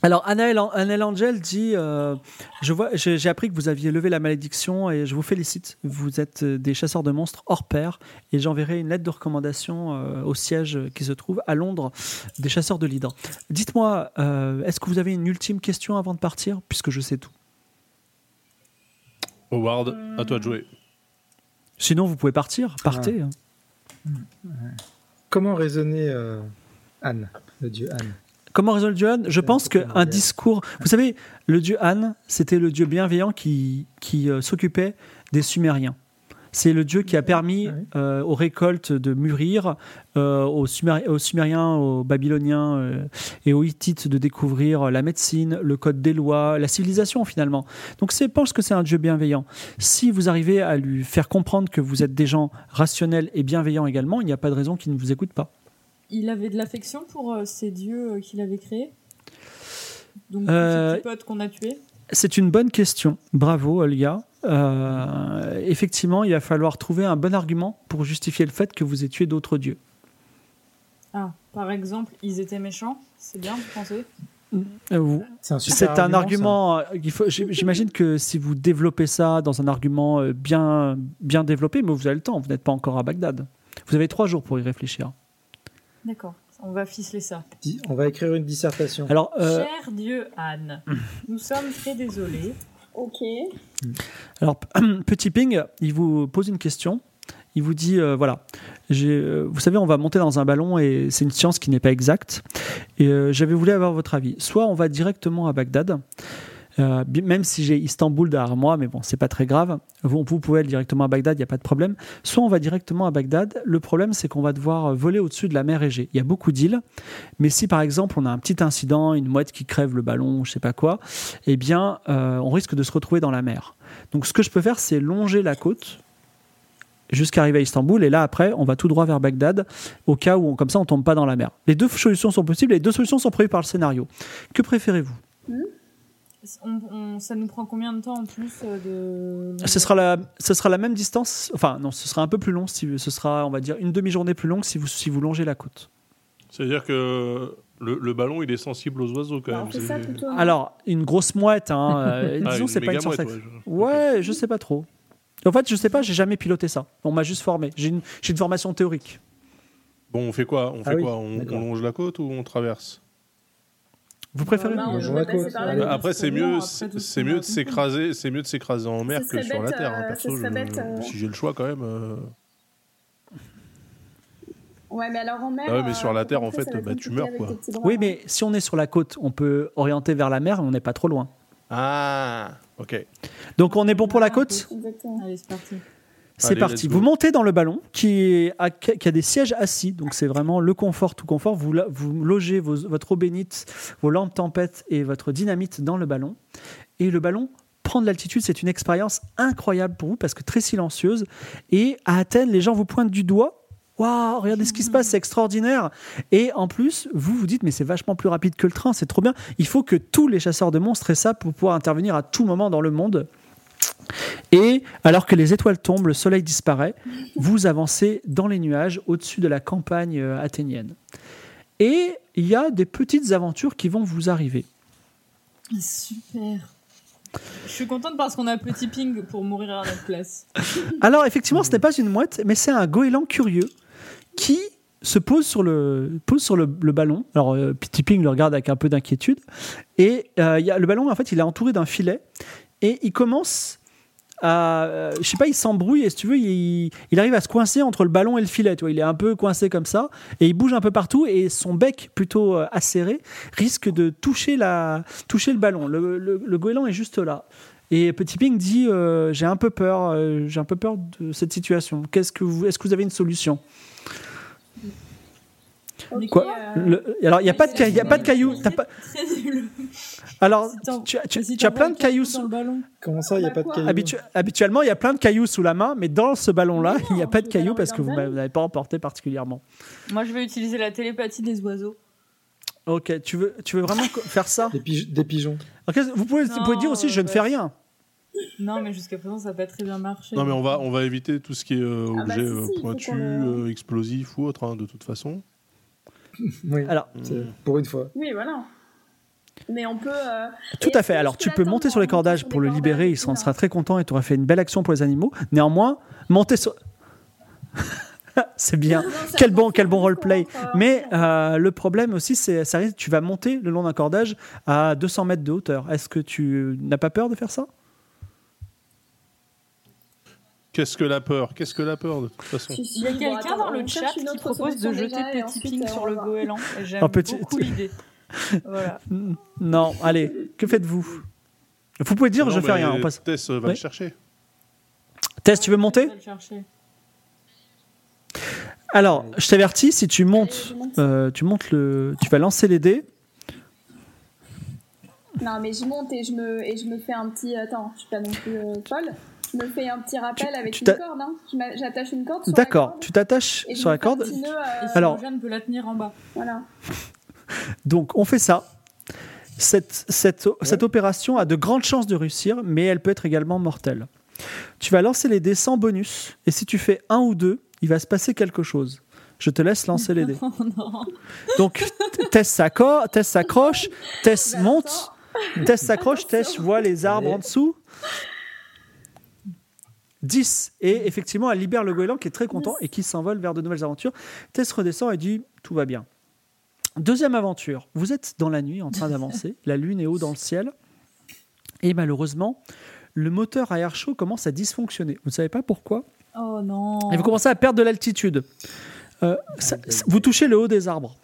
[SPEAKER 1] Alors, Anaël Anaël Angel dit euh, je vois, J'ai j'ai appris que vous aviez levé la malédiction et je vous félicite. Vous êtes euh, des chasseurs de monstres hors pair et j'enverrai une lettre de recommandation euh, au siège qui se trouve à Londres des chasseurs de l'Hydre. Dites-moi, euh, est-ce que vous avez une ultime question avant de partir Puisque je sais tout.
[SPEAKER 2] Howard,
[SPEAKER 4] Hmm.
[SPEAKER 2] à toi de jouer.
[SPEAKER 1] Sinon, vous pouvez partir. Partez. hein.
[SPEAKER 5] Comment raisonner euh, Anne, le dieu Anne
[SPEAKER 1] Comment résoudre le dieu Han Je pense qu'un discours. Vous savez, le dieu Han, c'était le dieu bienveillant qui, qui euh, s'occupait des Sumériens. C'est le dieu qui a permis
[SPEAKER 5] Ah oui.
[SPEAKER 1] euh, aux récoltes de mûrir, euh, aux, Suméri- aux Sumériens, aux Babyloniens euh, et aux Hittites de découvrir la médecine, le code des lois, la civilisation finalement. Donc c'est, pense que c'est un dieu bienveillant. Si vous arrivez à lui faire comprendre que vous êtes des gens rationnels et bienveillants également, il n'y a pas de raison qu'il ne vous écoute pas.
[SPEAKER 3] il avait de l'affection pour euh, ces dieux euh, qu'il avait créés. Donc, tous
[SPEAKER 1] Euh,
[SPEAKER 3] ces petits potes qu'on a tués.
[SPEAKER 1] C'est une bonne question. Bravo, Olga. Euh, effectivement, il va falloir trouver un bon argument pour justifier le fait que vous ayez tué d'autres dieux.
[SPEAKER 3] Ah, par exemple, ils étaient méchants. C'est bien, vous pensez
[SPEAKER 1] Euh, vous-
[SPEAKER 5] C'est un, super
[SPEAKER 1] C'est un
[SPEAKER 5] ça.
[SPEAKER 1] argument. euh, qu'il faut- j'im- J'imagine que si vous développez ça dans un argument euh, bien, bien développé, mais vous avez le temps, vous n'êtes pas encore à Bagdad. Vous avez trois jours pour y réfléchir.
[SPEAKER 3] D'accord, on va ficeler ça.
[SPEAKER 5] Dis- On va écrire une dissertation.
[SPEAKER 1] Alors, euh,
[SPEAKER 3] Cher dieu Anne, nous sommes très désolés.
[SPEAKER 4] Ok.
[SPEAKER 1] Alors, Petit Ping, il vous pose une question. Il vous dit, euh, voilà, j'ai, euh, vous savez, on va monter dans un ballon et c'est une science qui n'est pas exacte. Et euh, j'avais voulu avoir votre avis. Soit on va directement à Bagdad, euh, bi- même si j'ai Istanbul derrière moi, mais bon, c'est pas très grave. Vous, vous pouvez aller directement à Bagdad, il n'y a pas de problème. Soit on va directement à Bagdad. Le problème, c'est qu'on va devoir voler au-dessus de la mer Égée. Il y a beaucoup d'îles, mais si par exemple on a un petit incident, une mouette qui crève le ballon, je sais pas quoi, eh bien, euh, on risque de se retrouver dans la mer. Donc ce que je peux faire, c'est longer la côte jusqu'à arriver à Istanbul, et là après, on va tout droit vers Bagdad, au cas où on, comme ça on tombe pas dans la mer. Les deux solutions sont possibles, les deux solutions sont prévues par le scénario. Que préférez-vous
[SPEAKER 3] On- on- ça nous prend combien de temps en plus euh, de...
[SPEAKER 1] ce sera, la, ce sera la même distance, enfin non, ce sera un peu plus long, si, ce sera on va dire une demi-journée plus longue si vous, si vous longez la côte.
[SPEAKER 2] C'est-à-dire que le, le ballon, il est sensible aux oiseaux quand
[SPEAKER 4] Bah, on
[SPEAKER 2] même.
[SPEAKER 4] fait
[SPEAKER 2] c'est-
[SPEAKER 4] ça plutôt.
[SPEAKER 1] Alors, une grosse mouette, hein, euh,
[SPEAKER 2] Ah,
[SPEAKER 1] disons que c'est pas une
[SPEAKER 2] méga
[SPEAKER 1] sensation.
[SPEAKER 2] mouette, ouais,
[SPEAKER 1] Ouais, je sais pas trop. En fait, je sais pas, j'ai jamais piloté ça. On m'a juste formé. J'ai une, j'ai une formation théorique.
[SPEAKER 2] je- Bon, on fait quoi On
[SPEAKER 5] Ah
[SPEAKER 2] fait
[SPEAKER 5] oui,
[SPEAKER 2] quoi on,
[SPEAKER 5] d'accord.
[SPEAKER 2] on longe la côte ou on traverse
[SPEAKER 1] Vous
[SPEAKER 3] Euh,
[SPEAKER 1] préférez
[SPEAKER 4] Bah,
[SPEAKER 5] on
[SPEAKER 4] on
[SPEAKER 5] joue
[SPEAKER 4] va
[SPEAKER 5] la
[SPEAKER 4] passer
[SPEAKER 5] côte,
[SPEAKER 4] par là,
[SPEAKER 5] allez.
[SPEAKER 4] mais
[SPEAKER 2] Après,
[SPEAKER 3] c'est
[SPEAKER 2] c'est
[SPEAKER 3] bon,
[SPEAKER 2] mieux,
[SPEAKER 3] après,
[SPEAKER 2] c'est
[SPEAKER 3] tout
[SPEAKER 2] c'est
[SPEAKER 3] le monde
[SPEAKER 2] mieux
[SPEAKER 3] a
[SPEAKER 2] de
[SPEAKER 3] compris.
[SPEAKER 2] s'écraser, c'est mieux de s'écraser en mer que
[SPEAKER 4] serait
[SPEAKER 2] sur la
[SPEAKER 4] bête,
[SPEAKER 2] terre. hein,
[SPEAKER 4] euh,
[SPEAKER 2] perso,
[SPEAKER 4] ce serait
[SPEAKER 2] je-
[SPEAKER 4] bête, euh.
[SPEAKER 2] si j'ai le choix quand même. euh,
[SPEAKER 4] Ouais, mais alors en mer.
[SPEAKER 2] Ah ouais, mais sur la
[SPEAKER 4] euh,
[SPEAKER 2] terre, en
[SPEAKER 4] ça
[SPEAKER 2] fait,
[SPEAKER 4] va être
[SPEAKER 2] bah, tu
[SPEAKER 4] compliqué
[SPEAKER 2] meurs,
[SPEAKER 4] avec
[SPEAKER 2] quoi.
[SPEAKER 4] tes petits bras.
[SPEAKER 1] Oui, mais si on est sur la côte, on peut orienter vers la mer, mais on n'est pas trop loin.
[SPEAKER 2] Ah, ok.
[SPEAKER 1] Donc on est bon pour la côte
[SPEAKER 4] Exactement.
[SPEAKER 3] Allez, c'est parti.
[SPEAKER 1] C'est
[SPEAKER 2] Allez,
[SPEAKER 1] parti.
[SPEAKER 2] let's go.
[SPEAKER 1] Vous montez dans le ballon qui, est à- qui a des sièges assis, donc c'est vraiment le confort, tout confort. Vous, la- vous logez vos- votre eau bénite, vos lampes tempêtes et votre dynamite dans le ballon. Et le ballon prendre l'altitude, c'est une expérience incroyable pour vous parce que très silencieuse. Et à Athènes, les gens vous pointent du doigt. Waouh, regardez ce qui se passe, c'est extraordinaire. Et en plus, vous vous dites, mais c'est vachement plus rapide que le train, c'est trop bien. Il faut que tous les chasseurs de monstres aient ça pour pouvoir intervenir à tout moment dans le monde. Et alors que les étoiles tombent, le soleil disparaît, vous avancez dans les nuages au-dessus de la campagne euh, athénienne. Et il y a des petites aventures qui vont vous arriver.
[SPEAKER 3] Super. Je suis contente parce qu'on a appelé Tipping pour mourir à notre place.
[SPEAKER 1] Alors effectivement, ce n'est pas une mouette, mais c'est un goéland curieux qui se pose sur le, pose sur le, le ballon. Alors euh, Tipping le regarde avec un peu d'inquiétude. Et euh, il y a, le ballon, en fait, il est entouré d'un filet. Et il commence à... euh, je sais pas, il s'embrouille, et si tu veux, il, il arrive à se coincer entre le ballon et le filet. Tu vois, il est un peu coincé comme ça. Et il bouge un peu partout. Et son bec, plutôt euh, acéré, risque de toucher, la, toucher le ballon. Le, le, le goéland est juste là. Et Petit Ping dit euh, J'ai un peu peur, euh, j'ai un peu peur de cette situation. Qu'est-ce que vous, est-ce que vous avez une solution
[SPEAKER 3] Mais
[SPEAKER 1] Quoi
[SPEAKER 3] qui, euh,
[SPEAKER 1] Le- Alors, il n'y a, pas de ca- il y a pas de cailloux. t'as pas-
[SPEAKER 3] Très nul.
[SPEAKER 1] Alors,
[SPEAKER 3] Si t'en-
[SPEAKER 1] tu, as- tu-
[SPEAKER 3] si
[SPEAKER 1] tu as
[SPEAKER 3] t'en
[SPEAKER 1] plein
[SPEAKER 3] vois
[SPEAKER 1] de cailloux.
[SPEAKER 3] dans le ballon.
[SPEAKER 5] Comment ça, il n'y a pas de
[SPEAKER 4] Bah,
[SPEAKER 5] cailloux
[SPEAKER 1] Habitu- habituellement, il y a plein de cailloux sous la main, mais dans ce ballon-là,
[SPEAKER 4] Mais non,
[SPEAKER 1] il n'y a pas de
[SPEAKER 4] le
[SPEAKER 1] cailloux
[SPEAKER 4] ballon
[SPEAKER 1] parce
[SPEAKER 4] est
[SPEAKER 1] que
[SPEAKER 4] dans
[SPEAKER 1] vous
[SPEAKER 4] le
[SPEAKER 1] ne l'avez pas emporté particulièrement.
[SPEAKER 3] Moi, je vais utiliser la télépathie des oiseaux.
[SPEAKER 1] Ok, tu veux, tu veux vraiment co- faire ça
[SPEAKER 5] des, pige- des pigeons.
[SPEAKER 1] Alors, qu'est-ce- vous, pouvez, vous pouvez
[SPEAKER 3] Non,
[SPEAKER 1] dire aussi Je ne
[SPEAKER 3] bah,
[SPEAKER 1] fais rien.
[SPEAKER 3] Non, mais jusqu'à présent, ça n'a pas très bien marché.
[SPEAKER 2] Non, mais on va, on va éviter tout ce qui est euh,
[SPEAKER 4] Ah bah
[SPEAKER 2] objet
[SPEAKER 4] si,
[SPEAKER 2] euh,
[SPEAKER 4] si, il faut
[SPEAKER 2] pointu,
[SPEAKER 4] qu'on le-
[SPEAKER 2] euh, explosif ou autre, hein, de toute façon.
[SPEAKER 5] Oui,
[SPEAKER 1] Alors,
[SPEAKER 5] c'est- pour une fois.
[SPEAKER 4] Oui, voilà. Mais on peut. euh,
[SPEAKER 1] tout
[SPEAKER 4] Et
[SPEAKER 1] à
[SPEAKER 4] est-ce
[SPEAKER 1] fait.
[SPEAKER 4] que
[SPEAKER 1] Alors,
[SPEAKER 4] je
[SPEAKER 1] tu
[SPEAKER 4] peux
[SPEAKER 1] peux
[SPEAKER 4] l'attendre
[SPEAKER 1] monter sur les
[SPEAKER 4] pour monter
[SPEAKER 1] cordages
[SPEAKER 4] sur
[SPEAKER 1] pour
[SPEAKER 4] les
[SPEAKER 1] le libérer,
[SPEAKER 4] cordages,
[SPEAKER 1] il s'en
[SPEAKER 4] voilà.
[SPEAKER 1] sera très content et tu auras fait une belle action pour les animaux. Néanmoins, monter sur. C'est bien.
[SPEAKER 4] non, ça
[SPEAKER 1] Quel bon,
[SPEAKER 4] commence
[SPEAKER 1] quel bon
[SPEAKER 4] à
[SPEAKER 1] roleplay.
[SPEAKER 4] comprendre, euh,
[SPEAKER 1] Mais euh, le problème aussi, c'est ça risque, tu vas monter le long d'un cordage à 200 mètres de hauteur. Est-ce que tu n'as pas peur de faire ça
[SPEAKER 2] Qu'est-ce que la peur Qu'est-ce que la peur, de toute façon
[SPEAKER 4] si, si,
[SPEAKER 3] Il y a
[SPEAKER 4] bon,
[SPEAKER 3] quelqu'un
[SPEAKER 4] attends,
[SPEAKER 3] dans
[SPEAKER 4] on
[SPEAKER 3] le chat
[SPEAKER 4] cherche
[SPEAKER 3] qui
[SPEAKER 4] une autre
[SPEAKER 3] propose de
[SPEAKER 4] solution
[SPEAKER 3] jeter
[SPEAKER 4] déjà, et
[SPEAKER 3] Petit
[SPEAKER 4] ensuite,
[SPEAKER 3] Ping
[SPEAKER 4] euh, on
[SPEAKER 3] sur le
[SPEAKER 4] va voir.
[SPEAKER 3] goéland. Et J'aime
[SPEAKER 1] Un petit-
[SPEAKER 3] beaucoup l'idée. Voilà.
[SPEAKER 1] Mm, Non, allez, que faites-vous Vous pouvez dire,
[SPEAKER 2] Non,
[SPEAKER 1] je
[SPEAKER 2] mais
[SPEAKER 1] fais rien. On passe.
[SPEAKER 2] Tess euh, va
[SPEAKER 1] Oui.
[SPEAKER 2] le chercher.
[SPEAKER 1] Tess, tu veux monter
[SPEAKER 3] Je vais le chercher.
[SPEAKER 1] Alors, je t'avertis, si tu
[SPEAKER 4] Allez,
[SPEAKER 1] montes,
[SPEAKER 4] je monte.
[SPEAKER 1] euh, tu montes le, tu vas lancer les dés.
[SPEAKER 4] Non, mais je monte et je me, et je me fais un petit. Attends, je suis pas non plus euh, folle. Je me fais un petit rappel avec
[SPEAKER 1] tu
[SPEAKER 4] une
[SPEAKER 1] t'a-
[SPEAKER 4] corde. hein. Je m'a- J'attache une corde. sur la
[SPEAKER 1] D'accord,
[SPEAKER 4] corde
[SPEAKER 1] tu t'attaches
[SPEAKER 4] et je
[SPEAKER 1] sur
[SPEAKER 4] me
[SPEAKER 1] la
[SPEAKER 4] fais un
[SPEAKER 1] corde.
[SPEAKER 4] petit nœud, euh,
[SPEAKER 3] Et
[SPEAKER 1] Alors-
[SPEAKER 3] Alors, Jeanne peut la tenir en bas.
[SPEAKER 4] voilà.
[SPEAKER 1] Donc, on fait ça. Cette, cette, cette opération a de grandes chances de réussir, mais elle peut être également mortelle. Tu vas lancer les dés sans bonus, et si tu fais un ou deux, il va se passer quelque chose. Je te laisse lancer les dés.
[SPEAKER 3] Oh non.
[SPEAKER 1] Donc, Tess s'acco- Tess s'accroche, Tess
[SPEAKER 4] Vincent.
[SPEAKER 1] monte, Tess s'accroche, Tess voit les arbres
[SPEAKER 5] Allez.
[SPEAKER 1] en dessous. 10. Et effectivement, elle libère le goéland qui est très content et qui s'envole vers de nouvelles aventures. Tess redescend et dit Tout va bien. Deuxième aventure. Vous êtes dans la nuit en train d'avancer. la lune est haut dans le ciel. Et malheureusement, le moteur à air chaud commence à dysfonctionner. Vous ne savez pas pourquoi
[SPEAKER 3] Oh non.
[SPEAKER 1] et vous commencez à perdre de l'altitude. Euh, ça- ça- vous touchez le haut des arbres.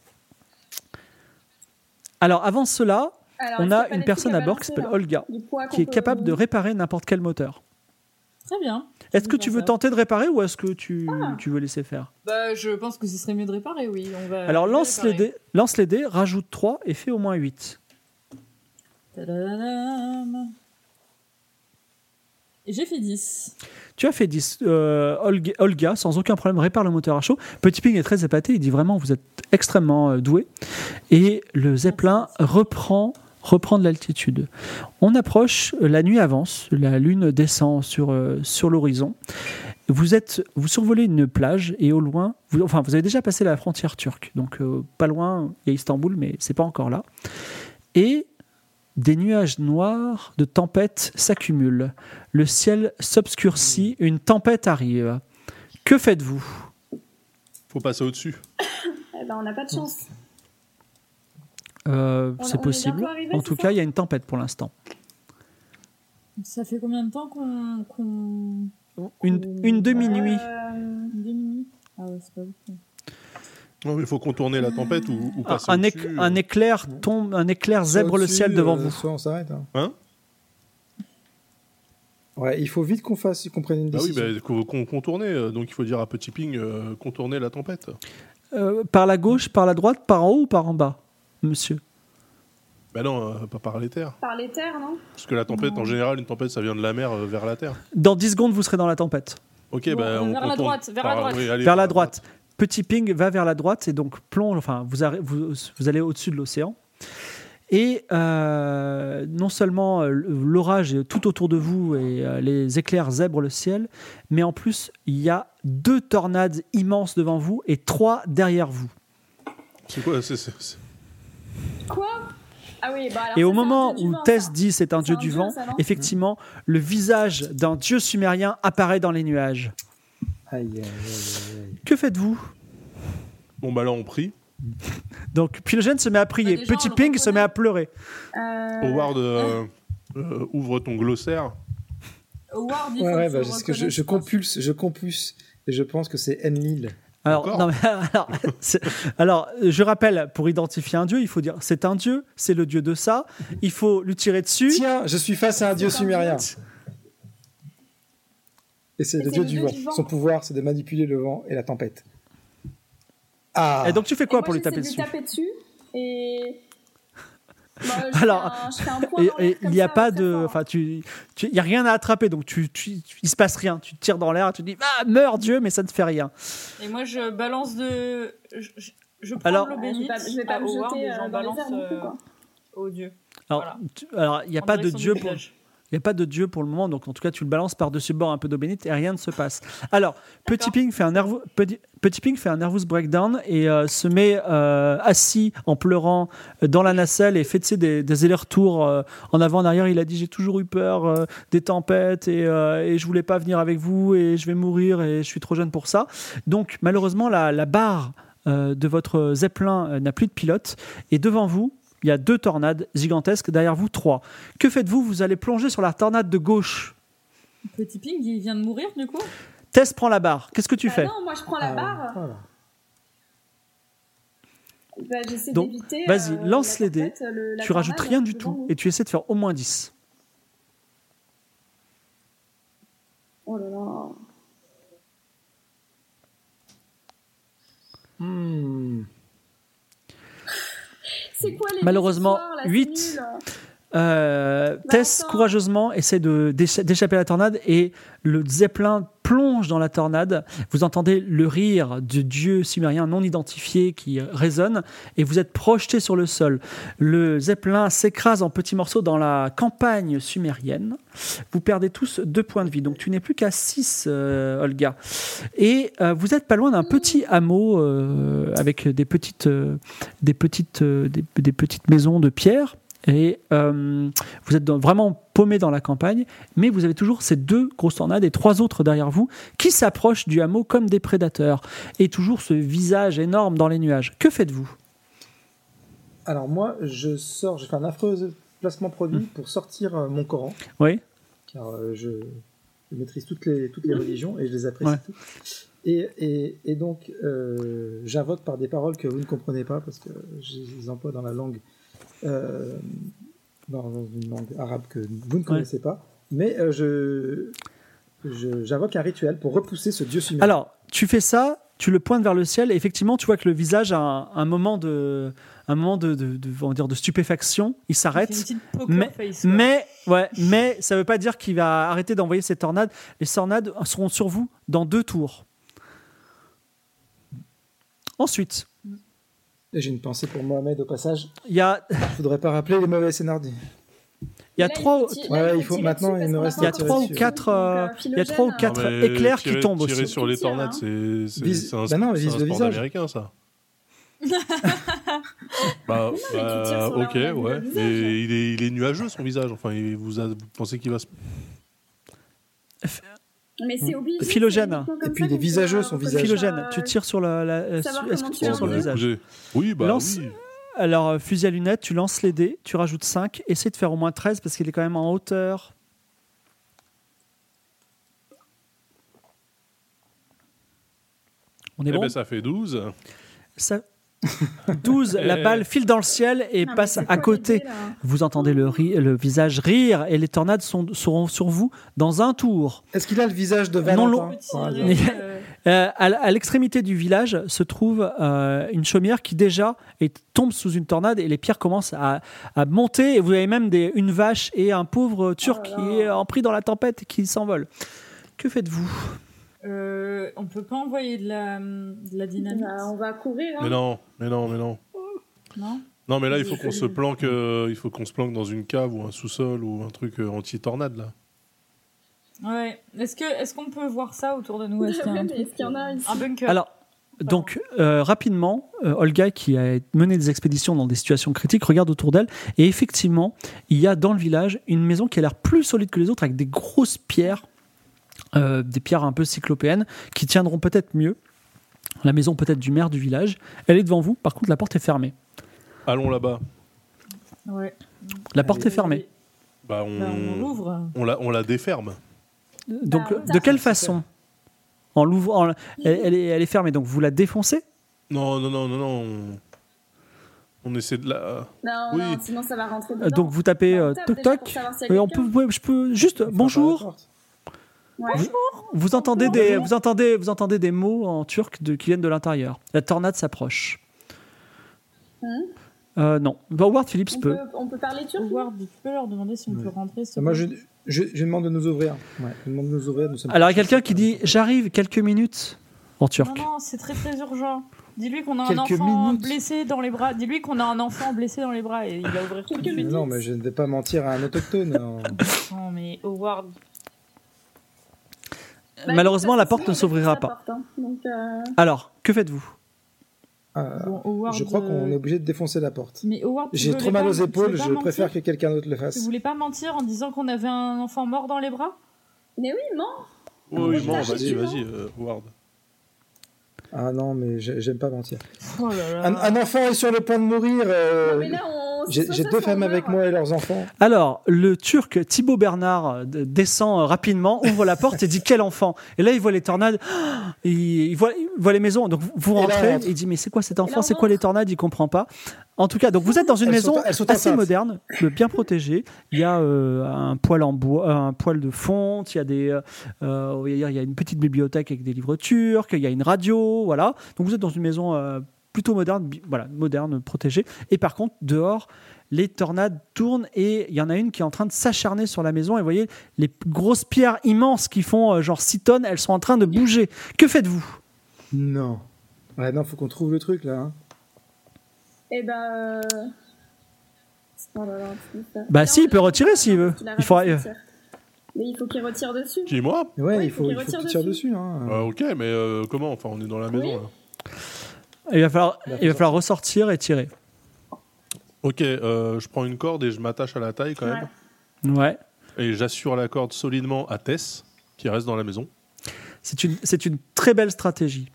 [SPEAKER 1] Alors, avant cela,
[SPEAKER 4] Alors,
[SPEAKER 1] on
[SPEAKER 4] est-ce qu'il y
[SPEAKER 1] a
[SPEAKER 4] pas
[SPEAKER 1] une
[SPEAKER 4] des
[SPEAKER 1] personne
[SPEAKER 4] trucs
[SPEAKER 1] à bord qui
[SPEAKER 4] balancer,
[SPEAKER 1] s'appelle
[SPEAKER 4] là
[SPEAKER 1] Olga,
[SPEAKER 4] Du poids qu'on
[SPEAKER 1] qui est
[SPEAKER 4] peut-
[SPEAKER 1] capable de réparer n'importe quel moteur.
[SPEAKER 3] Très bien.
[SPEAKER 1] Est-ce que
[SPEAKER 3] vais
[SPEAKER 1] tu
[SPEAKER 3] faire
[SPEAKER 1] veux
[SPEAKER 3] ça.
[SPEAKER 1] tenter de réparer ou est-ce que tu, tu veux laisser faire
[SPEAKER 3] Bah, je pense que ce serait mieux de réparer, oui. On va
[SPEAKER 1] Alors,
[SPEAKER 3] on va
[SPEAKER 1] lance les,
[SPEAKER 3] Euh, réparer.
[SPEAKER 1] dés, lance les dés, rajoute 3 et fais au moins 8.
[SPEAKER 3] Tadadadam. Et J'ai fait 10.
[SPEAKER 1] Tu as fait 10. Euh, Olga, Olga, sans aucun problème, répare le moteur à chaud. Petit Ping est très épaté. Il dit vraiment, vous êtes extrêmement euh, doué. Et le Zeppelin reprend, reprend de l'altitude. On approche, euh, la nuit avance, la lune descend sur, euh, sur l'horizon. Vous, êtes, vous survolez une plage et au loin, vous, enfin, vous avez déjà passé la frontière turque. Donc, euh, pas loin, il y a Istanbul, mais c'est pas encore là. Et des nuages noirs de tempête s'accumulent. Le ciel s'obscurcit, une tempête arrive. Que faites-vous
[SPEAKER 2] Faut passer au-dessus.
[SPEAKER 4] Eh ben, on n'a pas de chance.
[SPEAKER 1] Euh,
[SPEAKER 4] On- on
[SPEAKER 1] C'est
[SPEAKER 4] est
[SPEAKER 1] possible.
[SPEAKER 4] bientôt arrivé,
[SPEAKER 1] en
[SPEAKER 4] c'est
[SPEAKER 1] tout
[SPEAKER 4] ça
[SPEAKER 1] cas, il y a une tempête pour l'instant.
[SPEAKER 3] Ça fait combien de temps qu'on. qu'on-
[SPEAKER 1] Une, une demi-nuit.
[SPEAKER 4] Euh,
[SPEAKER 3] Des minutes Ah ouais, c'est pas beaucoup.
[SPEAKER 2] Non, mais faut contourner la tempête ou, ou
[SPEAKER 1] Un,
[SPEAKER 2] passer
[SPEAKER 1] Ah, un éc-
[SPEAKER 2] au-dessus. euh.
[SPEAKER 1] un éclair tombe, un éclair zèbre le
[SPEAKER 5] Au-dessus,
[SPEAKER 1] ciel devant
[SPEAKER 5] euh,
[SPEAKER 1] vous.
[SPEAKER 5] Soit on s'arrête. Hein.
[SPEAKER 2] Hein
[SPEAKER 5] Ouais, il faut vite qu'on fasse, qu'on prenne une
[SPEAKER 2] Bah oui,
[SPEAKER 5] décision.
[SPEAKER 2] bah, qu'on- qu'on contournait. euh, Donc, il faut dire à Petit Ping, euh, contourner la tempête.
[SPEAKER 1] Euh, par la gauche, par la droite, par en haut ou par en bas, monsieur
[SPEAKER 2] Bah non, euh, pas par les terres.
[SPEAKER 4] Par les terres, non
[SPEAKER 2] Parce que la tempête, en général, une tempête, ça vient de la mer euh, vers la terre.
[SPEAKER 1] Dans 10 secondes, vous serez dans la tempête.
[SPEAKER 2] Ok,
[SPEAKER 3] Bon,
[SPEAKER 2] bah,
[SPEAKER 3] vers
[SPEAKER 2] on, on
[SPEAKER 3] la
[SPEAKER 2] tourne
[SPEAKER 3] droite, vers la
[SPEAKER 2] par-
[SPEAKER 3] droite.
[SPEAKER 2] oui, allez,
[SPEAKER 1] vers
[SPEAKER 2] par
[SPEAKER 1] la droite. Petit ping va vers la droite et donc plonge, enfin, vous, arri- vous, vous allez au-dessus de l'océan. Et euh, non seulement euh, l'orage est tout autour de vous et euh, les éclairs zèbrent le ciel, mais en plus, il y a deux tornades immenses devant vous et trois derrière vous.
[SPEAKER 2] C'est quoi c'est- c'est- c'est-
[SPEAKER 4] Quoi Ah oui, bah alors.
[SPEAKER 1] Et
[SPEAKER 4] ça,
[SPEAKER 1] au
[SPEAKER 4] c'est un
[SPEAKER 1] moment
[SPEAKER 4] peu du
[SPEAKER 1] où
[SPEAKER 4] vent,
[SPEAKER 1] Tess
[SPEAKER 4] ça.
[SPEAKER 1] dit c'est un
[SPEAKER 4] C'est
[SPEAKER 1] dieu du vent,
[SPEAKER 4] ça, non
[SPEAKER 1] effectivement, le visage d'un dieu sumérien apparaît dans les nuages.
[SPEAKER 5] Aïe, aïe, aïe, aïe, aïe.
[SPEAKER 1] Que faites-vous
[SPEAKER 2] Bon, bah là, on prie.
[SPEAKER 1] Donc Pilogène se met à prier,
[SPEAKER 3] Bah, déjà,
[SPEAKER 1] Petit
[SPEAKER 3] on le
[SPEAKER 1] Ping se
[SPEAKER 3] reconnaît.
[SPEAKER 1] met à pleurer.
[SPEAKER 4] Euh,
[SPEAKER 2] Howard, euh, euh, ouvre ton glossaire.
[SPEAKER 3] Howard, il faut
[SPEAKER 5] Ouais, ouais,
[SPEAKER 3] que
[SPEAKER 5] bah,
[SPEAKER 3] je
[SPEAKER 5] c'est ce que je,
[SPEAKER 3] reconnaisse,
[SPEAKER 5] je compulse, je compulse. Et je pense que c'est Enlil.
[SPEAKER 1] Alors,
[SPEAKER 2] Encore
[SPEAKER 1] non, mais alors, c'est- alors, je rappelle, pour identifier un dieu, il faut dire c'est un dieu, c'est le dieu de ça, il faut lui tirer dessus.
[SPEAKER 5] Tiens, je suis face à un dieu sumérien. Et c'est le dieu du vent. Son pouvoir, c'est de manipuler le vent et la tempête. Ah
[SPEAKER 1] Et donc tu fais
[SPEAKER 4] et
[SPEAKER 1] quoi
[SPEAKER 4] moi,
[SPEAKER 1] pour lui taper
[SPEAKER 4] j'essaie
[SPEAKER 1] dessus
[SPEAKER 4] de lui taper dessus et. Bah, je
[SPEAKER 1] Alors,
[SPEAKER 4] fais un- je fais un point
[SPEAKER 1] Et-
[SPEAKER 4] dans
[SPEAKER 1] et
[SPEAKER 4] l'air comme
[SPEAKER 1] il n'y a
[SPEAKER 4] ça,
[SPEAKER 1] pas
[SPEAKER 4] très
[SPEAKER 1] de,
[SPEAKER 4] fort.
[SPEAKER 1] enfin, tu, tu- il y a rien à attraper, donc tu, tu, tu- il se passe rien. Tu tires dans l'air, tu dis, ah, meurs Dieu, mais ça ne fait rien.
[SPEAKER 3] quoi. Et moi, je balance de. Je, je- je prends
[SPEAKER 1] Alors-
[SPEAKER 3] de l'eau
[SPEAKER 4] Ouais, je vais
[SPEAKER 3] bénite
[SPEAKER 4] pas- je vais pas
[SPEAKER 3] à
[SPEAKER 4] me
[SPEAKER 3] Ah, Howard
[SPEAKER 4] jeter,
[SPEAKER 3] et
[SPEAKER 4] euh,
[SPEAKER 3] j'en
[SPEAKER 4] dans les airs
[SPEAKER 3] balance
[SPEAKER 4] non plus,
[SPEAKER 3] euh,
[SPEAKER 4] quoi.
[SPEAKER 3] au dieu.
[SPEAKER 1] Alors,
[SPEAKER 3] Voilà.
[SPEAKER 1] tu- alors, il n'y a
[SPEAKER 3] En
[SPEAKER 1] pas de
[SPEAKER 3] direction du
[SPEAKER 1] dieu pour,
[SPEAKER 3] village.
[SPEAKER 1] Il n'y a pas de dieu pour le moment, donc en tout cas, tu le balances par-dessus bord un peu d'eau bénite et rien ne se passe. Alors, Petit Ping fait un, nervou- petit, Petit Ping fait un nervous breakdown et euh, se met euh, assis en pleurant euh, dans la nacelle et fait tu sais, des, des allers-retours euh, en avant, en arrière. Il a dit J'ai toujours eu peur euh, des tempêtes et, euh, et je voulais pas venir avec vous et je vais mourir et je suis trop jeune pour ça. Donc, malheureusement, la, la barre euh, de votre zeppelin euh, n'a plus de pilote et devant vous, il y a deux tornades gigantesques, derrière vous trois. Que faites-vous Vous allez plonger sur la tornade de gauche.
[SPEAKER 3] Petit Ping, il vient de mourir du coup
[SPEAKER 1] Tess prend la barre. Qu'est-ce que tu
[SPEAKER 4] Bah
[SPEAKER 1] fais
[SPEAKER 4] Non, moi je prends la
[SPEAKER 5] Ah,
[SPEAKER 4] barre.
[SPEAKER 5] voilà.
[SPEAKER 4] Bah, j'essaie
[SPEAKER 1] Donc,
[SPEAKER 4] d'éviter.
[SPEAKER 1] vas-y,
[SPEAKER 4] euh,
[SPEAKER 1] lance
[SPEAKER 4] la
[SPEAKER 1] les dés.
[SPEAKER 4] tempête, le- la
[SPEAKER 1] Tu rajoutes
[SPEAKER 4] tornade
[SPEAKER 1] rien du
[SPEAKER 4] devant
[SPEAKER 1] tout
[SPEAKER 4] nous.
[SPEAKER 1] et tu essaies de faire au moins 10.
[SPEAKER 4] Oh là là.
[SPEAKER 5] Hmm.
[SPEAKER 4] C'est quoi les
[SPEAKER 1] Malheureusement,
[SPEAKER 4] histoires, là, c'est
[SPEAKER 1] huit.
[SPEAKER 4] nul.
[SPEAKER 1] Euh, Tess
[SPEAKER 4] attends.
[SPEAKER 1] courageusement essaie de- d'écha- d'échapper à la tornade et le zeppelin plonge dans la tornade. Vous entendez le rire du dieu sumérien non identifié qui résonne et vous êtes projeté sur le sol. Le zeppelin s'écrase en petits morceaux dans la campagne sumérienne. Vous perdez tous deux points de vie, donc tu n'es plus qu'à 6, Olga. Et euh, vous êtes pas loin d'un petit hameau euh, avec des petites, euh, des, petites, euh, des- des petites maisons de pierre. Et euh, vous êtes dans- vraiment paumé dans la campagne, mais vous avez toujours ces deux grosses tornades et trois autres derrière vous qui s'approchent du hameau comme des prédateurs. Et toujours ce visage énorme dans les nuages. Que faites-vous
[SPEAKER 5] Alors moi, je sors, j'ai fait un affreux placement produit pour sortir euh, mon Coran,
[SPEAKER 1] Hmm. Oui Hmm.
[SPEAKER 5] car euh, je, je maîtrise toutes les, toutes les religions et je les apprécie
[SPEAKER 1] Ouais.
[SPEAKER 5] toutes. Et, et, et donc, euh, j'invoque par des paroles que vous ne comprenez pas, parce que je les emploie dans la langue, euh, dans une langue arabe que vous ne connaissez pas, mais euh, je... je- J'invoque un rituel pour repousser ce dieu sumérien.
[SPEAKER 1] Alors, tu fais ça, tu le pointes vers le ciel, et effectivement, tu vois que le visage a un, un moment de, un moment de, de, de- on va dire de stupéfaction. Il s'arrête.
[SPEAKER 3] Il fait une petite poker
[SPEAKER 1] Mais-
[SPEAKER 3] face, quoi.
[SPEAKER 1] Mais, ouais, mais ça ne veut pas dire qu'il va arrêter d'envoyer ses tornades. Les tornades seront sur vous dans deux tours. Ensuite,
[SPEAKER 5] Et J'ai une pensée pour Mohamed au passage.
[SPEAKER 1] il y a,
[SPEAKER 5] Il faudrait pas rappeler les mauvais scénardis.
[SPEAKER 1] il y a
[SPEAKER 4] Là,
[SPEAKER 1] trois,
[SPEAKER 4] faut tirer-
[SPEAKER 5] Ouais,
[SPEAKER 4] là,
[SPEAKER 5] il faut-
[SPEAKER 4] tirer
[SPEAKER 5] maintenant,
[SPEAKER 4] dessus
[SPEAKER 5] il me
[SPEAKER 4] parce
[SPEAKER 5] reste
[SPEAKER 4] qu'on a
[SPEAKER 1] à
[SPEAKER 4] pas
[SPEAKER 1] tirer
[SPEAKER 4] encore
[SPEAKER 1] dessus.
[SPEAKER 4] compris.
[SPEAKER 1] Il y a trois ou
[SPEAKER 4] Donc, euh,
[SPEAKER 1] quatre, euh, il y a trois ou quatre. Quatre
[SPEAKER 4] Philogène,
[SPEAKER 2] Ah, mais
[SPEAKER 1] éclairs qui
[SPEAKER 2] tirer-
[SPEAKER 1] tombent
[SPEAKER 2] Tirer
[SPEAKER 1] aussi.
[SPEAKER 2] sur les
[SPEAKER 4] Tiens,
[SPEAKER 2] tornades, c'est c'est-
[SPEAKER 5] Vise-
[SPEAKER 2] c'est un,
[SPEAKER 5] Bah non,
[SPEAKER 2] c'est
[SPEAKER 5] vise
[SPEAKER 2] un
[SPEAKER 5] le
[SPEAKER 2] sport
[SPEAKER 5] visage.
[SPEAKER 2] américain, ça. bah, bah,
[SPEAKER 4] mais tu tires sur la-
[SPEAKER 2] ok,
[SPEAKER 4] on a vu
[SPEAKER 2] ouais.
[SPEAKER 4] le visage.
[SPEAKER 2] Mais il est, il est nuageux, son visage. Enfin, il- vous, a- vous pensez qu'il va se.
[SPEAKER 4] Mais c'est obligé. c'est
[SPEAKER 1] Philogène.
[SPEAKER 4] uniquement comme
[SPEAKER 5] Et puis,
[SPEAKER 4] ça
[SPEAKER 5] les
[SPEAKER 4] qu'on
[SPEAKER 5] visageux
[SPEAKER 4] peut
[SPEAKER 5] sont
[SPEAKER 4] reconnaître,
[SPEAKER 5] visageux.
[SPEAKER 1] Philogène,
[SPEAKER 4] euh,
[SPEAKER 1] Mm. tu tires sur la, la- la-
[SPEAKER 4] savoir
[SPEAKER 1] est-ce que
[SPEAKER 4] comment
[SPEAKER 1] tu
[SPEAKER 4] tu
[SPEAKER 1] tires
[SPEAKER 4] as
[SPEAKER 1] sur le
[SPEAKER 4] enlevé.
[SPEAKER 1] visage
[SPEAKER 2] J'ai- Oui, bah
[SPEAKER 1] Lance-
[SPEAKER 2] oui.
[SPEAKER 1] Alors, euh, fusil à lunettes, tu lances les dés, tu rajoutes 5, essaie de faire au moins 13 parce qu'il est quand même en hauteur. On est
[SPEAKER 2] Eh
[SPEAKER 1] bon
[SPEAKER 2] ben, ça fait 12.
[SPEAKER 1] Ça- 12, la
[SPEAKER 2] Eh.
[SPEAKER 1] balle file dans le ciel et
[SPEAKER 4] Non, mais
[SPEAKER 1] passe
[SPEAKER 4] c'est quoi
[SPEAKER 1] à
[SPEAKER 4] l'idée,
[SPEAKER 1] côté.
[SPEAKER 4] là
[SPEAKER 1] Vous entendez le, ri- le visage rire et les tornades sont- seront sur vous dans un tour.
[SPEAKER 5] Est-ce qu'il a le visage de
[SPEAKER 1] Non,
[SPEAKER 5] Valentin
[SPEAKER 1] l'autre.
[SPEAKER 3] Petit,
[SPEAKER 5] par hasard
[SPEAKER 1] Mais-
[SPEAKER 3] euh,
[SPEAKER 1] Euh, à l- à l'extrémité du village se trouve euh, une chaumière qui déjà est- tombe sous une tornade et les pierres commencent à, à monter. Et vous avez même des, une vache et un pauvre turc
[SPEAKER 4] Oh là là.
[SPEAKER 1] qui est empris dans la tempête et qui s'envole. Que faites-vous
[SPEAKER 3] Euh, on peut pas envoyer de la, de la dynamite,
[SPEAKER 4] Bah, on va courir.
[SPEAKER 2] Mais
[SPEAKER 4] Hein.
[SPEAKER 2] non, mais non, mais non.
[SPEAKER 3] non
[SPEAKER 2] Non, mais là, il faut qu'on se planque, euh, il faut qu'on se planque dans une cave ou un sous-sol ou un truc euh, anti-tornade là.
[SPEAKER 3] Ouais. Est-ce que est-ce qu'on peut voir ça autour de nous
[SPEAKER 4] Ouais,
[SPEAKER 3] Est-ce qu'il y a un,
[SPEAKER 4] mais Est-ce
[SPEAKER 3] truc,
[SPEAKER 4] qu'il y en a ici
[SPEAKER 3] un bunker
[SPEAKER 1] Alors, donc, euh, rapidement, euh, Olga, qui a mené des expéditions dans des situations critiques, regarde autour d'elle. Et effectivement, il y a dans le village une maison qui a l'air plus solide que les autres, avec des grosses pierres, euh, des pierres un peu cyclopéennes, qui tiendront peut-être mieux. La maison peut-être du maire du village. Elle est devant vous, par contre, la porte est fermée.
[SPEAKER 2] Allons là-bas.
[SPEAKER 3] Ouais.
[SPEAKER 1] La porte
[SPEAKER 5] Allez.
[SPEAKER 1] est fermée.
[SPEAKER 2] Bah,
[SPEAKER 5] Euh.
[SPEAKER 2] on,
[SPEAKER 3] Bah, on l'ouvre.
[SPEAKER 2] on la, on la déferme.
[SPEAKER 1] Donc, euh,
[SPEAKER 4] Bah, on
[SPEAKER 1] de quelle façon en l'ouvrant, en- elle, elle est, elle est fermée, donc vous la défoncez
[SPEAKER 2] Non, non, non, non, non. On, on essaie de la.
[SPEAKER 4] non,
[SPEAKER 2] Oui.
[SPEAKER 4] non, sinon ça va rentrer dedans.
[SPEAKER 1] Donc vous tapez
[SPEAKER 4] Bah,
[SPEAKER 1] euh,
[SPEAKER 4] on tape
[SPEAKER 1] toc
[SPEAKER 4] déjà
[SPEAKER 1] toc.
[SPEAKER 4] pour savoir s'il y a
[SPEAKER 1] Et on peut,
[SPEAKER 4] quelqu'un.
[SPEAKER 1] ouais, je peux juste
[SPEAKER 5] Frappe à la
[SPEAKER 1] bonjour.
[SPEAKER 5] porte.
[SPEAKER 4] Ouais.
[SPEAKER 1] Je- Vous entendez
[SPEAKER 4] Bonjour.
[SPEAKER 1] des, vous entendez, vous entendez des mots en turc de- qui viennent de l'intérieur. La tornade s'approche.
[SPEAKER 4] Hein
[SPEAKER 1] Euh, non, Howard Phillips
[SPEAKER 4] on,
[SPEAKER 1] peut.
[SPEAKER 4] peut, on peut parler turc
[SPEAKER 3] Howard, tu peux leur demander si on peut
[SPEAKER 5] Ouais.
[SPEAKER 3] rentrer. s'il
[SPEAKER 5] Moi,
[SPEAKER 3] vous
[SPEAKER 5] je,
[SPEAKER 3] plaît
[SPEAKER 5] je, je demande de nous ouvrir. Ouais, je demande de nous ouvrir. Nous sommes
[SPEAKER 1] Alors, il y a quelqu'un qui dit J'arrive quelques minutes en turc.
[SPEAKER 3] Non, non, c'est très très urgent. Dis-lui qu'on a un
[SPEAKER 5] Quelques
[SPEAKER 3] enfant
[SPEAKER 5] minutes.
[SPEAKER 3] blessé dans les bras. Dis-lui qu'on a un enfant blessé dans les bras et il va ouvrir tout de
[SPEAKER 5] Mais
[SPEAKER 3] suite.
[SPEAKER 5] non, mais je ne vais pas mentir à un autochtone. hein. en-
[SPEAKER 3] Non, mais Howard.
[SPEAKER 4] Bah,
[SPEAKER 1] Malheureusement, la
[SPEAKER 4] parce
[SPEAKER 1] porte
[SPEAKER 4] que
[SPEAKER 1] ne
[SPEAKER 4] sinon, on va
[SPEAKER 1] s'ouvrira
[SPEAKER 4] fermer
[SPEAKER 1] pas.
[SPEAKER 4] la porte, hein. Donc, euh,
[SPEAKER 1] Alors, que faites-vous
[SPEAKER 5] Euh,
[SPEAKER 3] bon, Howard,
[SPEAKER 5] je crois qu'on est
[SPEAKER 3] euh,
[SPEAKER 5] obligé de défoncer la porte.
[SPEAKER 3] Mais Howard, tu
[SPEAKER 5] J'ai
[SPEAKER 3] voulais
[SPEAKER 5] trop mal
[SPEAKER 3] pas-
[SPEAKER 5] aux
[SPEAKER 3] tu
[SPEAKER 5] épaules,
[SPEAKER 3] voulais pas
[SPEAKER 5] je
[SPEAKER 3] mentir
[SPEAKER 5] préfère que quelqu'un d'autre le fasse.
[SPEAKER 3] Tu voulais pas mentir en disant qu'on avait un enfant mort dans les bras
[SPEAKER 4] Mais oui, non.
[SPEAKER 2] Oh, oui,
[SPEAKER 4] Oui,
[SPEAKER 2] non,
[SPEAKER 4] t'as
[SPEAKER 2] vas-y,
[SPEAKER 4] raison.
[SPEAKER 2] vas-y, euh, Ward.
[SPEAKER 5] Ah non, mais j'ai- j'aime pas mentir.
[SPEAKER 3] Oh là là.
[SPEAKER 5] Un, un enfant est sur le point de mourir. euh,
[SPEAKER 4] Non, mais là, on-
[SPEAKER 5] J'ai
[SPEAKER 4] soit
[SPEAKER 5] j'ai
[SPEAKER 4] ça,
[SPEAKER 5] deux
[SPEAKER 4] soit on
[SPEAKER 5] femmes avec
[SPEAKER 4] meurt.
[SPEAKER 5] moi et leurs enfants.
[SPEAKER 1] Alors, le Turc Thibaut Bernard euh, d- descend euh, rapidement, ouvre la porte et dit Quel enfant Et là, il voit les tornades, il, il voit, il voit les maisons. Donc, vous- vous
[SPEAKER 4] Eh
[SPEAKER 5] Et là, on
[SPEAKER 1] rentrez,
[SPEAKER 5] rentre.
[SPEAKER 1] il dit Mais c'est quoi cet
[SPEAKER 4] ben, là,
[SPEAKER 1] enfant
[SPEAKER 4] on
[SPEAKER 1] C'est quoi les tornades Il comprend pas. En tout cas, donc vous êtes dans une
[SPEAKER 5] Elles
[SPEAKER 1] maison
[SPEAKER 5] sont- elles sont
[SPEAKER 1] assez
[SPEAKER 5] enceintes.
[SPEAKER 1] moderne, euh, bien protégée. Il y a euh, un poêle en bois, euh, un poêle de fonte. Il y a des, euh, euh, on va dire, il y a une petite bibliothèque avec des livres turcs. Il y a une radio, voilà. Donc vous êtes dans une maison euh, plutôt moderne, bi- voilà, moderne, protégée. Et par contre, dehors, les tornades tournent et il y en a une qui est en train de s'acharner sur la maison. Et vous voyez les p- grosses pierres immenses qui font euh, genre 6 tonnes, elles sont en train de bouger. Que faites-vous
[SPEAKER 5] Non. Ouais, non, faut qu'on trouve le truc là. hein.
[SPEAKER 4] Eh ben. euh, oh là là, tu me fais-
[SPEAKER 1] Bah
[SPEAKER 4] Non,
[SPEAKER 1] si, il peut retirer s'il veut.
[SPEAKER 4] tu l'as
[SPEAKER 1] Il faudra-
[SPEAKER 4] raconté, tiens. Mais il faut qu'il retire dessus.
[SPEAKER 2] Qui, moi
[SPEAKER 5] Mais Ouais,
[SPEAKER 4] Ouais,
[SPEAKER 5] il faut, il faut qu'il tire dessus. hein.
[SPEAKER 2] Ah, Ok, mais euh, comment Enfin, on est dans la maison là.
[SPEAKER 1] Il va falloir,
[SPEAKER 5] Bah,
[SPEAKER 1] il va falloir ressortir et tirer.
[SPEAKER 2] Ok, euh, je prends une corde et je m'attache à la taille quand même.
[SPEAKER 1] Ouais.
[SPEAKER 2] Et j'assure la corde solidement à Tess, qui reste dans la maison.
[SPEAKER 1] C'est une, c'est une très belle stratégie.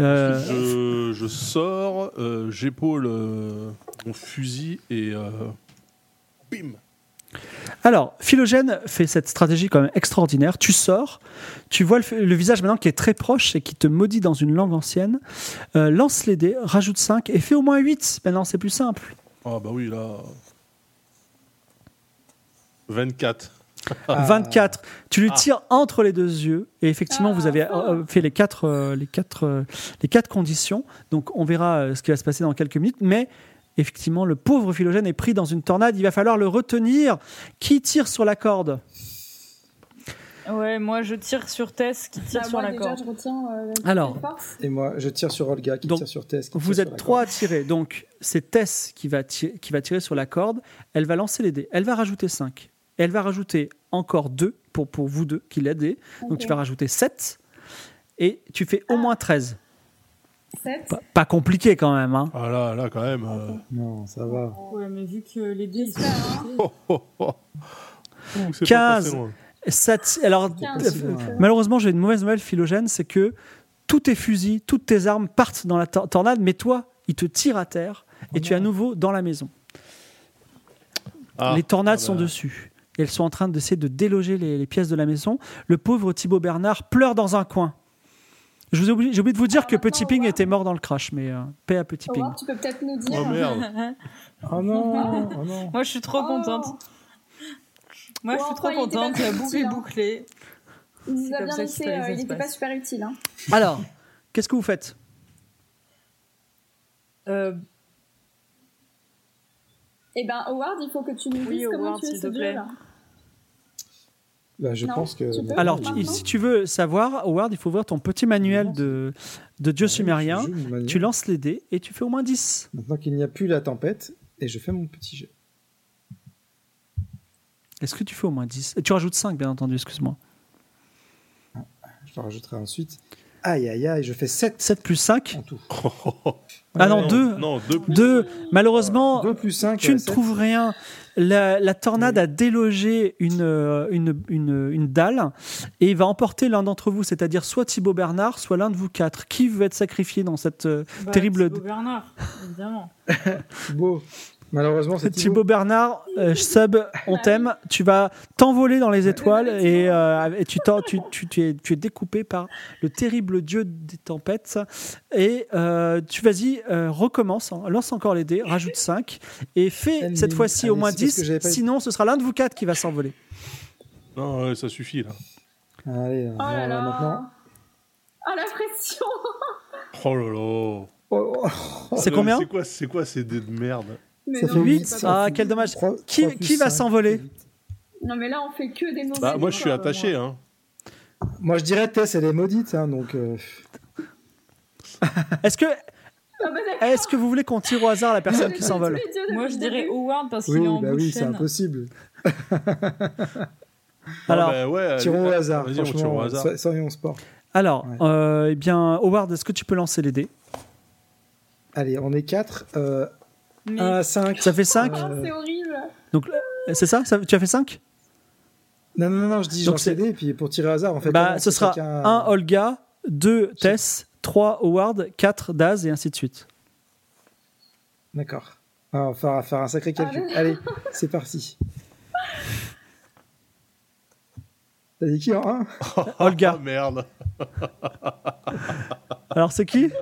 [SPEAKER 1] Euh,
[SPEAKER 2] Je, je sors, euh, j'épaule euh, mon fusil et. euh, bim
[SPEAKER 1] alors, Philogène fait cette stratégie quand même extraordinaire. Tu sors, tu vois le, le visage maintenant qui est très proche et qui te maudit dans une langue ancienne. Euh, lance les dés, rajoute 5 et fais au moins 8. Maintenant, c'est plus simple.
[SPEAKER 2] Ah bah oui, là. 24.
[SPEAKER 5] Ah.
[SPEAKER 1] 24. Tu lui
[SPEAKER 2] Ah.
[SPEAKER 1] tires entre les deux yeux et effectivement
[SPEAKER 4] Ah,
[SPEAKER 1] vous avez
[SPEAKER 4] fort.
[SPEAKER 1] euh, fait les quatre, euh, les, quatre, euh, les quatre conditions. Donc on verra euh, ce qui va se passer dans quelques minutes. Mais effectivement le pauvre Philogène est pris dans une tornade. Il va falloir le retenir. Qui tire sur la corde
[SPEAKER 3] Ouais, moi je tire sur Tess qui tire
[SPEAKER 4] Bah,
[SPEAKER 3] sur
[SPEAKER 4] moi,
[SPEAKER 3] la
[SPEAKER 4] déjà,
[SPEAKER 3] corde.
[SPEAKER 4] je retiens. euh, avec
[SPEAKER 1] Alors,
[SPEAKER 4] toute force.
[SPEAKER 5] Et moi, je tire sur Olga, qui
[SPEAKER 1] Donc,
[SPEAKER 5] tire sur Tess. qui
[SPEAKER 1] Vous
[SPEAKER 5] tire sur
[SPEAKER 1] êtes
[SPEAKER 5] la
[SPEAKER 1] trois à tirer. Donc c'est Tess qui va, tirer, qui va tirer sur la corde. Elle va lancer les dés. Elle va rajouter 5. Elle va rajouter encore 2 pour, pour vous deux qui l'aidez. Donc
[SPEAKER 4] Ok. Ah.
[SPEAKER 1] tu vas rajouter 7. Et tu fais au moins 13.
[SPEAKER 4] Sept.
[SPEAKER 1] Pas, pas compliqué quand même. Hein.
[SPEAKER 2] Ah là, là, quand même. euh,
[SPEAKER 5] corde. Non, ça va.
[SPEAKER 3] Ouais, mais vu que les deux ils sont.
[SPEAKER 4] J'espère, hein.
[SPEAKER 2] oh, oh, oh. Ouh, c'est pas
[SPEAKER 1] 15.
[SPEAKER 2] passé loin.
[SPEAKER 1] Ça ti- alors,
[SPEAKER 4] Quinze.
[SPEAKER 1] euh,
[SPEAKER 5] si loin.
[SPEAKER 1] malheureusement, j'ai une mauvaise nouvelle, Philogène, c'est que tous tes fusils, toutes tes armes partent dans la tor- tornade, mais toi, il te tire à terre et
[SPEAKER 4] Oh
[SPEAKER 1] tu es à nouveau dans la maison.
[SPEAKER 2] Ah,
[SPEAKER 1] les tornades
[SPEAKER 2] ah
[SPEAKER 1] sont
[SPEAKER 2] bah.
[SPEAKER 1] dessus. Et elles sont en train d'essayer de déloger les, les pièces de la maison. Le pauvre Thibaut Bernard pleure dans un coin. Je vous ai oublié, j'ai oublié de vous dire que
[SPEAKER 4] Alors maintenant,
[SPEAKER 1] Petit
[SPEAKER 4] au
[SPEAKER 1] Ping
[SPEAKER 4] revoir.
[SPEAKER 1] était mort dans le crash, mais euh, paix à Petit Ping.
[SPEAKER 4] Howard, tu peux peut-être nous dire.
[SPEAKER 2] Oh merde.
[SPEAKER 5] Oh non, oh non.
[SPEAKER 3] Moi je suis trop
[SPEAKER 4] Oh.
[SPEAKER 3] contente. Moi je
[SPEAKER 4] Bon,
[SPEAKER 3] suis trop
[SPEAKER 4] enfin, il était pas
[SPEAKER 3] contente, la
[SPEAKER 4] très
[SPEAKER 3] boucle
[SPEAKER 4] utile,
[SPEAKER 3] est
[SPEAKER 4] hein.
[SPEAKER 3] bouclée.
[SPEAKER 4] Il nous a
[SPEAKER 6] comme
[SPEAKER 4] bien
[SPEAKER 6] ça qu'il
[SPEAKER 4] laissé,
[SPEAKER 6] fait les
[SPEAKER 4] euh, il n'était
[SPEAKER 6] espaces.
[SPEAKER 4] pas super utile. hein.
[SPEAKER 1] Alors, qu'est-ce que vous faites
[SPEAKER 6] Euh,
[SPEAKER 4] Eh ben, Howard, il faut que tu nous dises
[SPEAKER 6] Oui,
[SPEAKER 4] comment
[SPEAKER 6] Howard,
[SPEAKER 4] tu es
[SPEAKER 6] s'il
[SPEAKER 4] ce
[SPEAKER 6] te plaît.
[SPEAKER 4] dieu-là.
[SPEAKER 5] Bah, je
[SPEAKER 4] Non,
[SPEAKER 5] pense que.
[SPEAKER 4] tu peux
[SPEAKER 1] Alors,
[SPEAKER 4] Maintenant
[SPEAKER 1] tu- si tu veux savoir, Howard, il faut voir ton petit manuel de, de dieu sumérien.
[SPEAKER 5] Je joue mon manuel.
[SPEAKER 1] Tu lances les dés et tu fais au moins 10.
[SPEAKER 5] Maintenant qu'il n'y a plus la tempête, et je fais mon petit jeu.
[SPEAKER 1] Est-ce que tu fais au moins 10 Et Tu rajoutes 5, bien entendu, excuse-moi.
[SPEAKER 5] Je le rajouterai ensuite. Aïe, aïe, aïe, je fais 7
[SPEAKER 1] 7 plus 5
[SPEAKER 5] en tout.
[SPEAKER 1] Ah non,
[SPEAKER 5] Ouais,
[SPEAKER 1] 2
[SPEAKER 2] Non, deux.
[SPEAKER 1] 2 Malheureusement,
[SPEAKER 5] 2 Euh, plus 5,
[SPEAKER 1] tu ne trouves rien. La, la tornade
[SPEAKER 5] Oui.
[SPEAKER 1] a délogé une, euh, une, une, une dalle et va emporter l'un d'entre vous, c'est-à-dire soit Thibaut Bernard, soit l'un de vous quatre. Qui veut être sacrifié dans cette. euh,
[SPEAKER 3] Bah,
[SPEAKER 1] Terrible.
[SPEAKER 3] Thibaut Bernard, évidemment.
[SPEAKER 5] Beau. Malheureusement, c'est
[SPEAKER 1] Thibaut
[SPEAKER 5] Thibaut.
[SPEAKER 1] Bernard, euh, sub, on t'aime. Tu vas t'envoler dans les étoiles et, euh, et tu, t'en- tu, tu- tu es, tu es découpé par le terrible dieu des tempêtes. Et euh, tu vas-y, euh, recommence, hein. lance encore les dés, rajoute 5 et fais
[SPEAKER 5] Allez,
[SPEAKER 1] cette fois-ci au
[SPEAKER 5] allez,
[SPEAKER 1] moins
[SPEAKER 5] c'est parce que
[SPEAKER 1] 10.
[SPEAKER 5] j'avais pas eu-
[SPEAKER 1] Sinon, ce sera l'un de vous quatre qui va s'envoler.
[SPEAKER 2] Non, ouais, ça suffit là.
[SPEAKER 5] Allez,
[SPEAKER 4] Oh là
[SPEAKER 5] voilà,
[SPEAKER 4] là.
[SPEAKER 5] maintenant.
[SPEAKER 4] Ah, la pression
[SPEAKER 2] Oh là là.
[SPEAKER 5] Oh, oh, oh,
[SPEAKER 1] C'est
[SPEAKER 2] Non,
[SPEAKER 1] combien
[SPEAKER 2] mais C'est quoi, c'est quoi ces dés de merde
[SPEAKER 4] mais
[SPEAKER 5] ça
[SPEAKER 4] non,
[SPEAKER 5] fait
[SPEAKER 4] mais
[SPEAKER 1] huit,
[SPEAKER 4] c'est
[SPEAKER 5] 8.
[SPEAKER 4] pas
[SPEAKER 1] ça. Ah, quel dommage. Qui- qui va s'envoler
[SPEAKER 4] possible. Non, mais là, on fait que des noms.
[SPEAKER 2] Bah moi je suis attaché hein.
[SPEAKER 5] Moi, je dirais Tess, elle est maudite, hein, donc. euh,
[SPEAKER 1] Est-ce que,
[SPEAKER 4] Ah, bah, d'accord.
[SPEAKER 1] est que vous voulez qu'on tire au hasard la personne
[SPEAKER 4] Tous
[SPEAKER 1] qui s'envole
[SPEAKER 4] les dieux depuis
[SPEAKER 3] Moi, je
[SPEAKER 4] le
[SPEAKER 3] dirais
[SPEAKER 4] début.
[SPEAKER 3] Howard parce qu'il
[SPEAKER 5] Oui,
[SPEAKER 3] est en
[SPEAKER 5] bah
[SPEAKER 3] bout de
[SPEAKER 5] oui, c'est
[SPEAKER 3] chaîne.
[SPEAKER 5] impossible.
[SPEAKER 1] Alors,
[SPEAKER 2] Ah, bah, ouais, allez,
[SPEAKER 5] Tirons au
[SPEAKER 2] allez,
[SPEAKER 5] hasard,
[SPEAKER 2] Vas-y, on
[SPEAKER 5] franchement.
[SPEAKER 2] tire au hasard.
[SPEAKER 5] so- Soyons sport.
[SPEAKER 1] alors
[SPEAKER 5] Ouais.
[SPEAKER 1] euh, eh bien, Howard, est-ce que tu peux lancer les dés
[SPEAKER 5] Allez, on est 4.
[SPEAKER 3] Mais
[SPEAKER 5] 1 à 5.
[SPEAKER 1] Ça fait 5
[SPEAKER 4] Ah,
[SPEAKER 5] Euh,
[SPEAKER 4] c'est horrible.
[SPEAKER 1] Donc, euh, c'est ça, ça Tu as fait 5
[SPEAKER 5] Non, non, non, non, je dis
[SPEAKER 1] Donc
[SPEAKER 5] j'en
[SPEAKER 1] c'est-
[SPEAKER 5] sais des, et puis pour tirer au hasard, en fait.
[SPEAKER 1] bah,
[SPEAKER 5] non,
[SPEAKER 1] ce
[SPEAKER 5] c'est
[SPEAKER 1] sera
[SPEAKER 5] chacun- euh,
[SPEAKER 1] 1 Olga, 2 Tess, 3 Howard, 4 Daz et ainsi de suite.
[SPEAKER 5] D'accord. Alors, on va faire, faire un sacré calcul.
[SPEAKER 4] Ah,
[SPEAKER 5] Allez, c'est parti. T'as dit qui en 1 Oh.
[SPEAKER 1] Olga.
[SPEAKER 2] Ah, merde.
[SPEAKER 1] Alors, c'est qui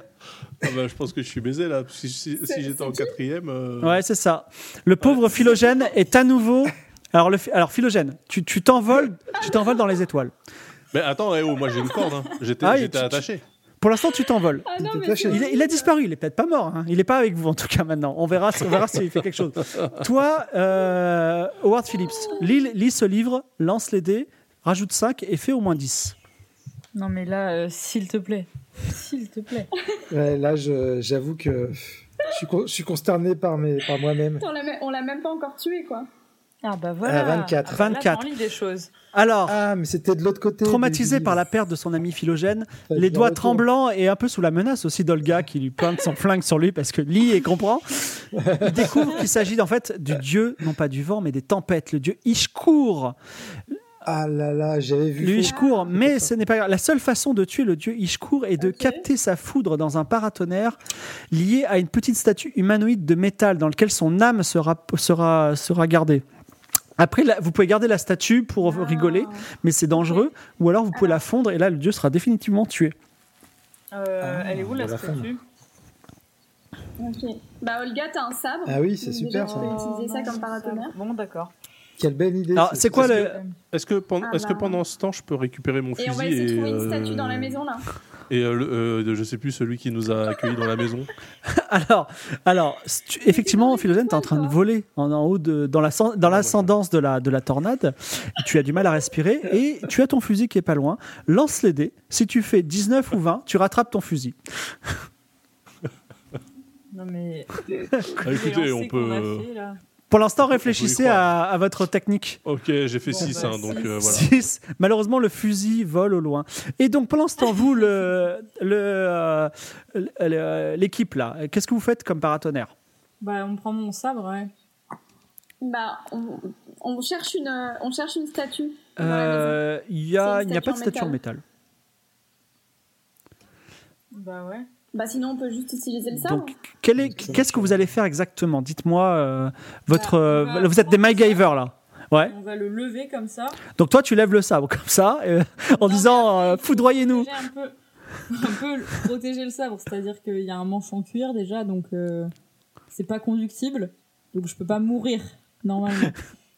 [SPEAKER 2] Ah, bah, je pense que je suis baisé là. Si, si- si
[SPEAKER 4] C'est-
[SPEAKER 2] j'étais en quatrième. euh,
[SPEAKER 1] Ouais, c'est ça. Le pauvre Philogène est à nouveau. Alors, le, phi- alors Philogène, tu tu t'envoles tu t'envoles dans les étoiles.
[SPEAKER 2] Mais attends, eh, oh, moi j'ai une corde. hein. J'étais
[SPEAKER 1] Ah, et
[SPEAKER 2] j'étais
[SPEAKER 1] tu-
[SPEAKER 2] attaché.
[SPEAKER 1] Pour l'instant, tu t'envoles.
[SPEAKER 4] Ah, non,
[SPEAKER 5] t'es
[SPEAKER 4] mais
[SPEAKER 5] attaché.
[SPEAKER 4] c'est
[SPEAKER 1] Il, est- il a disparu, il est peut-être pas mort. hein. Il est pas avec vous en tout cas maintenant. On verra, si- on verra s'il fait quelque chose. Toi, euh, Howard Phillips, lis, lis ce livre, lance les dés, rajoute 5 et fais au moins 10.
[SPEAKER 3] Non, mais là, euh, s'il te plaît. S'il te plaît.
[SPEAKER 5] Ouais, Là, je- j'avoue que je suis, con- je suis consterné par, mes- par moi-même.
[SPEAKER 4] On l'a même- on l'a même pas encore tué, quoi.
[SPEAKER 3] Ah bah voilà.
[SPEAKER 5] Ah, 24.
[SPEAKER 3] Ah, bah, là,
[SPEAKER 1] 24.
[SPEAKER 3] t'en lis des choses.
[SPEAKER 1] Alors,
[SPEAKER 5] Ah, mais c'était de l'autre côté.
[SPEAKER 1] traumatisé par la perte de son ami Philogène, les doigts tremblants et un peu sous la menace aussi d'Olga qui lui pointe son flingue sur lui parce que lit et comprend. Il découvre qu'il s'agit en fait du dieu, non pas du vent, mais des tempêtes, le dieu Ishkur.
[SPEAKER 5] Ah là là, j'avais vu. Ah,
[SPEAKER 1] Le
[SPEAKER 5] faux.
[SPEAKER 1] Ishkur, mais ce n'est pas grave. La seule façon de tuer le dieu Ishkur est de
[SPEAKER 4] Ok.
[SPEAKER 1] capter sa foudre dans un paratonnerre lié à une petite statue humanoïde de métal dans laquelle son âme sera, sera, sera gardée. Après, là, vous pouvez garder la statue pour
[SPEAKER 4] Ah.
[SPEAKER 1] rigoler, mais c'est dangereux, ou alors vous pouvez la fondre et là le dieu sera définitivement tué.
[SPEAKER 3] Euh,
[SPEAKER 5] Ah,
[SPEAKER 3] elle est où
[SPEAKER 5] on
[SPEAKER 3] la
[SPEAKER 5] va la
[SPEAKER 3] statue
[SPEAKER 4] Ok. Bah, Olga, t'as un sabre.
[SPEAKER 5] Ah oui, c'est super
[SPEAKER 4] Déjà, tu peux
[SPEAKER 5] ça.
[SPEAKER 4] utiliser ça
[SPEAKER 3] non,
[SPEAKER 4] comme
[SPEAKER 3] c'est
[SPEAKER 4] paratonnerre.
[SPEAKER 3] Ah, Bon, d'accord. euh,
[SPEAKER 5] Quelle belle idée.
[SPEAKER 1] Alors, c'est quoi
[SPEAKER 5] ça.
[SPEAKER 1] le.
[SPEAKER 2] Est-ce que, pendant,
[SPEAKER 4] Ah,
[SPEAKER 2] est-ce que
[SPEAKER 4] bah.
[SPEAKER 2] pendant ce temps je peux récupérer mon fusil
[SPEAKER 4] Et on va essayer de trouver
[SPEAKER 2] euh,
[SPEAKER 4] une statue dans la maison, là.
[SPEAKER 2] Et euh, le, euh, de- je sais plus celui qui nous a accueillis dans la maison.
[SPEAKER 1] Alors, alors si tu- effectivement, Philogène, tu es en train de voler en, en haut, de, dans l'ascendance la, dans l'ascendance de, la, de la tornade. Tu as du mal à respirer et tu as ton fusil qui est pas loin. Lance les dés. Si tu fais 19 ou 20, tu rattrapes ton fusil.
[SPEAKER 3] Non, mais.
[SPEAKER 2] Ah, écoutez, on peut. euh,
[SPEAKER 1] Pour l'instant, réfléchissez
[SPEAKER 2] On peut y
[SPEAKER 1] à, à votre technique.
[SPEAKER 2] Ok, j'ai fait
[SPEAKER 3] Bon,
[SPEAKER 2] 6,
[SPEAKER 3] bah,
[SPEAKER 2] donc
[SPEAKER 3] six.
[SPEAKER 2] euh, voilà.
[SPEAKER 1] Six. Malheureusement, le fusil vole au loin. Et donc, pendant ce temps, vous, le- le, euh, le- euh, l'équipe là, qu'est-ce que vous faites comme paratonnerre
[SPEAKER 3] Bah, on prend mon sabre, ouais.
[SPEAKER 4] Bah, on, on cherche une, euh, on cherche une statue. dans la maison.
[SPEAKER 1] Euh, Il y a-
[SPEAKER 4] C'est une
[SPEAKER 1] il n'y a pas de
[SPEAKER 4] statue en
[SPEAKER 1] statue en métal.
[SPEAKER 3] Bah, ouais.
[SPEAKER 4] Bah, sinon, on peut juste utiliser le sabre.
[SPEAKER 1] Donc, quel est-
[SPEAKER 5] Donc, ça,
[SPEAKER 1] qu'est-ce que vous allez faire exactement Dites-moi, euh, votre,
[SPEAKER 4] Ah,
[SPEAKER 3] Bah,
[SPEAKER 1] euh,
[SPEAKER 3] on va
[SPEAKER 1] vous êtes des
[SPEAKER 3] prendre
[SPEAKER 1] MyGyver là. Ouais.
[SPEAKER 3] On va le lever comme ça.
[SPEAKER 1] Donc toi, tu lèves le sabre comme ça, euh, en
[SPEAKER 3] Non,
[SPEAKER 1] disant
[SPEAKER 3] mais
[SPEAKER 1] euh,
[SPEAKER 3] après, il faut
[SPEAKER 1] foudroyez-nous.
[SPEAKER 3] protéger Un peu, un peu protéger le sabre, c'est-à-dire qu'il y a un manche en cuir déjà, donc euh, c'est pas conductible, donc je peux pas mourir normalement.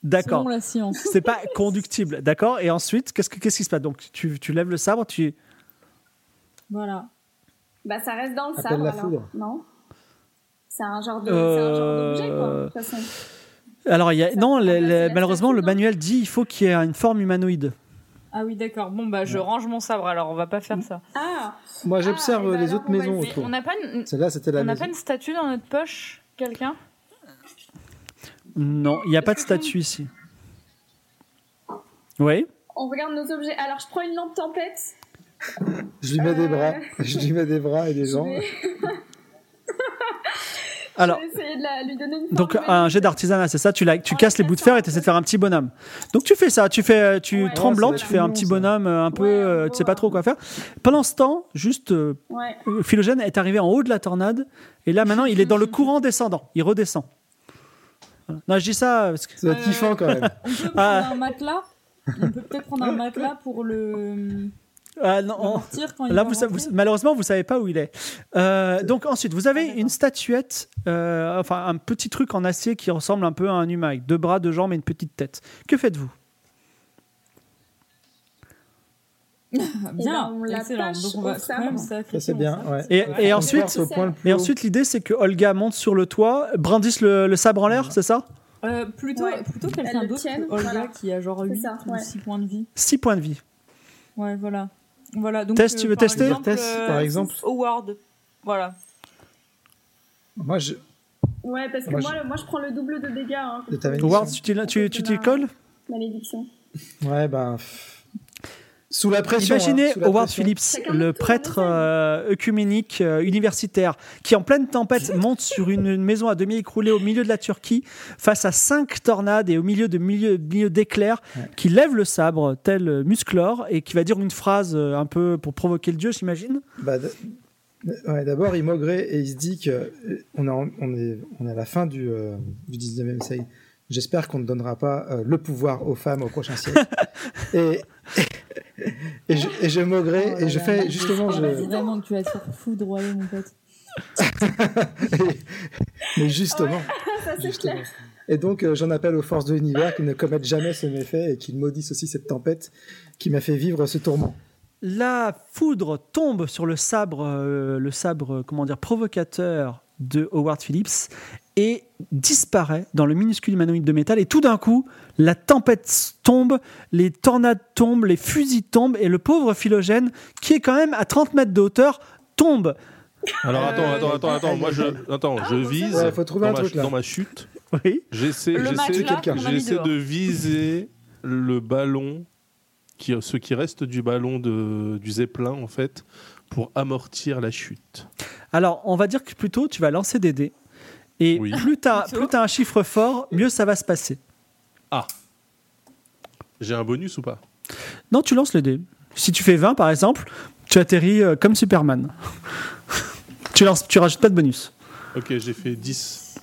[SPEAKER 1] D'accord.
[SPEAKER 3] Selon la science.
[SPEAKER 1] C'est pas conductible, d'accord Et ensuite, qu'est-ce que- qu'est-ce qui se passe Donc, tu, tu lèves le sabre, tu.
[SPEAKER 3] Voilà.
[SPEAKER 4] Bah, ça reste dans le
[SPEAKER 5] Appelle
[SPEAKER 4] sabre,
[SPEAKER 5] la
[SPEAKER 4] alors.
[SPEAKER 5] foudre.
[SPEAKER 4] Non C'est un genre de- c'est un genre
[SPEAKER 1] Euh,
[SPEAKER 4] d'objet, quoi, de toute façon.
[SPEAKER 1] Alors, il y a...
[SPEAKER 4] Ça
[SPEAKER 1] non,
[SPEAKER 4] va
[SPEAKER 1] le-
[SPEAKER 4] pas,
[SPEAKER 1] le-
[SPEAKER 4] c'est la
[SPEAKER 1] malheureusement, le
[SPEAKER 4] statue, non
[SPEAKER 1] manuel dit il faut qu'il y ait une forme humanoïde.
[SPEAKER 3] Ah oui, d'accord. Bon, bah, je range mon sabre alors, on va pas faire ça.
[SPEAKER 4] Ah
[SPEAKER 5] Moi,
[SPEAKER 4] Ah,
[SPEAKER 5] j'observe
[SPEAKER 4] et ben
[SPEAKER 5] les
[SPEAKER 4] alors,
[SPEAKER 5] autres
[SPEAKER 4] on va
[SPEAKER 5] maisons
[SPEAKER 4] essayer.
[SPEAKER 3] Mais
[SPEAKER 5] autour.
[SPEAKER 3] on n'a pas, une-
[SPEAKER 5] Celle-là, c'était la
[SPEAKER 3] on n'a
[SPEAKER 5] maison.
[SPEAKER 3] pas une statue dans notre poche Quelqu'un
[SPEAKER 1] Non, il n'y a pas de statue ici. Oui
[SPEAKER 4] On regarde nos objets. Alors, je prends une lampe tempête.
[SPEAKER 5] Je lui mets des
[SPEAKER 4] Euh,
[SPEAKER 5] bras. Je lui mets des bras et des jambes.
[SPEAKER 4] vais-
[SPEAKER 1] Alors,
[SPEAKER 4] Je vais essayer de la- lui donner une forme
[SPEAKER 1] Ah. donc
[SPEAKER 4] humaine.
[SPEAKER 1] un jet d'artisanat, c'est ça Tu, la- tu
[SPEAKER 4] En
[SPEAKER 1] casses les bouts de fer et tu essaies de faire un petit bonhomme. Donc, tu fais ça, tu fais, euh, tu
[SPEAKER 4] Ouais.
[SPEAKER 1] tremblant,
[SPEAKER 5] Ouais, ça
[SPEAKER 1] tu
[SPEAKER 5] va
[SPEAKER 1] fais
[SPEAKER 5] être
[SPEAKER 1] un
[SPEAKER 5] mignon,
[SPEAKER 1] petit
[SPEAKER 5] ça.
[SPEAKER 1] bonhomme euh, un peu,
[SPEAKER 4] Ouais, un
[SPEAKER 1] euh,
[SPEAKER 4] beau,
[SPEAKER 1] tu sais pas trop quoi faire. Pendant ce temps, juste euh,
[SPEAKER 4] Ouais.
[SPEAKER 1] Philogène est arrivé en haut de la tornade et là maintenant il est dans le courant descendant, il redescend. Voilà. Non, je dis ça parce que
[SPEAKER 5] Ça doit être
[SPEAKER 3] Euh,
[SPEAKER 5] kiffant hein, quand même.
[SPEAKER 3] On peut
[SPEAKER 1] Ah.
[SPEAKER 3] prendre un matelas On peut peut-être prendre un matelas pour le.
[SPEAKER 1] Ah, non,
[SPEAKER 3] le
[SPEAKER 1] on-
[SPEAKER 3] sortir quand il
[SPEAKER 1] là
[SPEAKER 3] va
[SPEAKER 1] vous, sa-
[SPEAKER 3] rentrer.
[SPEAKER 1] vous- malheureusement vous savez pas où il est. Euh, donc ensuite vous avez une statuette, euh, enfin un petit truc en acier qui ressemble un peu à un humain avec deux bras, deux jambes et une petite tête. Que faites-vous
[SPEAKER 3] Ah, Bien,
[SPEAKER 4] Eh ben, on l'attache
[SPEAKER 3] excellent. Donc on va
[SPEAKER 4] au sabre.
[SPEAKER 3] quand même sacrifier
[SPEAKER 5] Ça, c'est
[SPEAKER 3] mon
[SPEAKER 5] bien,
[SPEAKER 3] sabre.
[SPEAKER 5] ouais.
[SPEAKER 1] Et- et
[SPEAKER 5] On
[SPEAKER 1] ensuite-
[SPEAKER 5] force au point le plus
[SPEAKER 1] Et
[SPEAKER 5] haut.
[SPEAKER 1] ensuite l'idée c'est que Olga monte sur le toit, brandisse le, le sabre en l'air, c'est ça
[SPEAKER 3] Euh, plutôt
[SPEAKER 4] Ouais.
[SPEAKER 3] plutôt
[SPEAKER 4] Elle
[SPEAKER 3] quelqu'un
[SPEAKER 4] le
[SPEAKER 3] d'autre
[SPEAKER 4] tienne,
[SPEAKER 3] que Olga
[SPEAKER 4] voilà.
[SPEAKER 3] qui a genre
[SPEAKER 4] C'est
[SPEAKER 3] 8
[SPEAKER 4] ça,
[SPEAKER 3] ou
[SPEAKER 4] ouais.
[SPEAKER 3] 6 points de vie.
[SPEAKER 1] Six points de vie.
[SPEAKER 3] Ouais, voilà. voilà donc,
[SPEAKER 1] Tess, tu veux
[SPEAKER 3] par
[SPEAKER 1] tester
[SPEAKER 3] exemple,
[SPEAKER 5] Tess,
[SPEAKER 3] euh,
[SPEAKER 5] par exemple.
[SPEAKER 3] Howard. Voilà.
[SPEAKER 5] Moi, je.
[SPEAKER 4] Ouais, parce que
[SPEAKER 5] Moi,
[SPEAKER 4] moi, le- moi, je prends le double de dégâts. hein,
[SPEAKER 5] De ta malédiction.
[SPEAKER 1] Howard, tu t'y- tu tu t'y colles
[SPEAKER 4] malédiction.
[SPEAKER 5] Ouais, ben. pff. Sous la pression. hein,
[SPEAKER 1] Imaginez
[SPEAKER 5] sous la
[SPEAKER 1] Howard
[SPEAKER 5] pression.
[SPEAKER 1] Phillips,
[SPEAKER 4] Chacun
[SPEAKER 1] le
[SPEAKER 4] notre tour,
[SPEAKER 1] prêtre
[SPEAKER 4] on essaie.
[SPEAKER 1] euh, œcuménique euh, universitaire, qui en pleine tempête monte sur une, une maison à demi écroulée au milieu de la Turquie, face à cinq tornades et au milieu de milieu, milieu d'éclairs,
[SPEAKER 5] Ouais.
[SPEAKER 1] qui lève le sabre tel euh, Musclor et qui va dire une phrase euh, un peu pour provoquer le dieu, j'imagine.
[SPEAKER 5] Bah, d- ouais, D'abord, il maugrait et il se dit que euh, on, est en- on, est, on est à la fin du, euh, du 19e siècle. J'espère qu'on ne donnera pas euh, le pouvoir aux femmes au prochain siècle. et, et, je, et je maugrais
[SPEAKER 3] Oh bah, là
[SPEAKER 5] et je
[SPEAKER 3] là,
[SPEAKER 5] fais
[SPEAKER 3] mais
[SPEAKER 5] justement.
[SPEAKER 3] j'espère
[SPEAKER 5] Je,
[SPEAKER 3] Vraiment que tu vas te faire foudroyer, mon pote.
[SPEAKER 5] mais justement.
[SPEAKER 4] Ça, c'est
[SPEAKER 5] Justement.
[SPEAKER 4] clair.
[SPEAKER 5] Et donc, euh, j'en appelle aux forces de l'univers qui ne commettent jamais ce méfait et qui maudissent aussi cette tempête qui m'a fait vivre ce tourment.
[SPEAKER 1] La foudre tombe sur le sabre, euh, le sabre, euh, comment dire, provocateur de Howard Phillips et disparaît dans le minuscule humanoïde de métal. Et tout d'un coup, la tempête tombe, les tornades tombent, les fusils tombent, et le pauvre Philogène, qui est quand même à 30 mètres de hauteur, tombe.
[SPEAKER 2] Alors
[SPEAKER 3] Euh,
[SPEAKER 2] attends, attends, attends, attends. Moi, je, attends,
[SPEAKER 4] Ah,
[SPEAKER 2] je vise
[SPEAKER 5] Ouais, faut trouver
[SPEAKER 2] dans,
[SPEAKER 5] un
[SPEAKER 2] ma,
[SPEAKER 5] truc, là.
[SPEAKER 2] dans ma chute.
[SPEAKER 1] Oui.
[SPEAKER 2] J'essaie,
[SPEAKER 3] Le
[SPEAKER 2] j'essaie,
[SPEAKER 3] matelas
[SPEAKER 5] qu'on a mis
[SPEAKER 2] j'essaie
[SPEAKER 3] dehors.
[SPEAKER 2] de viser le ballon, qui, ce qui reste du ballon de, du zeppelin en fait, pour amortir la chute.
[SPEAKER 1] Alors, on va dire que plutôt, tu vas lancer des dés. Et
[SPEAKER 2] Oui.
[SPEAKER 1] plus tu as,
[SPEAKER 3] Plutôt.
[SPEAKER 1] un chiffre fort, mieux ça va se passer.
[SPEAKER 2] J'ai un bonus ou pas
[SPEAKER 1] Non, tu lances les dés. Si tu fais 20, par exemple, tu atterris euh, comme Superman. tu lances, tu rajoutes pas de bonus.
[SPEAKER 2] Ok, j'ai fait 10.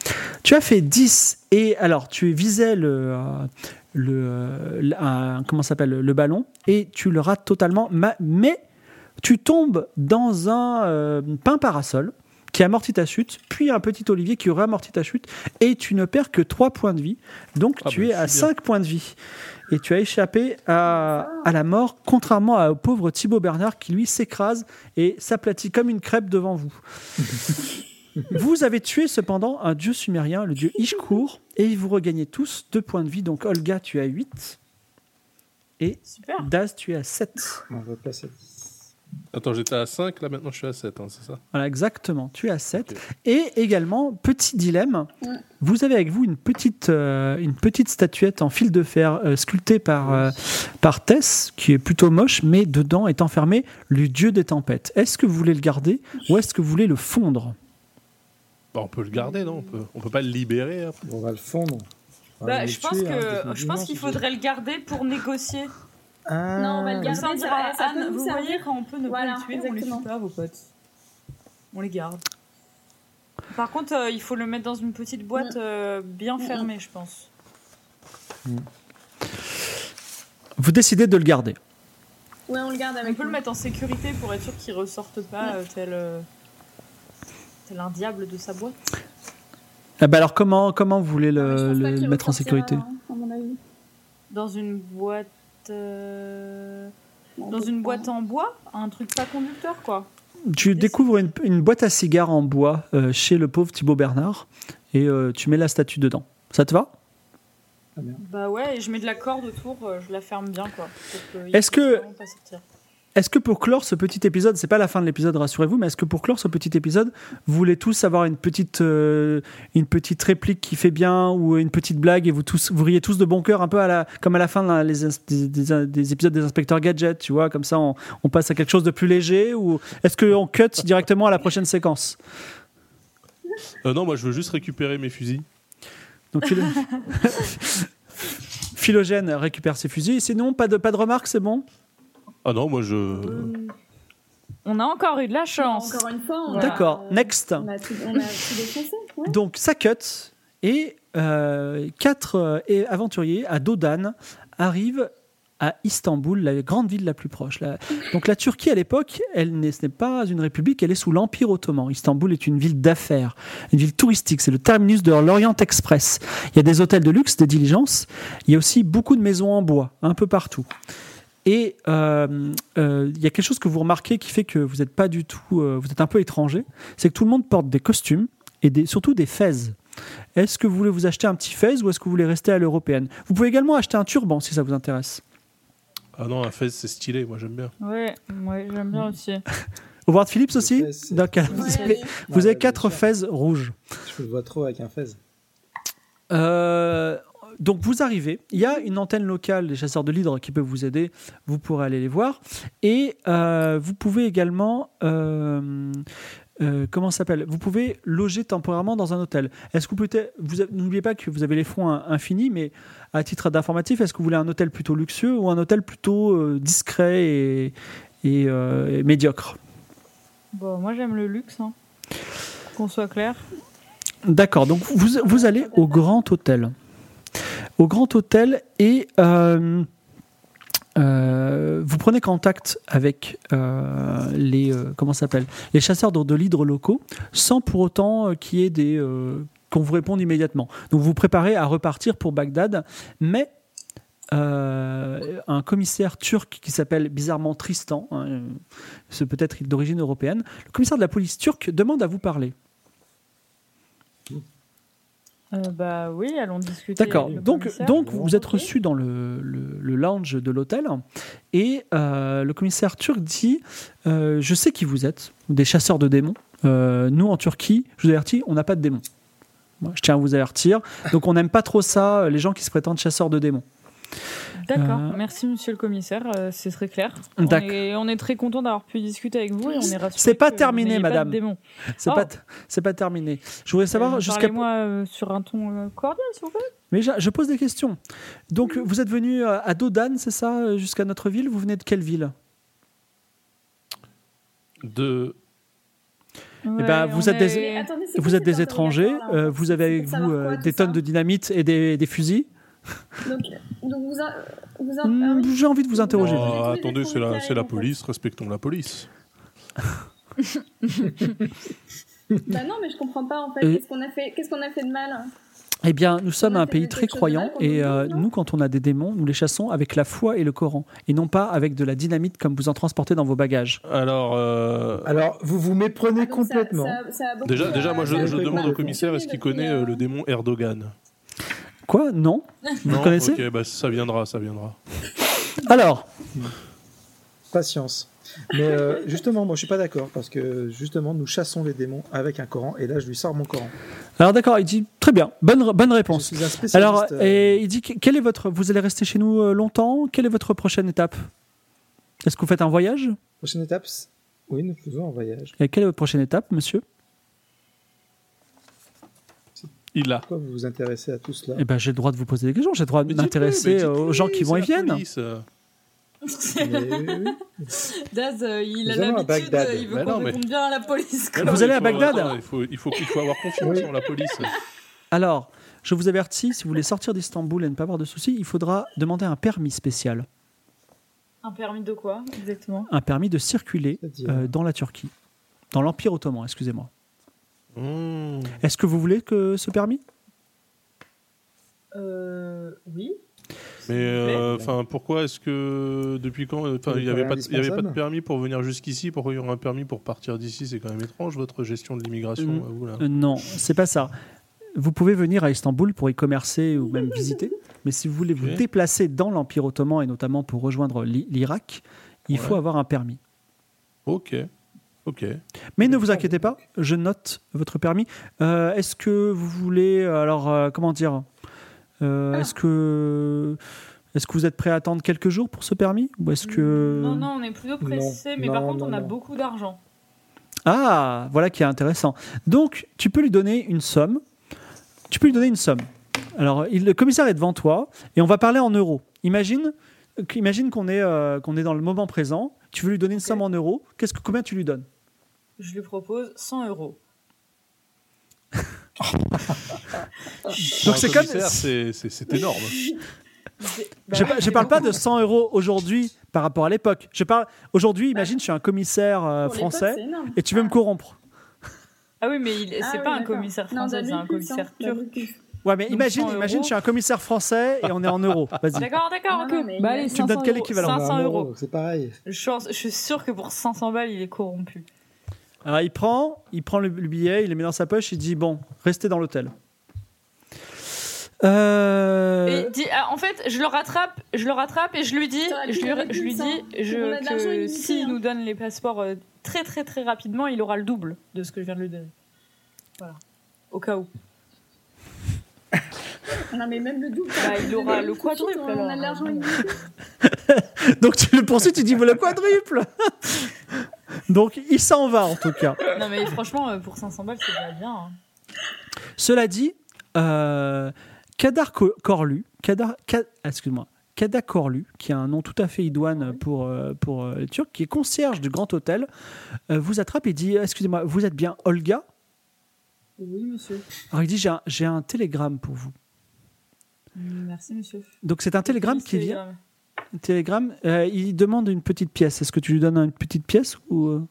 [SPEAKER 1] Tu as fait 10 et alors tu visais le, euh, le, euh, l- un- comment ça s'appelle le ballon et tu le rates totalement ma- mais tu tombes dans un euh, pain parasol qui amortit ta chute, puis un petit olivier qui aurait amorti ta chute, et tu ne perds que 3 points de vie. Donc
[SPEAKER 2] Ah
[SPEAKER 1] tu
[SPEAKER 2] bah,
[SPEAKER 1] es
[SPEAKER 2] je
[SPEAKER 1] à
[SPEAKER 2] suis bien.
[SPEAKER 1] 5 points de vie. Et tu as échappé à, à la mort, contrairement à- au pauvre Thibaut Bernard qui lui s'écrase et s'aplatit comme une crêpe devant vous. Vous avez tué cependant un dieu sumérien, le dieu Ishkur, et vous regagnez tous 2 points de vie. Donc Olga, tu as 8.
[SPEAKER 3] Super.
[SPEAKER 1] Daz, tu as 7.
[SPEAKER 5] On va placer.
[SPEAKER 2] Attends, j'étais à 5, là maintenant je suis à 7, c'est ça
[SPEAKER 1] Voilà, exactement, tu as 7.
[SPEAKER 2] Ok.
[SPEAKER 1] Et également, petit dilemme,
[SPEAKER 4] Ouais.
[SPEAKER 1] vous avez avec vous une petite, euh, une petite statuette en fil de fer euh, sculptée par, euh, par Tess, qui est plutôt moche, mais dedans est enfermé le dieu des tempêtes. Est-ce que vous voulez le garder ou est-ce que vous voulez le fondre
[SPEAKER 2] Bah, on peut le garder, non on peut, on peut pas le libérer hein. après.
[SPEAKER 5] On va le fondre. On va
[SPEAKER 3] Bah,
[SPEAKER 5] le
[SPEAKER 3] je
[SPEAKER 5] tuer,
[SPEAKER 3] pense
[SPEAKER 5] hein,
[SPEAKER 3] que je
[SPEAKER 5] définitivement,
[SPEAKER 3] pense qu'il
[SPEAKER 5] ce jeu.
[SPEAKER 3] faudrait le garder pour négocier.
[SPEAKER 5] Ah,
[SPEAKER 4] Non, on va le
[SPEAKER 3] Comme
[SPEAKER 4] garder.
[SPEAKER 3] ça, on dira
[SPEAKER 4] ça- ça
[SPEAKER 3] à
[SPEAKER 4] peut
[SPEAKER 3] Anne,
[SPEAKER 4] nous
[SPEAKER 3] vous
[SPEAKER 4] servir.
[SPEAKER 3] voyez quand on peut ne
[SPEAKER 4] Voilà,
[SPEAKER 3] pas les tuer, on les
[SPEAKER 4] exactement.
[SPEAKER 3] tue pas, vos potes. On les garde. Par contre, euh, il faut le mettre dans une petite
[SPEAKER 4] Mm.
[SPEAKER 3] boîte euh, bien fermée, je pense.
[SPEAKER 1] Vous décidez de le garder.
[SPEAKER 4] Ouais, on le garde
[SPEAKER 3] On
[SPEAKER 4] avec
[SPEAKER 3] peut le
[SPEAKER 4] nous. Mm.
[SPEAKER 3] mettre en sécurité pour être sûr qu'il ressorte pas euh, tel, euh, tel un diable de sa boîte.
[SPEAKER 1] Ah bah alors comment, comment vous voulez
[SPEAKER 4] Ah, mais je
[SPEAKER 1] le,
[SPEAKER 4] pense pas
[SPEAKER 1] Euh, le
[SPEAKER 4] qu'il
[SPEAKER 1] mettre en
[SPEAKER 4] ressortira,
[SPEAKER 1] sécurité
[SPEAKER 4] là, hein, à mon avis.
[SPEAKER 3] dans une boîte. euh, dans une boîte en bois, un truc pas conducteur quoi.
[SPEAKER 1] Tu découvres une, une boîte à cigares en bois euh, chez le pauvre Thibaut Bernard et euh, tu mets la statue dedans. Ça te va
[SPEAKER 3] Bah ouais, et je mets de la corde autour, euh, je la ferme bien quoi. pour il
[SPEAKER 1] Est-ce
[SPEAKER 3] puisse
[SPEAKER 1] que-
[SPEAKER 3] vraiment pas sortir.
[SPEAKER 1] Est-ce que pour clore ce petit épisode, c'est pas la fin de l'épisode, rassurez-vous, mais est-ce que pour clore ce petit épisode, vous voulez tous avoir une petite, euh, une petite réplique qui fait bien ou une petite blague et vous, tous, vous riez tous de bon cœur, un peu à la, comme à la fin de la- les ins- des, des- des épisodes des inspecteurs gadgets, tu vois, comme ça on, on passe à quelque chose de plus léger ou est-ce qu'on cut directement à la prochaine séquence
[SPEAKER 2] Euh, non, moi je veux juste récupérer mes fusils.
[SPEAKER 1] Donc, Philo- Philogène récupère ses fusils, sinon pas de, pas de remarques, c'est bon
[SPEAKER 2] Ah non, moi je.
[SPEAKER 3] On a encore eu de la chance.
[SPEAKER 4] Encore une fois, on a-
[SPEAKER 3] Voilà.
[SPEAKER 1] D'accord,
[SPEAKER 4] euh,
[SPEAKER 1] next.
[SPEAKER 4] On a tout, on a tout défoncé. ouais.
[SPEAKER 1] Donc ça cut et euh, quatre euh, et- aventuriers à dos d'âne arrivent à Istanbul, la grande ville la plus proche. La- Donc la Turquie à l'époque, elle n'est, ce n'est pas une république, elle est sous l'Empire ottoman. Istanbul est une ville d'affaires, une ville touristique, c'est le terminus de l'Orient Express. Il y a des hôtels de luxe, des diligences, il y a aussi beaucoup de maisons en bois, un peu partout. Et euh, euh, il y a quelque chose que vous remarquez qui fait que vous n'êtes pas du tout, euh, vous êtes un peu étranger, c'est que tout le monde porte des costumes et des- surtout des fezes. Est-ce que vous voulez vous acheter un petit fez ou est-ce que vous voulez rester à l'européenne Vous pouvez également acheter un turban si ça vous intéresse.
[SPEAKER 2] Ah non, un fez c'est stylé, moi j'aime bien.
[SPEAKER 3] Ouais, ouais, j'aime bien aussi.
[SPEAKER 1] Au voir de Philips aussi
[SPEAKER 5] Le fez, c'est-
[SPEAKER 1] Donc,
[SPEAKER 4] Ouais,
[SPEAKER 1] vous avez,
[SPEAKER 4] allez.
[SPEAKER 1] vous avez
[SPEAKER 5] bien
[SPEAKER 1] quatre
[SPEAKER 5] sûr.
[SPEAKER 1] fezes rouges.
[SPEAKER 5] Je le vois trop avec un fez.
[SPEAKER 1] Euh, donc vous arrivez, il y a une antenne locale des chasseurs de l'hydre qui peut vous aider, vous pourrez aller les voir. Et euh, vous pouvez également... euh, euh, comment ça s'appelle Vous pouvez loger temporairement dans un hôtel. Est-ce que vous peut-être, vous avez- n'oubliez pas que vous avez les fonds infinis, mais à titre d'informatif, est-ce que vous voulez un hôtel plutôt luxueux ou un hôtel plutôt euh, discret et, et, euh, et médiocre
[SPEAKER 3] Bon, moi j'aime le luxe, hein. qu'on soit clair.
[SPEAKER 1] D'accord, donc vous, vous allez au Grand Hôtel. Au Grand Hôtel et euh, euh, vous prenez contact avec euh, les, euh, comment ça s'appelle les chasseurs de, de l'hydre locaux sans pour autant euh, qu'il y ait des. euh, qu'on vous réponde immédiatement. Donc vous vous préparez à repartir pour Bagdad, mais euh, un commissaire turc qui s'appelle bizarrement Tristan, hein, euh, ce peut-être d'origine européenne, le commissaire de la police turque demande à vous parler.
[SPEAKER 3] Euh, bah oui, allons discuter.
[SPEAKER 1] D'accord.
[SPEAKER 3] avec le
[SPEAKER 1] Donc,
[SPEAKER 3] commissaire.
[SPEAKER 1] donc vous êtes
[SPEAKER 3] Ok.
[SPEAKER 1] reçu dans le, le- le lounge de l'hôtel et euh, le commissaire turc dit euh, Je sais qui vous êtes, des chasseurs de démons. Euh, nous, en Turquie, je vous avertis, on n'a pas de démons. Moi, je tiens à vous avertir. Donc, on n'aime pas trop ça, euh, les gens qui se prétendent chasseurs de démons.
[SPEAKER 3] D'accord,
[SPEAKER 1] Euh,
[SPEAKER 3] merci monsieur le commissaire, euh, c'est très clair.
[SPEAKER 1] D'accord.
[SPEAKER 3] On est, on est très content d'avoir pu discuter avec vous et on est rassuré.
[SPEAKER 1] C'est pas
[SPEAKER 3] que
[SPEAKER 1] terminé,
[SPEAKER 3] vous n'ayez pas de
[SPEAKER 1] madame.
[SPEAKER 3] démon.
[SPEAKER 1] C'est
[SPEAKER 3] Oh.
[SPEAKER 1] pas, t- c'est pas terminé. Je voulais savoir
[SPEAKER 3] Euh,
[SPEAKER 1] jusqu'à.
[SPEAKER 3] Parlez-moi euh, sur un ton euh, cordial, s'il vous plaît.
[SPEAKER 1] Mais je, je pose des questions. Donc, vous êtes venu euh, à Dodan, c'est ça, euh, jusqu'à notre ville Vous venez de quelle ville
[SPEAKER 2] De.
[SPEAKER 1] Eh ben,
[SPEAKER 3] Ouais,
[SPEAKER 1] vous
[SPEAKER 3] on
[SPEAKER 1] êtes des-
[SPEAKER 3] est-
[SPEAKER 4] Attendez, c'est quoi
[SPEAKER 1] Vous êtes
[SPEAKER 4] cet
[SPEAKER 1] des étrangers,
[SPEAKER 4] interrogatoire, là
[SPEAKER 1] euh, vous avez avec
[SPEAKER 4] hein.
[SPEAKER 1] vous
[SPEAKER 4] C'est savoir
[SPEAKER 1] euh,
[SPEAKER 4] quoi, tout
[SPEAKER 1] des
[SPEAKER 4] ça
[SPEAKER 1] tonnes de dynamite et des, des fusils.
[SPEAKER 4] Donc, donc vous, a- vous a- ah
[SPEAKER 1] Hmm,
[SPEAKER 4] oui.
[SPEAKER 1] J'ai envie de vous interroger.
[SPEAKER 4] Oh.
[SPEAKER 2] Ah,
[SPEAKER 4] Vous êtes
[SPEAKER 2] attendez, c'est la,
[SPEAKER 4] carrément,
[SPEAKER 2] c'est la
[SPEAKER 4] en fait.
[SPEAKER 2] police, respectons la police.
[SPEAKER 4] Bah non, mais je comprends pas en fait.
[SPEAKER 1] Et-
[SPEAKER 4] Qu'est-ce qu'on a fait Qu'est-ce qu'on a fait de mal hein.
[SPEAKER 1] Eh bien, nous sommes
[SPEAKER 4] On a
[SPEAKER 1] un
[SPEAKER 4] fait
[SPEAKER 1] pays
[SPEAKER 4] quelque
[SPEAKER 1] très
[SPEAKER 4] chose de
[SPEAKER 1] croyant
[SPEAKER 4] mal qu'on
[SPEAKER 1] et
[SPEAKER 4] nous
[SPEAKER 1] euh,
[SPEAKER 4] dise, non
[SPEAKER 1] nous, quand on a des démons, nous les chassons avec la foi et le Coran et non pas avec de la dynamite comme vous en transportez dans vos bagages.
[SPEAKER 2] Alors, euh,
[SPEAKER 1] Ah.
[SPEAKER 5] Alors, vous vous méprenez
[SPEAKER 4] Ah, donc ça-
[SPEAKER 5] complètement.
[SPEAKER 4] ça- ça a beaucoup,
[SPEAKER 2] déjà,
[SPEAKER 4] euh,
[SPEAKER 2] déjà, moi
[SPEAKER 4] ça
[SPEAKER 2] je,
[SPEAKER 4] a
[SPEAKER 2] je
[SPEAKER 4] beaucoup
[SPEAKER 2] demande au
[SPEAKER 4] mal
[SPEAKER 2] commissaire est-ce qu'il
[SPEAKER 4] fonctionné
[SPEAKER 2] connaît euh,
[SPEAKER 4] depuis, euh,
[SPEAKER 2] le démon Erdogan
[SPEAKER 1] Quoi Non Vous
[SPEAKER 2] Non,
[SPEAKER 1] connaissez
[SPEAKER 2] ok, bah, ça viendra, ça viendra.
[SPEAKER 1] Alors,
[SPEAKER 5] Patience. Mais euh, justement, moi, je suis pas d'accord parce que justement, nous chassons les démons avec un Coran et là, je lui sors mon Coran.
[SPEAKER 1] alors d'accord, il dit très bien, bonne, bonne
[SPEAKER 5] Je
[SPEAKER 1] réponse.
[SPEAKER 5] suis un spécialiste.
[SPEAKER 1] Alors,
[SPEAKER 5] euh,
[SPEAKER 1] et il dit que- quel est votre, vous allez rester chez nous euh, longtemps Quelle est votre prochaine étape Est-ce que vous faites un voyage
[SPEAKER 5] Prochaine étape. c'est- Oui, nous faisons un voyage.
[SPEAKER 1] Et quelle est votre prochaine étape, monsieur
[SPEAKER 2] Il l'a.
[SPEAKER 5] Pourquoi vous vous intéressez à tout cela
[SPEAKER 1] Eh ben, j'ai le droit de vous poser des questions, j'ai le droit de
[SPEAKER 2] Mais dites-le, mais
[SPEAKER 1] m'intéresser
[SPEAKER 2] dites-le,
[SPEAKER 1] euh, aux gens qui vont et
[SPEAKER 2] c'est la
[SPEAKER 1] viennent.
[SPEAKER 2] police, euh.
[SPEAKER 5] Mais-
[SPEAKER 3] Daz, euh, il a
[SPEAKER 5] Nous allons à
[SPEAKER 3] l'habitude,
[SPEAKER 5] Bagdad.
[SPEAKER 3] euh, il veut
[SPEAKER 2] Mais non,
[SPEAKER 3] qu'on
[SPEAKER 2] mais-
[SPEAKER 3] réponde bien à la police. quoi.
[SPEAKER 2] Mais non,
[SPEAKER 1] Vous
[SPEAKER 2] mais
[SPEAKER 1] allez
[SPEAKER 2] il
[SPEAKER 1] à
[SPEAKER 2] faut-
[SPEAKER 1] Bagdad
[SPEAKER 2] attends, il, faut, il, faut, il faut avoir confiance
[SPEAKER 5] Oui.
[SPEAKER 2] en la police.
[SPEAKER 1] Alors, je vous avertis, si vous voulez sortir d'Istanbul et ne pas avoir de soucis, il faudra demander un permis spécial,
[SPEAKER 3] Un permis de quoi, exactement
[SPEAKER 1] un permis de circuler
[SPEAKER 5] C'est-à-dire
[SPEAKER 1] euh, dans la Turquie, dans l'Empire ottoman, excusez-moi.
[SPEAKER 2] Mmh.
[SPEAKER 1] Est-ce que vous voulez que ce permis
[SPEAKER 3] Euh, oui.
[SPEAKER 2] Mais enfin, pourquoi est-ce que depuis quand euh, enfin,
[SPEAKER 5] Il
[SPEAKER 2] il n'y avait,
[SPEAKER 5] paraît
[SPEAKER 2] pas de- il y avait pas de
[SPEAKER 5] indispensable.
[SPEAKER 2] permis pour venir jusqu'ici Pourquoi il y aura un permis pour partir d'ici C'est quand même étrange votre gestion de l'immigration.
[SPEAKER 1] Mm.
[SPEAKER 2] à vous, là.
[SPEAKER 1] Euh, non, c'est pas ça. Vous pouvez venir à Istanbul pour y commercer ou même visiter, mais si vous voulez vous
[SPEAKER 2] Ok.
[SPEAKER 1] déplacer dans l'Empire ottoman et notamment pour rejoindre l'I- l'Irak, il
[SPEAKER 2] Ouais.
[SPEAKER 1] faut avoir un permis.
[SPEAKER 2] Ok, ok.
[SPEAKER 1] Mais ne vous inquiétez pas, je note votre permis. Euh, est-ce que vous voulez, alors euh, comment dire, Euh,
[SPEAKER 3] Ah.
[SPEAKER 1] est-ce que est-ce que vous êtes prêt à attendre quelques jours pour ce permis ou est-ce que
[SPEAKER 3] Non, non, on est plutôt pressé, mais par
[SPEAKER 5] non,
[SPEAKER 3] contre,
[SPEAKER 5] non,
[SPEAKER 3] on a
[SPEAKER 5] non.
[SPEAKER 3] beaucoup d'argent.
[SPEAKER 1] Ah, voilà qui est intéressant. Donc, tu peux lui donner une somme. Tu peux lui donner une somme. Alors, il- le commissaire est devant toi et on va parler en euros. Imagine, imagine qu'on est, euh, qu'on est dans le moment présent. Tu veux lui donner une somme en euros. Qu'est-ce que combien tu lui donnes
[SPEAKER 3] Je lui propose 100 euros.
[SPEAKER 1] Donc
[SPEAKER 2] Un
[SPEAKER 1] c'est comme-
[SPEAKER 2] commissaire, c'est c'est- c'est énorme.
[SPEAKER 1] Je ne
[SPEAKER 3] ne
[SPEAKER 1] parle pas de 100 euros aujourd'hui par rapport à l'époque. Je parle aujourd'hui. Imagine, je suis un commissaire euh,
[SPEAKER 4] Pour l'époque,
[SPEAKER 1] français
[SPEAKER 4] c'est énorme.
[SPEAKER 1] et tu veux me corrompre.
[SPEAKER 3] Ah oui, mais il- c'est
[SPEAKER 4] Ah oui,
[SPEAKER 3] pas un
[SPEAKER 4] d'accord.
[SPEAKER 3] commissaire
[SPEAKER 4] Non,
[SPEAKER 3] français,
[SPEAKER 4] donne-lui
[SPEAKER 3] c'est un
[SPEAKER 4] plus,
[SPEAKER 3] commissaire
[SPEAKER 4] hein, donne-lui
[SPEAKER 3] turc.
[SPEAKER 4] plus.
[SPEAKER 1] Ouais, mais
[SPEAKER 3] Donc,
[SPEAKER 1] imagine,
[SPEAKER 3] 100
[SPEAKER 1] imagine,
[SPEAKER 3] euros.
[SPEAKER 1] je suis un commissaire français et on est en euros. Vas-y.
[SPEAKER 3] D'accord, d'accord,
[SPEAKER 4] Non,
[SPEAKER 3] ok.
[SPEAKER 4] non, mais
[SPEAKER 3] bah,
[SPEAKER 4] il y a-
[SPEAKER 3] allez,
[SPEAKER 1] Tu me donnes
[SPEAKER 3] 500
[SPEAKER 1] quel
[SPEAKER 3] euros.
[SPEAKER 1] équivalent
[SPEAKER 5] Bah,
[SPEAKER 3] 500
[SPEAKER 5] un
[SPEAKER 3] euros.
[SPEAKER 5] euro, C'est pareil.
[SPEAKER 3] Je pense- je suis sûr que pour 500 balles, il est corrompu.
[SPEAKER 1] Alors il prend, il prend le, le billet, il le met dans sa poche, il dit bon, restez dans l'hôtel. Euh,
[SPEAKER 3] Et dis- ah, en fait, je le rattrape, je le rattrape et je lui dis,
[SPEAKER 4] T'aurais pu
[SPEAKER 3] je lui,
[SPEAKER 4] avec
[SPEAKER 3] je lui
[SPEAKER 4] lui, ça.
[SPEAKER 3] dis je-
[SPEAKER 4] On a de l'argent
[SPEAKER 3] que
[SPEAKER 4] illimité,
[SPEAKER 3] s'il
[SPEAKER 4] hein.
[SPEAKER 3] nous donne les passeports euh, très très très rapidement, il aura le double de ce que je viens de lui donner. Voilà. Au cas où.
[SPEAKER 4] Non, mais même le double.
[SPEAKER 3] Bah, il aura le quadruple,
[SPEAKER 4] On a de
[SPEAKER 3] alors. hein.
[SPEAKER 4] l'argent illimité.
[SPEAKER 1] donc tu le poursuis, tu dis vous le quadruple. donc il s'en va en tout cas.
[SPEAKER 3] Non mais franchement, euh, pour 500 balles, c'est déjà bien. hein.
[SPEAKER 1] Cela dit, euh, Kadar Co- Corlu, Kadar, Ka- ah, excuse-moi, Kadar Corlu, qui a un nom tout à fait
[SPEAKER 6] Ah
[SPEAKER 1] idoine pour, euh, pour euh, les Turcs, qui est concierge du Grand Hôtel, euh, vous attrape et dit excusez-moi, vous êtes bien Olga
[SPEAKER 3] Oui, monsieur.
[SPEAKER 1] Alors il dit j'ai un- j'ai un télégramme pour vous.
[SPEAKER 3] Mm, Merci, monsieur. euh,
[SPEAKER 1] Donc c'est un télégramme qui vient.
[SPEAKER 3] Télégramme.
[SPEAKER 6] hein.
[SPEAKER 1] Telegram, euh, il demande une petite pièce. Est-ce que tu lui donnes une petite pièce ou euh,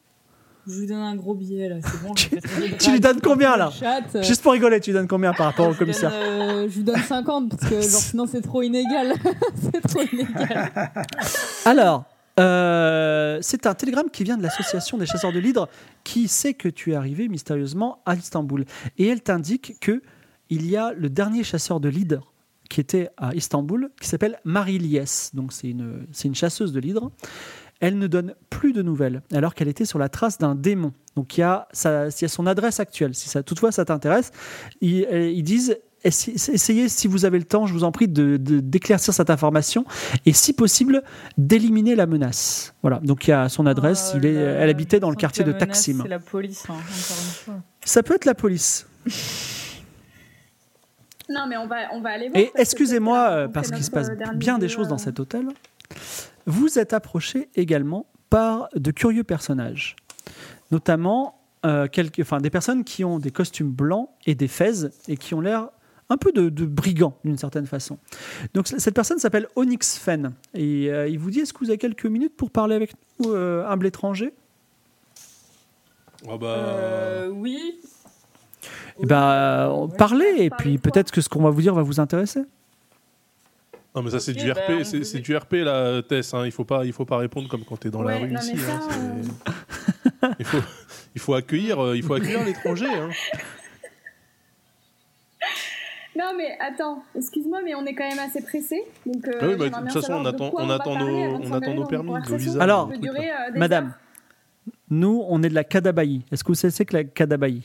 [SPEAKER 3] Je lui donne un gros billet là, c'est bon. je vais faire des
[SPEAKER 1] Tu lui
[SPEAKER 3] blagues.
[SPEAKER 1] donnes combien là
[SPEAKER 6] Chat, euh,
[SPEAKER 1] Juste pour rigoler, tu lui donnes combien par rapport au
[SPEAKER 6] je lui donne,
[SPEAKER 1] commissaire
[SPEAKER 6] euh, je lui donne 50 parce que genre, sinon c'est trop inégal. c'est trop inégal.
[SPEAKER 1] Alors, euh, c'est un télégramme qui vient de l'association des chasseurs de l'hydre qui sait que tu es arrivé mystérieusement à Istanbul et elle t'indique que il y a le dernier chasseur de l'hydre qui était à Istanbul qui s'appelle Marie Lies. Donc c'est une c'est une chasseuse de l'hydre. Elle ne donne plus de nouvelles alors qu'elle était sur la trace d'un démon. Donc il y a sa- il y a son adresse actuelle. Si ça toutefois ça t'intéresse, ils, euh, ils disent Essayez, essayez, si vous avez le temps, je vous en prie, d'éclaircir de, d'éclaircir cette information et, si possible, d'éliminer la menace. Voilà, donc il y a son adresse,
[SPEAKER 3] Oh
[SPEAKER 1] il est,
[SPEAKER 3] là là,
[SPEAKER 1] elle habitait dans le
[SPEAKER 3] sans
[SPEAKER 1] quartier
[SPEAKER 3] que
[SPEAKER 1] de
[SPEAKER 3] la menace,
[SPEAKER 1] Taksim.
[SPEAKER 3] C'est la police, hein, encore une fois.
[SPEAKER 1] Ça peut être la police.
[SPEAKER 4] Non, mais on va, on va aller voir.
[SPEAKER 1] Et
[SPEAKER 4] parce que
[SPEAKER 1] excusez-moi,
[SPEAKER 4] peut-être
[SPEAKER 1] euh,
[SPEAKER 4] qu'on
[SPEAKER 1] parce
[SPEAKER 4] fait
[SPEAKER 1] qu'il se
[SPEAKER 4] notre
[SPEAKER 1] passe
[SPEAKER 4] dernier
[SPEAKER 1] bien des
[SPEAKER 4] jeu,
[SPEAKER 1] choses dans
[SPEAKER 4] euh,
[SPEAKER 1] cet hôtel, vous êtes approché également par de curieux personnages, notamment euh, quelques, enfin, des personnes qui ont des costumes blancs et des fezes et qui ont l'air un peu de, de brigands d'une certaine façon. Donc c- cette personne s'appelle Onyx Fen et euh, il vous dit est-ce que vous avez quelques minutes pour parler avec nous, euh, humble étranger
[SPEAKER 2] Ah bah,
[SPEAKER 3] Euh, oui.
[SPEAKER 1] Eh ben, euh, parlez et puis
[SPEAKER 4] Parlez quoi
[SPEAKER 1] peut-être que ce qu'on va vous dire va vous intéresser.
[SPEAKER 2] non mais ça c'est
[SPEAKER 3] ok,
[SPEAKER 2] du
[SPEAKER 3] bah,
[SPEAKER 2] RP,
[SPEAKER 3] on
[SPEAKER 2] c'est
[SPEAKER 3] vous-
[SPEAKER 2] c'est du RP là, Tess. hein. Il faut pas, il faut pas répondre comme quand t'es dans la
[SPEAKER 4] Ouais,
[SPEAKER 2] rue
[SPEAKER 4] non,
[SPEAKER 2] ici.
[SPEAKER 4] mais ça, euh.
[SPEAKER 2] hein, c'est- il faut, il faut accueillir, euh, il faut accueillir l'étranger. hein.
[SPEAKER 4] Non, mais attends, excuse-moi, mais on est quand même assez pressé. Donc, euh,
[SPEAKER 2] Ah oui, bah,
[SPEAKER 4] j'aimerais
[SPEAKER 2] de toute
[SPEAKER 4] bien
[SPEAKER 2] façon,
[SPEAKER 4] savoir
[SPEAKER 2] on
[SPEAKER 4] de
[SPEAKER 2] attend-
[SPEAKER 4] quoi
[SPEAKER 2] on
[SPEAKER 4] va
[SPEAKER 2] attend
[SPEAKER 4] parler
[SPEAKER 2] nos-
[SPEAKER 4] avant de
[SPEAKER 2] on
[SPEAKER 4] s'engager
[SPEAKER 2] attend nos
[SPEAKER 4] dans une
[SPEAKER 2] permis, nos
[SPEAKER 4] conversation
[SPEAKER 2] visas,
[SPEAKER 4] qui
[SPEAKER 1] Alors,
[SPEAKER 4] peut durer, euh, des
[SPEAKER 1] Madame,
[SPEAKER 4] heures.
[SPEAKER 1] nous, on est de la Kadabayi. Est-ce que vous savez ce que la Kadabayi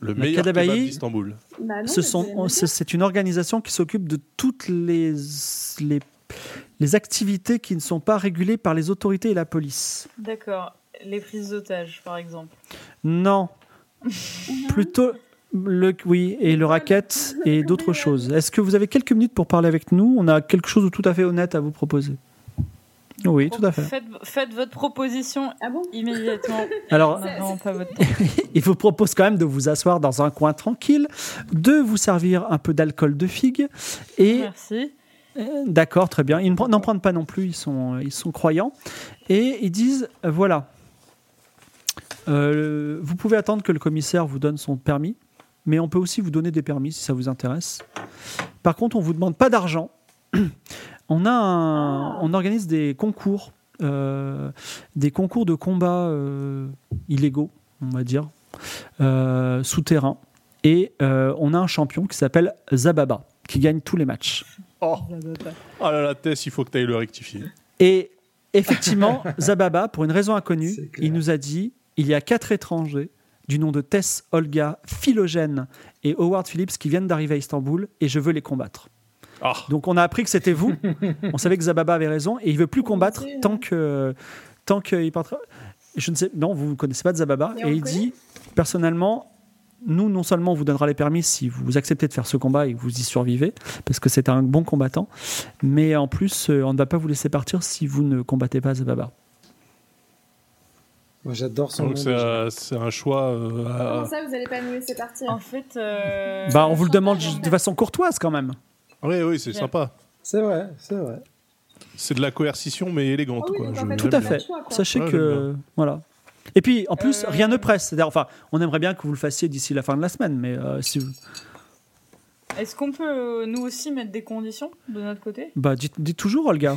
[SPEAKER 2] Le
[SPEAKER 1] La
[SPEAKER 2] meilleur
[SPEAKER 1] Kadabayi-
[SPEAKER 2] kebab d'Istanbul.
[SPEAKER 4] Bah non,
[SPEAKER 1] Ce
[SPEAKER 4] mais
[SPEAKER 1] sont-
[SPEAKER 4] c'est-
[SPEAKER 1] on- C'est c'est une organisation qui s'occupe de toutes les, les, les activités qui ne sont pas régulées par les autorités et la police.
[SPEAKER 3] D'accord. Les prises d'otages, par exemple.
[SPEAKER 1] Non. Plutôt, le, oui, et le racket et d'autres choses. Est-ce que vous avez quelques minutes pour parler avec nous On a quelque chose de tout à fait honnête à vous proposer. Oui, tout à fait.
[SPEAKER 3] Faites, faites votre proposition
[SPEAKER 4] Ah bon
[SPEAKER 3] immédiatement.
[SPEAKER 1] Alors,
[SPEAKER 3] On n'a vraiment pas votre temps.
[SPEAKER 1] Il vous propose quand même de vous asseoir dans un coin tranquille, de vous servir un peu d'alcool de figue et
[SPEAKER 3] Merci.
[SPEAKER 1] euh, d'accord, très bien. Ils ne pre- n'en prennent pas non plus, ils sont, euh, ils sont croyants et ils disent euh, voilà, euh, vous pouvez attendre que le commissaire vous donne son permis, mais on peut aussi vous donner des permis si ça vous intéresse. Par contre, on vous demande pas d'argent, on, a un- on organise des concours, euh, des concours de combat euh, illégaux, on va dire, euh, souterrains. Et euh, on a un champion qui s'appelle Zababa, qui gagne tous les matchs.
[SPEAKER 2] Ah là là, Tess, il faut que tu ailles le rectifier.
[SPEAKER 1] Et effectivement, Zababa, pour une raison inconnue,
[SPEAKER 5] C'est clair.
[SPEAKER 1] il nous a dit il y a quatre étrangers du nom de Tess, Olga, Philogène et Howard Phillips qui viennent d'arriver à Istanbul et je veux les combattre.
[SPEAKER 2] Ah,
[SPEAKER 1] Donc on a appris que c'était vous. on savait que Zababa avait raison et il veut
[SPEAKER 5] Oh,
[SPEAKER 1] plus combattre
[SPEAKER 4] sait,
[SPEAKER 1] tant que tant qu'il partira. Je ne sais non, vous ne connaissez pas de Zababa
[SPEAKER 4] Mais
[SPEAKER 1] et,
[SPEAKER 4] on
[SPEAKER 1] il
[SPEAKER 4] le
[SPEAKER 1] dit personnellement nous non seulement on vous donnera les permis si vous acceptez de faire ce combat et que vous y survivez parce que c'est un bon combattant mais en plus euh, on ne va pas vous laisser partir si vous ne combattez pas Zababa.
[SPEAKER 5] Moi, j'adore son nom.
[SPEAKER 2] donc c'est
[SPEAKER 5] déjà.
[SPEAKER 2] euh, c'est un choix. euh, à-
[SPEAKER 4] Comment ça, vous allez pas nous laisser partir
[SPEAKER 3] En fait. euh,
[SPEAKER 1] Bah on vous le
[SPEAKER 3] sympa,
[SPEAKER 1] demande
[SPEAKER 3] genre.
[SPEAKER 1] de façon courtoise quand même.
[SPEAKER 2] Oui, oui, c'est sympa.
[SPEAKER 5] C'est vrai, c'est vrai.
[SPEAKER 2] C'est de la coercition, mais
[SPEAKER 4] Ah
[SPEAKER 2] élégante.
[SPEAKER 4] oui,
[SPEAKER 2] quoi.
[SPEAKER 4] donc en
[SPEAKER 2] Je-
[SPEAKER 4] fait,
[SPEAKER 2] j'aime
[SPEAKER 1] Tout à
[SPEAKER 2] bien.
[SPEAKER 1] fait.
[SPEAKER 4] le choix, quoi.
[SPEAKER 1] Sachez
[SPEAKER 2] Ouais,
[SPEAKER 1] que voilà. Et puis en plus
[SPEAKER 3] Euh,
[SPEAKER 1] rien ne presse. C'est-à-dire, Enfin on aimerait bien que vous le fassiez d'ici la fin de la semaine mais euh, si vous
[SPEAKER 3] Est-ce qu'on peut euh, nous aussi mettre des conditions de notre côté
[SPEAKER 1] Bah, dites, dites toujours, Olga.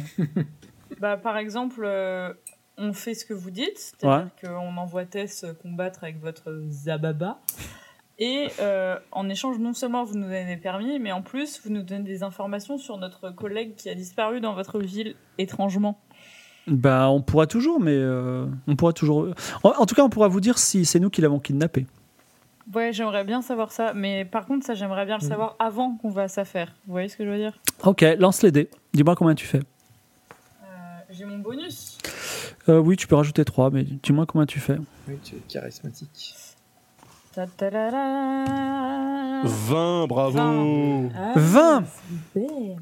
[SPEAKER 3] Bah, par exemple, euh, on fait ce que vous dites,
[SPEAKER 1] Ouais.
[SPEAKER 3] c'est-à-dire qu'on envoie Tess euh, combattre avec votre Zababa. Et euh, en échange, non seulement vous nous donnez des permis, mais en plus, vous nous donnez des informations sur notre collègue qui a disparu dans votre ville étrangement.
[SPEAKER 1] Bah, on pourra toujours, mais euh, on pourra toujours. En, en tout cas, on pourra vous dire si c'est nous qui l'avons kidnappé.
[SPEAKER 3] Ouais, j'aimerais bien savoir ça, mais par contre, ça, j'aimerais bien le savoir avant qu'on va à sa faire. Vous voyez ce que je veux dire
[SPEAKER 1] Ok, lance les dés. Dis-moi combien tu fais.
[SPEAKER 3] J'ai mon bonus.
[SPEAKER 1] Euh, oui, tu peux rajouter 3, mais dis-moi combien tu fais.
[SPEAKER 5] Oui, tu es charismatique.
[SPEAKER 3] Ta ta la la.
[SPEAKER 2] 20, bravo.
[SPEAKER 3] Ah,
[SPEAKER 1] 20.
[SPEAKER 3] c'est bien.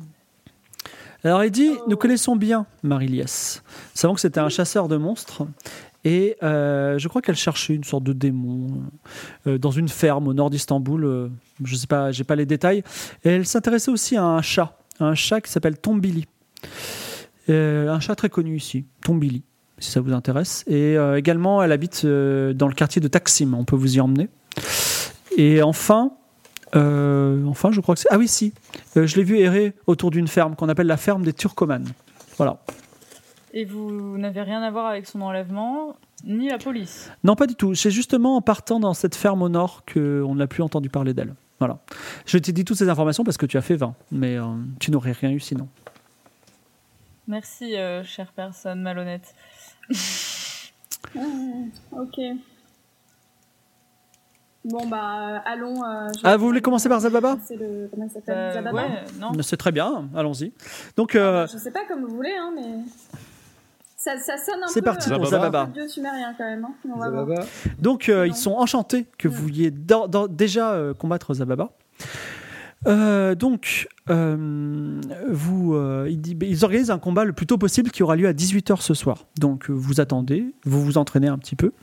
[SPEAKER 1] Alors, il dit Nous connaissons bien Marie-Liès. Savons que c'était un chasseur de monstres. Et euh, je crois qu'elle cherchait une sorte de démon euh, dans une ferme au nord d'Istanbul. euh, je sais pas, j'ai pas les détails. Et elle s'intéressait aussi à un chat, à un chat qui s'appelle Tombili. Euh, un chat très connu ici, Tombili, si ça vous intéresse. Et euh, également, elle habite euh, dans le quartier de Taksim. On peut vous y emmener. Et enfin, euh, enfin, je crois que c'est ah oui si, Euh, je l'ai vu errer autour d'une ferme qu'on appelle la ferme des Turcomanes. Voilà.
[SPEAKER 3] Et vous n'avez rien à voir avec son enlèvement, ni la police.
[SPEAKER 1] Non, pas du tout. C'est justement en partant dans cette ferme au nord qu'on n'a plus entendu parler d'elle. Voilà. Je t'ai dit toutes ces informations parce que tu as fait 20, mais euh, tu n'aurais rien eu sinon.
[SPEAKER 3] Merci, euh, chère personne malhonnête.
[SPEAKER 4] Mmh, ok. Bon, bah, euh, allons. euh, je-
[SPEAKER 1] Ah, vous voulez commencer par Zababa
[SPEAKER 4] C'est le. Comment il s'appelle
[SPEAKER 3] Euh,
[SPEAKER 4] Zababa
[SPEAKER 3] ouais, non.
[SPEAKER 1] C'est très bien, allons-y. Donc, euh,
[SPEAKER 4] Je sais pas comme vous voulez, hein, mais. Ça, ça sonne un peu.
[SPEAKER 1] c'est parti
[SPEAKER 4] euh,
[SPEAKER 1] pour
[SPEAKER 2] Zababa.
[SPEAKER 1] Zababa.
[SPEAKER 4] dieu sumérien quand même. hein. On va voir.
[SPEAKER 5] Zababa,
[SPEAKER 1] Donc, euh,
[SPEAKER 4] Non.
[SPEAKER 1] ils sont enchantés que vous vouliez d'or- d'or- déjà euh, combattre Zababa. Euh, donc, euh, vous, euh, ils, di- ils organisent un combat le plus tôt possible qui aura lieu à 18h ce soir. Donc, euh, vous attendez, vous vous entraînez un petit peu.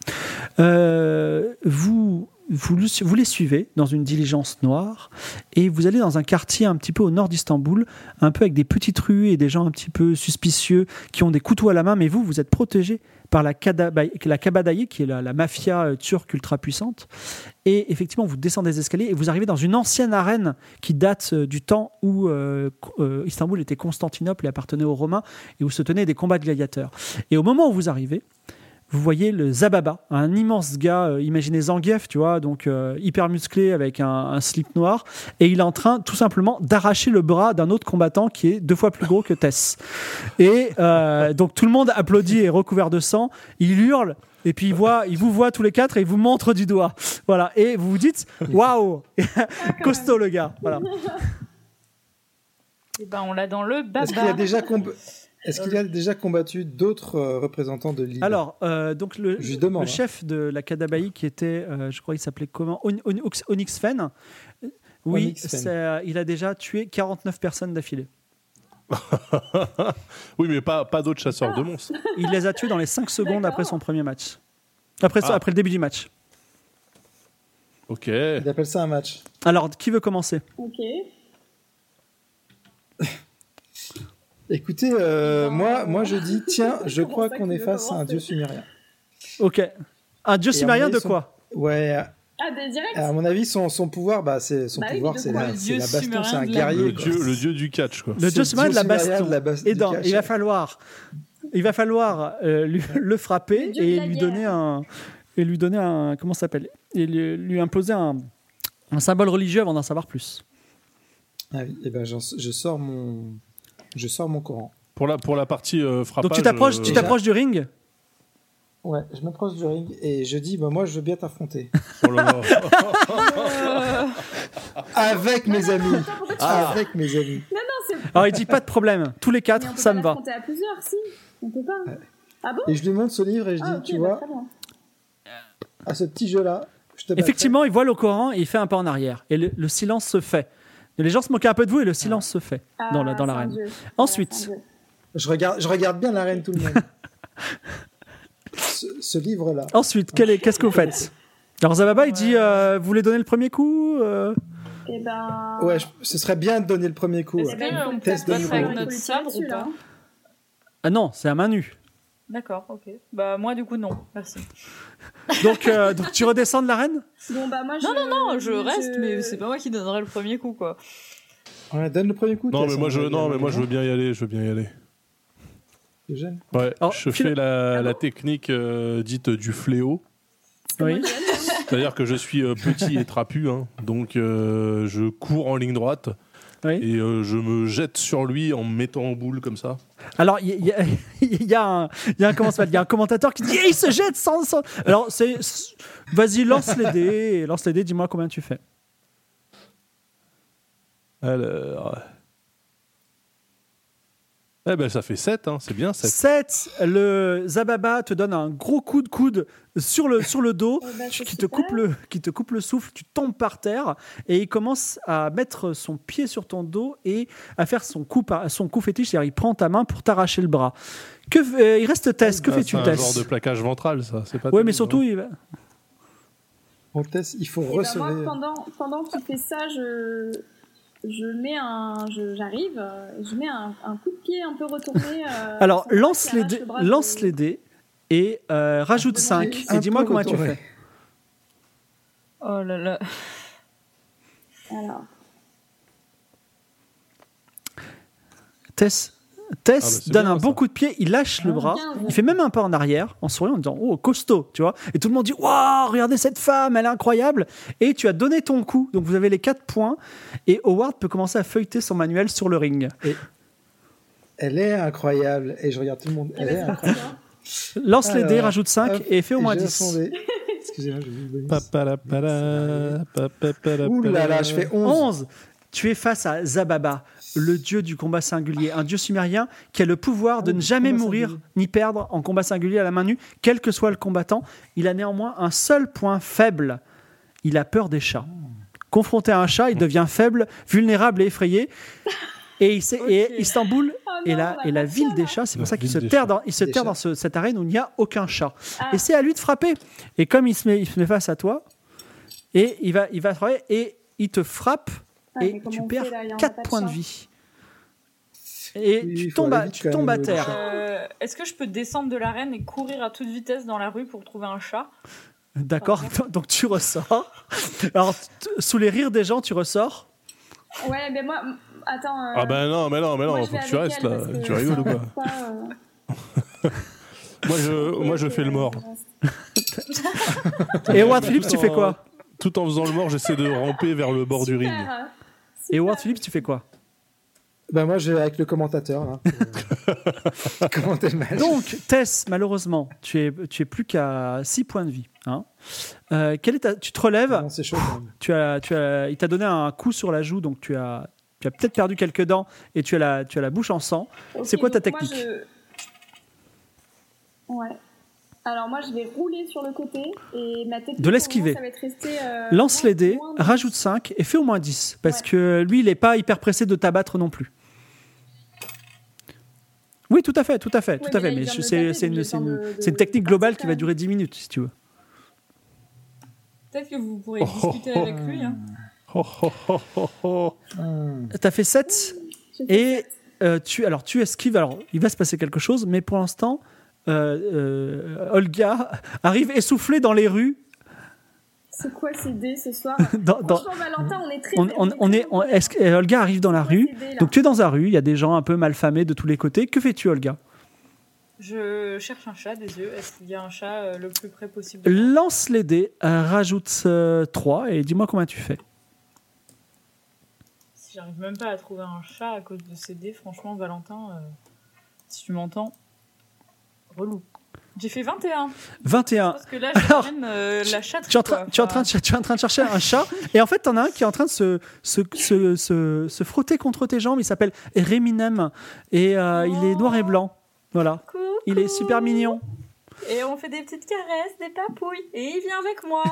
[SPEAKER 1] Euh, vous, vous, le- vous les suivez dans une diligence noire et vous allez dans un quartier un petit peu au nord d'Istanbul, un peu avec des petites rues et des gens un petit peu suspicieux qui ont des couteaux à la main, mais vous, vous êtes protégés par la, Kadaba- la Kabadaye, qui est la, la mafia euh, turque ultra puissante. Et effectivement, vous descendez des escaliers et vous arrivez dans une ancienne arène qui date euh, du temps où euh, co- euh, Istanbul était Constantinople et appartenait aux Romains et où se tenaient des combats de gladiateurs. Et au moment où vous arrivez, vous voyez le Zababa, un immense gars, euh, imaginez Zangief, tu vois, donc euh, hyper musclé avec un, un slip noir, et il est en train tout simplement d'arracher le bras d'un autre combattant qui est deux fois plus gros que Tess. Et euh, donc tout le monde applaudit et est recouvert de sang, il hurle, et puis il, voit, il vous voit tous les quatre et il vous montre du doigt. Voilà, et vous vous dites, waouh, costaud le gars. Voilà.
[SPEAKER 3] Et ben, on l'a dans le baba.
[SPEAKER 5] Est-ce qu'il a déjà comb- Est-ce qu'il a
[SPEAKER 4] Euh,
[SPEAKER 5] déjà combattu d'autres euh, représentants de l'île
[SPEAKER 1] Alors, euh, donc le,
[SPEAKER 5] Je lui demande,
[SPEAKER 1] le
[SPEAKER 5] hein.
[SPEAKER 1] chef de la Kadabaï qui était, euh, je crois, il s'appelait comment On- On- Ox- Onyx Fen. Euh, Oui,
[SPEAKER 5] Onyx Fen.
[SPEAKER 1] c'est, euh, il a déjà tué 49 personnes d'affilée.
[SPEAKER 2] Oui, mais pas, pas d'autres chasseurs
[SPEAKER 4] Ah.
[SPEAKER 2] de monstres.
[SPEAKER 1] Il les a tués dans les 5 secondes
[SPEAKER 4] D'accord.
[SPEAKER 1] après son premier match. Après, son-
[SPEAKER 2] Ah.
[SPEAKER 1] après le début du match.
[SPEAKER 2] Ok.
[SPEAKER 5] Il appelle ça un match.
[SPEAKER 1] Alors, qui veut commencer
[SPEAKER 4] Ok.
[SPEAKER 5] Écoutez, euh,
[SPEAKER 4] Non.
[SPEAKER 5] moi, moi je dis, tiens, je
[SPEAKER 4] C'est pour
[SPEAKER 5] crois
[SPEAKER 4] ça
[SPEAKER 5] qu'on
[SPEAKER 4] qu'il
[SPEAKER 5] est
[SPEAKER 4] veut
[SPEAKER 5] face à un
[SPEAKER 4] commencer.
[SPEAKER 5] dieu sumérien.
[SPEAKER 1] Ok. Un dieu
[SPEAKER 5] Et à
[SPEAKER 1] sumérien
[SPEAKER 5] mon avis,
[SPEAKER 1] de
[SPEAKER 5] son-
[SPEAKER 1] quoi
[SPEAKER 5] Ouais,
[SPEAKER 4] Ah, Ah, des directs
[SPEAKER 5] À mon avis, son, son pouvoir, bah, c'est son
[SPEAKER 4] Bah oui,
[SPEAKER 5] pouvoir,
[SPEAKER 4] mais de
[SPEAKER 5] c'est
[SPEAKER 4] quoi
[SPEAKER 5] la,
[SPEAKER 3] Le
[SPEAKER 5] c'est
[SPEAKER 3] dieu
[SPEAKER 5] la baston,
[SPEAKER 3] sumérien
[SPEAKER 5] c'est un
[SPEAKER 3] de la-
[SPEAKER 5] guerrier.
[SPEAKER 2] Le
[SPEAKER 5] quoi.
[SPEAKER 2] dieu, le dieu du catch, quoi.
[SPEAKER 1] Le
[SPEAKER 5] C'est le
[SPEAKER 1] dieu sumérien de la
[SPEAKER 5] dieu sumérien
[SPEAKER 1] baston.
[SPEAKER 5] de la bas-
[SPEAKER 1] Et
[SPEAKER 5] du
[SPEAKER 1] dans-
[SPEAKER 5] catch.
[SPEAKER 1] il va falloir, il va falloir euh, lui- le frapper
[SPEAKER 4] Le dieu de
[SPEAKER 1] et
[SPEAKER 4] la
[SPEAKER 1] lui
[SPEAKER 4] guerre.
[SPEAKER 1] donner un, et lui donner un, comment ça s'appelle Et lui, lui imposer un, un symbole religieux avant d'en savoir plus.
[SPEAKER 5] Ah oui, eh ben, j'en- je sors mon, je sors mon Coran.
[SPEAKER 2] Pour la, pour la partie euh,
[SPEAKER 5] Ah,
[SPEAKER 2] frappage.
[SPEAKER 1] Donc tu t'approches, tu
[SPEAKER 2] euh,
[SPEAKER 5] t'as-
[SPEAKER 1] t'approches du ring.
[SPEAKER 5] Ouais, je m'approche du ring et je dis, bah, moi, je veux bien t'affronter.
[SPEAKER 2] oh là là.
[SPEAKER 5] Avec mes amis.
[SPEAKER 7] Ah.
[SPEAKER 5] Avec mes amis.
[SPEAKER 1] Alors il dit pas de problème, tous les
[SPEAKER 4] Mais on
[SPEAKER 1] quatre,
[SPEAKER 4] peut
[SPEAKER 1] ça
[SPEAKER 4] pas
[SPEAKER 1] me va.
[SPEAKER 4] l'affronter à plusieurs, si. On peut pas. Ah bon
[SPEAKER 5] Et je lui montre ce livre et je dis,
[SPEAKER 4] Ah, ok,
[SPEAKER 5] Euh, tu
[SPEAKER 4] bah,
[SPEAKER 5] vois,
[SPEAKER 4] très bien.
[SPEAKER 5] à ce petit jeu-là, je te battrai.
[SPEAKER 1] Effectivement, il voit le Coran et il fait un pas en arrière. Et le, le silence se fait. Les gens se moquaient un peu de vous et le silence se fait dans la-
[SPEAKER 4] Ah,
[SPEAKER 1] dans
[SPEAKER 4] c'est
[SPEAKER 1] l'arène.
[SPEAKER 4] un jeu.
[SPEAKER 1] Ensuite,
[SPEAKER 4] C'est un jeu.
[SPEAKER 5] Je regarde, je regarde bien l'arène tout le monde. ce ce livre-là.
[SPEAKER 1] ensuite, quel est- qu'est-ce que vous faites Alors Zababa, il dit, euh, vous voulez donner le premier coup euh
[SPEAKER 4] Eh ben. eh
[SPEAKER 5] Ouais, je- ce serait bien de donner le premier coup.
[SPEAKER 3] Est-ce
[SPEAKER 5] ouais.
[SPEAKER 3] que-
[SPEAKER 4] on
[SPEAKER 3] on
[SPEAKER 4] peut
[SPEAKER 5] peut se battre
[SPEAKER 4] taper
[SPEAKER 5] avec
[SPEAKER 4] sur
[SPEAKER 3] notre
[SPEAKER 4] les
[SPEAKER 3] sabre
[SPEAKER 4] dessus,
[SPEAKER 3] ou pas
[SPEAKER 4] là.
[SPEAKER 1] Ah non, c'est à main nue.
[SPEAKER 3] D'accord, ok. Bah, moi, du coup, non. Merci.
[SPEAKER 1] Donc, euh, donc tu redescends de l'arène
[SPEAKER 4] Bon, bah, moi, je.
[SPEAKER 3] Non, Non, je reste, mais c'est pas moi qui donnerai le premier coup, quoi.
[SPEAKER 5] Ouais, donne le premier coup.
[SPEAKER 2] Non,
[SPEAKER 5] Tess,
[SPEAKER 2] mais
[SPEAKER 5] on
[SPEAKER 2] moi, je,
[SPEAKER 5] va
[SPEAKER 2] non,
[SPEAKER 5] bien-
[SPEAKER 2] mais moi, je veux bien y aller, je veux bien y aller.
[SPEAKER 5] T'es jeune.
[SPEAKER 2] Ouais,
[SPEAKER 1] Alors,
[SPEAKER 2] je
[SPEAKER 1] Phil-
[SPEAKER 2] fais la, la technique euh, dite du fléau.
[SPEAKER 1] Oui.
[SPEAKER 2] C'est-à-dire que je suis euh, petit et trapu, hein, donc euh, je cours en ligne droite
[SPEAKER 1] Oui.
[SPEAKER 2] et euh, je me jette sur lui en me mettant en boule comme ça.
[SPEAKER 1] Alors, il y, il y a- il y a un- il y a un comment ça s'appelle, il y a un commentateur qui dit Eh, il se jette sans. sans- Alors, c'est. c'est- Vas-y, lance les dés, lance les dés, dis-moi combien tu fais.
[SPEAKER 2] Alors. Eh ben, ça fait 7, hein, c'est bien 7.
[SPEAKER 1] 7. Le Zababa te donne un gros coup de coude sur le, sur le dos.
[SPEAKER 4] Eh ben,
[SPEAKER 1] tu-
[SPEAKER 4] c'est
[SPEAKER 1] Qui te,
[SPEAKER 4] super.
[SPEAKER 1] coupe le, qui te coupe le souffle, tu tombes par terre et il commence à mettre son pied sur ton dos et à faire son coup, par- son coup fétiche, c'est-à-dire il prend ta main pour t'arracher le bras. Que, f- euh, il reste Tess, que fais-tu
[SPEAKER 2] ah, bah, C'est un genre
[SPEAKER 1] Tess
[SPEAKER 2] de plaquage ventral, ça. c'est pas
[SPEAKER 1] Oui, mais
[SPEAKER 2] terrible,
[SPEAKER 1] surtout,
[SPEAKER 2] hein.
[SPEAKER 1] il va-
[SPEAKER 5] Bon, Tess, il faut
[SPEAKER 4] Eh ben, moi,
[SPEAKER 5] recevoir.
[SPEAKER 4] pendant, pendant qu'il fait ça, je. Je mets un. je- J'arrive, euh, je mets un, un coup de pied un peu retourné. euh,
[SPEAKER 1] Alors,
[SPEAKER 4] sans qu'il
[SPEAKER 1] lance les,
[SPEAKER 4] arrache
[SPEAKER 1] dés,
[SPEAKER 4] le bras
[SPEAKER 1] lance
[SPEAKER 4] de-
[SPEAKER 1] les dés et euh, rajoute
[SPEAKER 4] Un peu
[SPEAKER 1] 5.
[SPEAKER 4] retourné.
[SPEAKER 1] Et dis-moi comment tu fais.
[SPEAKER 3] Oh là là.
[SPEAKER 4] Alors,
[SPEAKER 1] Tess, Tess
[SPEAKER 2] Ah bah, c'est
[SPEAKER 1] donne
[SPEAKER 2] bien,
[SPEAKER 1] un bon
[SPEAKER 2] ça.
[SPEAKER 1] coup de pied, il lâche
[SPEAKER 4] Ah,
[SPEAKER 1] le bras,
[SPEAKER 4] quinze.
[SPEAKER 1] il fait même un pas en arrière en souriant en disant Oh, costaud, tu vois. Et tout le monde dit Waouh, regardez cette femme, elle est incroyable. Et tu as donné ton coup, donc vous avez les 4 points. Et Howard peut commencer à feuilleter son manuel sur le ring.
[SPEAKER 5] Elle est incroyable. Et je regarde tout le monde. Elle est
[SPEAKER 4] c'est parti,
[SPEAKER 5] incroyable.
[SPEAKER 4] hein.
[SPEAKER 1] Lance les dés,
[SPEAKER 5] Alors,
[SPEAKER 1] rajoute 5
[SPEAKER 5] hop,
[SPEAKER 1] et fais au moins
[SPEAKER 5] J'ai
[SPEAKER 1] 10.
[SPEAKER 5] sondé. Excusez-moi, j'ai oublié le bonus.
[SPEAKER 2] Papalapala, papapalapala.
[SPEAKER 5] Ouh là là, je fais 11.
[SPEAKER 1] 11. Tu es face à Zababa, le dieu du combat singulier, un dieu sumérien qui a le pouvoir de
[SPEAKER 5] oui,
[SPEAKER 1] ne jamais
[SPEAKER 5] Oh, combat
[SPEAKER 1] mourir
[SPEAKER 5] singulier.
[SPEAKER 1] ni perdre en combat singulier à la main nue, quel que soit le combattant. Il a néanmoins un seul point faible. Il a peur des chats. Confronté à un chat,
[SPEAKER 5] Hmm.
[SPEAKER 1] il devient faible, vulnérable et effrayé. Et, il s'est- et
[SPEAKER 3] Ok.
[SPEAKER 1] Istanbul
[SPEAKER 4] Oh non,
[SPEAKER 1] et la,
[SPEAKER 4] on a
[SPEAKER 1] et la
[SPEAKER 4] pas
[SPEAKER 1] ville
[SPEAKER 4] ça,
[SPEAKER 1] des
[SPEAKER 4] là.
[SPEAKER 1] chats, c'est
[SPEAKER 2] La
[SPEAKER 1] pour ça qu'il
[SPEAKER 2] ville
[SPEAKER 1] se
[SPEAKER 2] des
[SPEAKER 1] terre
[SPEAKER 2] chats.
[SPEAKER 1] dans, il se
[SPEAKER 5] Des
[SPEAKER 1] terre
[SPEAKER 5] chats.
[SPEAKER 1] dans ce- cette arène où il n'y a aucun chat.
[SPEAKER 4] Ah.
[SPEAKER 1] Et c'est à lui de frapper. Et comme il se met, il se met face à toi, et il va, il va frapper, et il te frappe,
[SPEAKER 4] Ah, mais
[SPEAKER 1] et
[SPEAKER 4] comment
[SPEAKER 1] tu
[SPEAKER 4] on
[SPEAKER 1] perds
[SPEAKER 4] fait, là Il y en a pas
[SPEAKER 1] 4
[SPEAKER 4] de
[SPEAKER 1] points de
[SPEAKER 4] chat.
[SPEAKER 1] vie. Et
[SPEAKER 5] Oui,
[SPEAKER 1] tu
[SPEAKER 5] il faut
[SPEAKER 1] tombes,
[SPEAKER 5] aller
[SPEAKER 1] à,
[SPEAKER 5] vite
[SPEAKER 1] tu
[SPEAKER 5] quand
[SPEAKER 1] tombes à
[SPEAKER 5] même, le
[SPEAKER 1] terre.
[SPEAKER 5] chat.
[SPEAKER 3] Euh, Est-ce que je peux descendre de l'arène et courir à toute vitesse dans la rue pour trouver un chat
[SPEAKER 1] D'accord Donc tu ressors. Alors, t- sous les rires des gens, tu ressors.
[SPEAKER 4] Ouais, mais moi. m- Attends. euh,
[SPEAKER 2] Ah ben non, mais non, mais
[SPEAKER 4] moi,
[SPEAKER 2] non,
[SPEAKER 4] je
[SPEAKER 2] faut
[SPEAKER 4] vais
[SPEAKER 2] que tu
[SPEAKER 4] avec
[SPEAKER 2] restes
[SPEAKER 4] elle,
[SPEAKER 2] là.
[SPEAKER 4] parce que
[SPEAKER 2] Tu rigoles ou
[SPEAKER 4] ça
[SPEAKER 2] quoi
[SPEAKER 4] va pas, euh,
[SPEAKER 2] Moi, je, moi, je
[SPEAKER 4] ok,
[SPEAKER 2] fais le mort.
[SPEAKER 4] euh,
[SPEAKER 5] Ah,
[SPEAKER 1] Et
[SPEAKER 2] Tout
[SPEAKER 1] Howard
[SPEAKER 2] en-
[SPEAKER 1] Phillips, tu fais quoi
[SPEAKER 2] Tout en faisant le mort, j'essaie de ramper vers le bord du ring.
[SPEAKER 4] super.
[SPEAKER 1] Et Howard Phillips, tu fais quoi
[SPEAKER 5] Bah, moi, je vais avec le commentateur. Là, pour, euh, commenter le match.
[SPEAKER 1] Donc, Tess, malheureusement, tu es, tu es plus qu'à 6 points de vie. hein. Euh, quelle est ta- tu te relèves,
[SPEAKER 5] Non, c'est chaud quand même.
[SPEAKER 1] tu as, tu as, il t'a donné un coup sur la joue, donc tu as, tu as peut-être perdu quelques dents et tu as la, tu as la bouche en sang.
[SPEAKER 4] euh, Ok,
[SPEAKER 1] C'est quoi ta
[SPEAKER 4] donc moi,
[SPEAKER 1] technique
[SPEAKER 4] je- Ouais. Alors moi je vais rouler sur le côté et ma technique
[SPEAKER 1] De l'esquiver.
[SPEAKER 4] pour le moment, ça va être rester, euh,
[SPEAKER 1] Lance
[SPEAKER 4] loin-
[SPEAKER 1] les dés,
[SPEAKER 4] loin de-
[SPEAKER 1] rajoute 5 et fais au moins 10, parce
[SPEAKER 4] Ouais.
[SPEAKER 1] que lui, il n'est pas hyper pressé de t'abattre non plus. Oui, tout à fait, tout à fait,
[SPEAKER 4] Ouais,
[SPEAKER 1] tout à fait.
[SPEAKER 4] mais là,
[SPEAKER 1] Mais
[SPEAKER 4] il vient de
[SPEAKER 1] je-
[SPEAKER 4] me
[SPEAKER 1] c'est
[SPEAKER 4] taper,
[SPEAKER 1] c'est
[SPEAKER 4] donc
[SPEAKER 1] une,
[SPEAKER 4] j'ai
[SPEAKER 1] c'est
[SPEAKER 4] le temps
[SPEAKER 1] une-
[SPEAKER 4] de-
[SPEAKER 1] c'est une
[SPEAKER 4] de
[SPEAKER 1] technique
[SPEAKER 4] partir
[SPEAKER 1] globale qui
[SPEAKER 4] quand
[SPEAKER 1] va
[SPEAKER 4] même.
[SPEAKER 1] durer 10 minutes, si tu veux.
[SPEAKER 3] Peut-être que vous pourrez discuter
[SPEAKER 2] oh,
[SPEAKER 3] avec lui. Hein.
[SPEAKER 2] Oh, oh, oh, oh, oh.
[SPEAKER 5] Hum.
[SPEAKER 1] T'as fait 7
[SPEAKER 4] J'ai fait
[SPEAKER 1] et euh, tu, alors, tu esquives. Alors, il va se passer quelque chose, mais pour l'instant, euh, euh, Olga arrive essoufflée dans les rues
[SPEAKER 4] C'est quoi ces dés ce soir
[SPEAKER 1] Dans- dans-
[SPEAKER 4] Ah, Franchement, Valentin, on est très.
[SPEAKER 1] on, on- on est, on- est-ce que- euh, Olga arrive dans la rue. Donc tu es dans la rue, il y a des gens un peu malfamés de tous les côtés. Que fais-tu, Olga
[SPEAKER 3] Je cherche un chat des yeux. Est-ce qu'il y a un chat euh, le plus près possible de moi
[SPEAKER 1] Lance les dés, euh, rajoute 3 et dis-moi combien tu fais.
[SPEAKER 3] Si j'arrive même pas à trouver un chat à cause de ces dés, franchement, Valentin, euh, si tu m'entends, relou. J'ai fait 21. Je
[SPEAKER 1] 21.
[SPEAKER 3] pense que là,
[SPEAKER 1] Alors,
[SPEAKER 3] je mène la chatte.
[SPEAKER 1] Tu es, en train,
[SPEAKER 3] quoi.
[SPEAKER 1] tu, es en train
[SPEAKER 3] Enfin,
[SPEAKER 1] de, cher- tu es en train de chercher un chat et en fait t'en as un qui est en train de se, se, se, se- se frotter contre tes jambes il s'appelle Réminem et euh, il est noir et blanc voilà
[SPEAKER 3] coucou.
[SPEAKER 1] il est super mignon
[SPEAKER 3] Et on fait des petites caresses, des papouilles. Et il vient avec moi.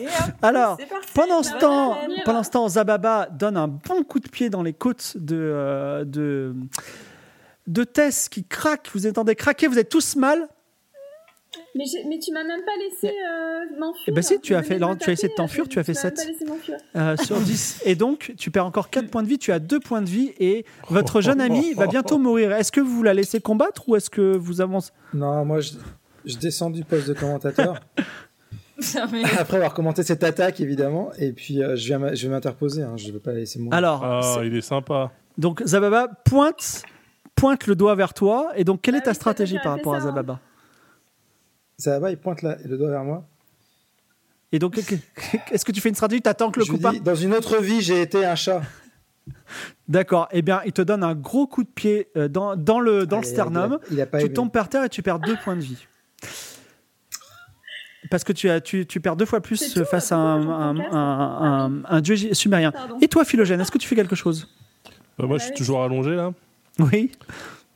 [SPEAKER 3] Et hop,
[SPEAKER 1] alors
[SPEAKER 3] c'est parti. Bah,
[SPEAKER 1] pendant ce
[SPEAKER 3] Bonne
[SPEAKER 1] temps
[SPEAKER 3] année.
[SPEAKER 1] pendant ce temps Zababa donne un bon coup de pied dans les côtes de euh, de, de Tess qui craque vous entendez craquer vous êtes tous mal
[SPEAKER 4] Mais, j'ai- mais tu m'as même pas laissé euh, m'enfuir.
[SPEAKER 1] Eh ben si, tu
[SPEAKER 4] Je
[SPEAKER 1] as
[SPEAKER 4] venais
[SPEAKER 1] fait-
[SPEAKER 4] de
[SPEAKER 1] Laurent,
[SPEAKER 4] me
[SPEAKER 1] tu as essayé de
[SPEAKER 4] taper,
[SPEAKER 1] t'enfuir,
[SPEAKER 4] euh,
[SPEAKER 1] tu as fait
[SPEAKER 4] m'as
[SPEAKER 1] sept.
[SPEAKER 4] même pas laissé m'enfuir.
[SPEAKER 1] euh, sur 10 et donc tu perds encore 4 points de vie tu as 2 points de vie et votre jeune ami va bientôt mourir est-ce que vous la laissez combattre ou est-ce que vous avancez
[SPEAKER 5] Non, moi, je, je descends du poste de commentateur,
[SPEAKER 3] Putain, mais-
[SPEAKER 5] après avoir commenté cette attaque, évidemment, et puis euh, je, viens m'a- je vais m'interposer, hein, je ne vais pas laisser mourir.
[SPEAKER 1] Alors,
[SPEAKER 2] Ah, il est sympa.
[SPEAKER 1] c'est- donc Zababa pointe, pointe le doigt vers toi. Et donc, quelle
[SPEAKER 4] Ah
[SPEAKER 1] est ta
[SPEAKER 4] oui, ça,
[SPEAKER 1] stratégie
[SPEAKER 4] j'ai
[SPEAKER 1] par
[SPEAKER 4] fait
[SPEAKER 1] rapport à
[SPEAKER 4] ça, hein.
[SPEAKER 1] Zababa
[SPEAKER 5] Ça va, il pointe là, le doigt vers moi.
[SPEAKER 1] Et donc, est-ce que tu fais une stratégie T'attends que le
[SPEAKER 5] je
[SPEAKER 1] coup
[SPEAKER 5] lui
[SPEAKER 1] parte
[SPEAKER 5] dis, dans une autre vie, j'ai été un chat.
[SPEAKER 1] D'accord. Eh bien, il te donne un gros coup de pied euh, dans, dans le, dans le
[SPEAKER 5] Allez,
[SPEAKER 1] sternum.
[SPEAKER 5] Il a, il a pas
[SPEAKER 1] Tu
[SPEAKER 5] aimé.
[SPEAKER 1] tombes par terre et tu perds deux points de vie. Parce que tu, as, tu, tu perds deux fois plus
[SPEAKER 4] C'est tout,
[SPEAKER 1] face à un,
[SPEAKER 4] pourquoi
[SPEAKER 1] un,
[SPEAKER 4] j'entends quatre
[SPEAKER 1] un- un- un dieu gé- sumérien.
[SPEAKER 4] Pardon.
[SPEAKER 1] Et toi, Philogène, est-ce que tu fais quelque chose
[SPEAKER 2] Bah,
[SPEAKER 3] Ah
[SPEAKER 2] moi, je suis toujours allongé là.
[SPEAKER 1] Oui.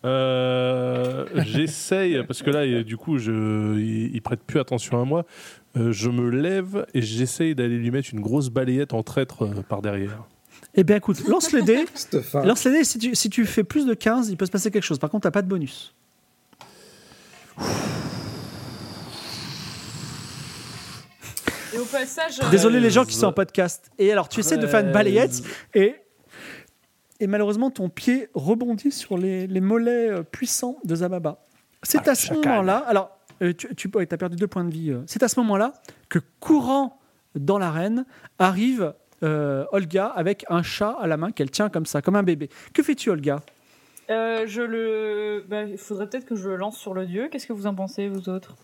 [SPEAKER 2] Euh, j'essaye, parce que là, il- du coup, je, il, il prête plus attention à moi. Euh, je me lève et j'essaye d'aller lui mettre une grosse balayette en traître euh, par derrière.
[SPEAKER 1] Eh bien, écoute, lance les dés.
[SPEAKER 5] Cette fin.
[SPEAKER 1] Lance les dés. Si tu, si tu fais plus de 15, il peut se passer quelque chose. Par contre, tu pas de bonus.
[SPEAKER 3] Et au passage. euh,
[SPEAKER 1] Désolé les gens qui
[SPEAKER 2] Treize.
[SPEAKER 1] sont en podcast. Et alors, tu essaies de faire une balayette et, et malheureusement, ton pied rebondit sur les, les mollets euh, puissants de Zababa. C'est à ce moment-là, alors, euh, tu, tu as perdu deux points de vie. euh. C'est à ce moment-là que, courant dans l'arène, arrive euh, Olga avec un chat à la main qu'elle tient comme ça, comme un bébé. Que fais-tu, Olga
[SPEAKER 3] euh, je le. bah, il faudrait peut-être que je le lance sur le dieu. Qu'est-ce que vous en pensez, vous autres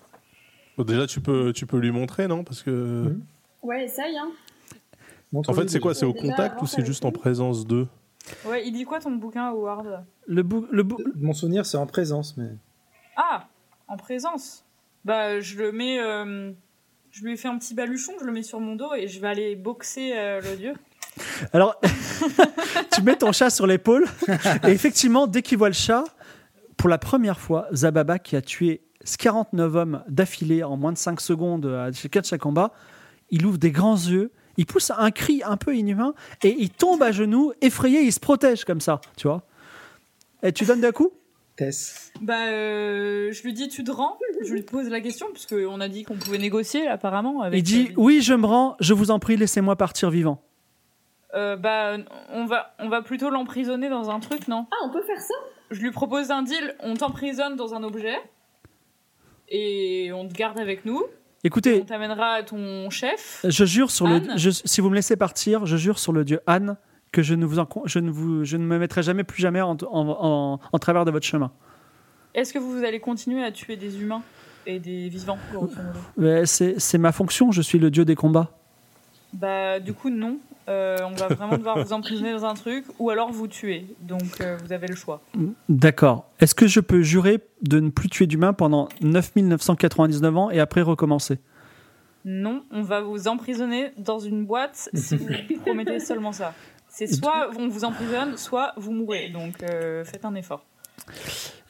[SPEAKER 2] Bon, déjà, tu peux, tu peux lui montrer, non Parce que.
[SPEAKER 1] Mmh.
[SPEAKER 5] Mhm.
[SPEAKER 4] Ouais, essaye. Hein.
[SPEAKER 5] Montre-lui
[SPEAKER 2] En fait, c'est
[SPEAKER 5] déjà.
[SPEAKER 2] quoi C'est au
[SPEAKER 4] Déjà,
[SPEAKER 2] contact
[SPEAKER 4] avant,
[SPEAKER 2] ou c'est
[SPEAKER 4] ça
[SPEAKER 2] juste
[SPEAKER 4] va
[SPEAKER 2] en présence d'eux
[SPEAKER 3] Euh. Ouais, il dit quoi ton bouquin, Howard
[SPEAKER 1] le, bou- le, bou-
[SPEAKER 5] Mon souvenir, c'est en présence, mais.
[SPEAKER 3] Ah En présence Bah, je le mets. euh, je lui ai fait un petit baluchon, je le mets sur mon dos et je vais aller boxer euh, le dieu.
[SPEAKER 1] Alors, tu mets ton chat sur l'épaule, et effectivement, dès qu'il voit le chat, pour la première fois, Zababa, qui a tué 49 hommes d'affilée en moins de 5 secondes euh, à chacun de chaque combat, il ouvre des grands yeux, il pousse un cri un peu inhumain, et il tombe à genoux, effrayé, il se protège comme ça, tu vois. Et tu donnes d'un coup
[SPEAKER 5] Tess.
[SPEAKER 3] Bah, euh, je lui dis tu te rends Je lui pose la question, parce qu'on a dit qu'on pouvait négocier apparemment. Avec
[SPEAKER 1] Il dit
[SPEAKER 3] euh,
[SPEAKER 1] Oui, je me rends, je vous en prie, laissez-moi partir vivant.
[SPEAKER 3] Euh, bah, on va, on va plutôt l'emprisonner dans un truc, non
[SPEAKER 4] Ah, on peut faire ça
[SPEAKER 3] Je lui propose un deal, on t'emprisonne dans un objet et on te garde avec nous.
[SPEAKER 1] Écoutez,
[SPEAKER 3] On t'amènera à ton chef.
[SPEAKER 1] Je jure sur le,
[SPEAKER 3] Anne
[SPEAKER 1] je- si vous me laissez partir, je jure sur le dieu Anne que je ne vous, en- je ne vous, je ne me mettrai jamais plus jamais en, en, en- en travers de votre chemin.
[SPEAKER 3] Est-ce que vous allez continuer à tuer des humains et des vivants grosso modo
[SPEAKER 1] Mais C'est c'est ma fonction, je suis le dieu des combats.
[SPEAKER 3] Bah, du coup, non. Euh, on va vraiment devoir vous emprisonner dans un truc ou alors vous tuer. Donc, euh, vous avez le choix.
[SPEAKER 1] D'accord. Est-ce que je peux jurer de ne plus tuer d'humains pendant 9999 ans et après recommencer
[SPEAKER 3] Non, on va vous emprisonner dans une boîte si vous promettez seulement ça. C'est soit on vous emprisonne, soit vous mourrez. Donc, euh, faites un effort.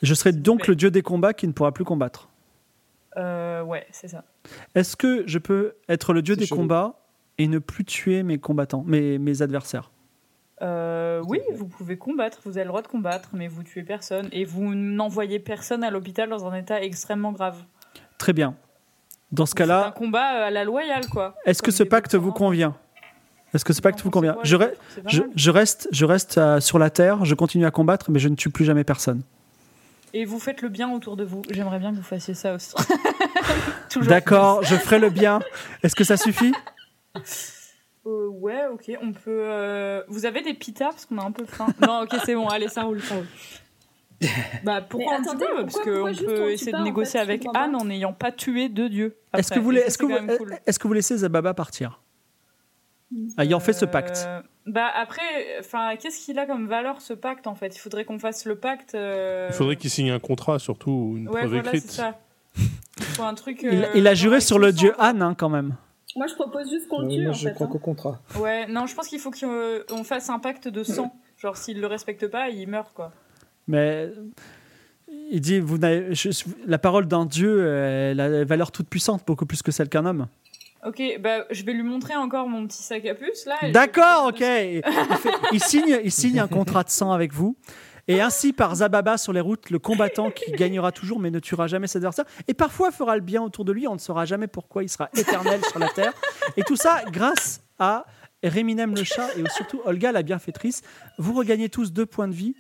[SPEAKER 1] Je serai
[SPEAKER 3] vous
[SPEAKER 1] donc
[SPEAKER 3] plaît.
[SPEAKER 1] le dieu des combats qui ne pourra plus combattre.
[SPEAKER 3] Euh, ouais, c'est ça.
[SPEAKER 1] Est-ce que je peux être le dieu
[SPEAKER 5] C'est
[SPEAKER 1] des
[SPEAKER 5] chelou.
[SPEAKER 1] combats et ne plus tuer mes combattants, mes, mes adversaires
[SPEAKER 3] Euh, oui, vous pouvez combattre, vous avez le droit de combattre, mais vous tuez personne et vous n'envoyez personne à l'hôpital dans un état extrêmement grave.
[SPEAKER 1] Très bien. Dans ce
[SPEAKER 3] C'est un
[SPEAKER 1] cas-là,
[SPEAKER 3] combat à la loyale, quoi.
[SPEAKER 1] est-ce que
[SPEAKER 3] comme
[SPEAKER 1] ce
[SPEAKER 3] des
[SPEAKER 1] pacte vous
[SPEAKER 3] boxeurs.
[SPEAKER 1] convient Est-ce que ce pacte vous convient Je, re-
[SPEAKER 3] C'est pas
[SPEAKER 1] Je,
[SPEAKER 3] mal.
[SPEAKER 1] je reste, je reste euh, sur la terre, je continue à combattre, mais je ne tue plus jamais personne.
[SPEAKER 3] Et vous faites le bien autour de vous. J'aimerais bien que vous fassiez ça aussi. Toujours.
[SPEAKER 1] D'accord, je ferai le bien. Est-ce que ça suffit
[SPEAKER 3] Euh, ouais, ok, on peut. euh, Vous avez des pitas parce qu'on a un peu faim. Non, ok, c'est bon, allez, ça roule, ça roule. Bah pourquoi
[SPEAKER 4] Mais
[SPEAKER 3] on dit
[SPEAKER 4] attendez,
[SPEAKER 3] pas Parce
[SPEAKER 4] pourquoi- pourquoi
[SPEAKER 3] qu'on
[SPEAKER 4] juste on
[SPEAKER 3] peut
[SPEAKER 4] tue
[SPEAKER 3] essayer
[SPEAKER 4] pas,
[SPEAKER 3] de
[SPEAKER 4] en
[SPEAKER 3] négocier
[SPEAKER 4] fait, je
[SPEAKER 3] avec
[SPEAKER 4] comprends
[SPEAKER 3] Anne en n'ayant pas tué de Dieu.
[SPEAKER 1] Est-ce que,
[SPEAKER 3] après.
[SPEAKER 1] vous voulez-
[SPEAKER 3] Et ça,
[SPEAKER 1] est-ce, que
[SPEAKER 3] c'est quand
[SPEAKER 1] vous,
[SPEAKER 3] même cool.
[SPEAKER 1] est-ce que vous laissez Zababa partir Ayant Ah, fait ce pacte.
[SPEAKER 3] Euh, Bah après, enfin, qu'est-ce qu'il a comme valeur ce pacte en fait Il faudrait qu'on fasse le pacte. euh,
[SPEAKER 2] Il faudrait qu'il signe un contrat, surtout, ou une
[SPEAKER 3] Ouais,
[SPEAKER 2] preuve
[SPEAKER 3] voilà, c'est
[SPEAKER 2] écrite.
[SPEAKER 3] ça. Il faut un truc.
[SPEAKER 1] Il,
[SPEAKER 3] euh,
[SPEAKER 1] il a
[SPEAKER 3] genre
[SPEAKER 1] juré
[SPEAKER 3] avec
[SPEAKER 1] sur le
[SPEAKER 3] sang,
[SPEAKER 1] dieu
[SPEAKER 3] quoi.
[SPEAKER 1] Han, hein, quand même.
[SPEAKER 4] Moi, je propose juste qu'on le
[SPEAKER 5] Euh,
[SPEAKER 4] tue,
[SPEAKER 5] moi,
[SPEAKER 4] en
[SPEAKER 5] je
[SPEAKER 4] fait.
[SPEAKER 5] crois
[SPEAKER 4] hein.
[SPEAKER 5] qu'au contrat.
[SPEAKER 3] Ouais, non, je pense qu'il faut qu'on fasse un pacte de sang. Genre, s'il le respecte pas, il meurt, quoi.
[SPEAKER 1] Mais il dit vous n'avez- je- la parole d'un dieu, euh, elle a une valeur toute puissante, beaucoup plus que celle qu'un homme.
[SPEAKER 3] Ok, bah, je vais lui montrer encore mon petit sac à puce, là. et je vais
[SPEAKER 1] D'accord,
[SPEAKER 3] lui
[SPEAKER 1] ok.
[SPEAKER 3] dire de-
[SPEAKER 1] Il, fait- il signe, il signe un contrat de sang avec vous. Et ainsi, par Zababa sur les routes, le combattant qui gagnera toujours mais ne tuera jamais ses adversaires, et parfois fera le bien autour de lui, on ne saura jamais pourquoi il sera éternel sur la terre. Et tout ça grâce à Réminem le chat et surtout Olga la bienfaitrice. Vous regagnez tous deux points de vie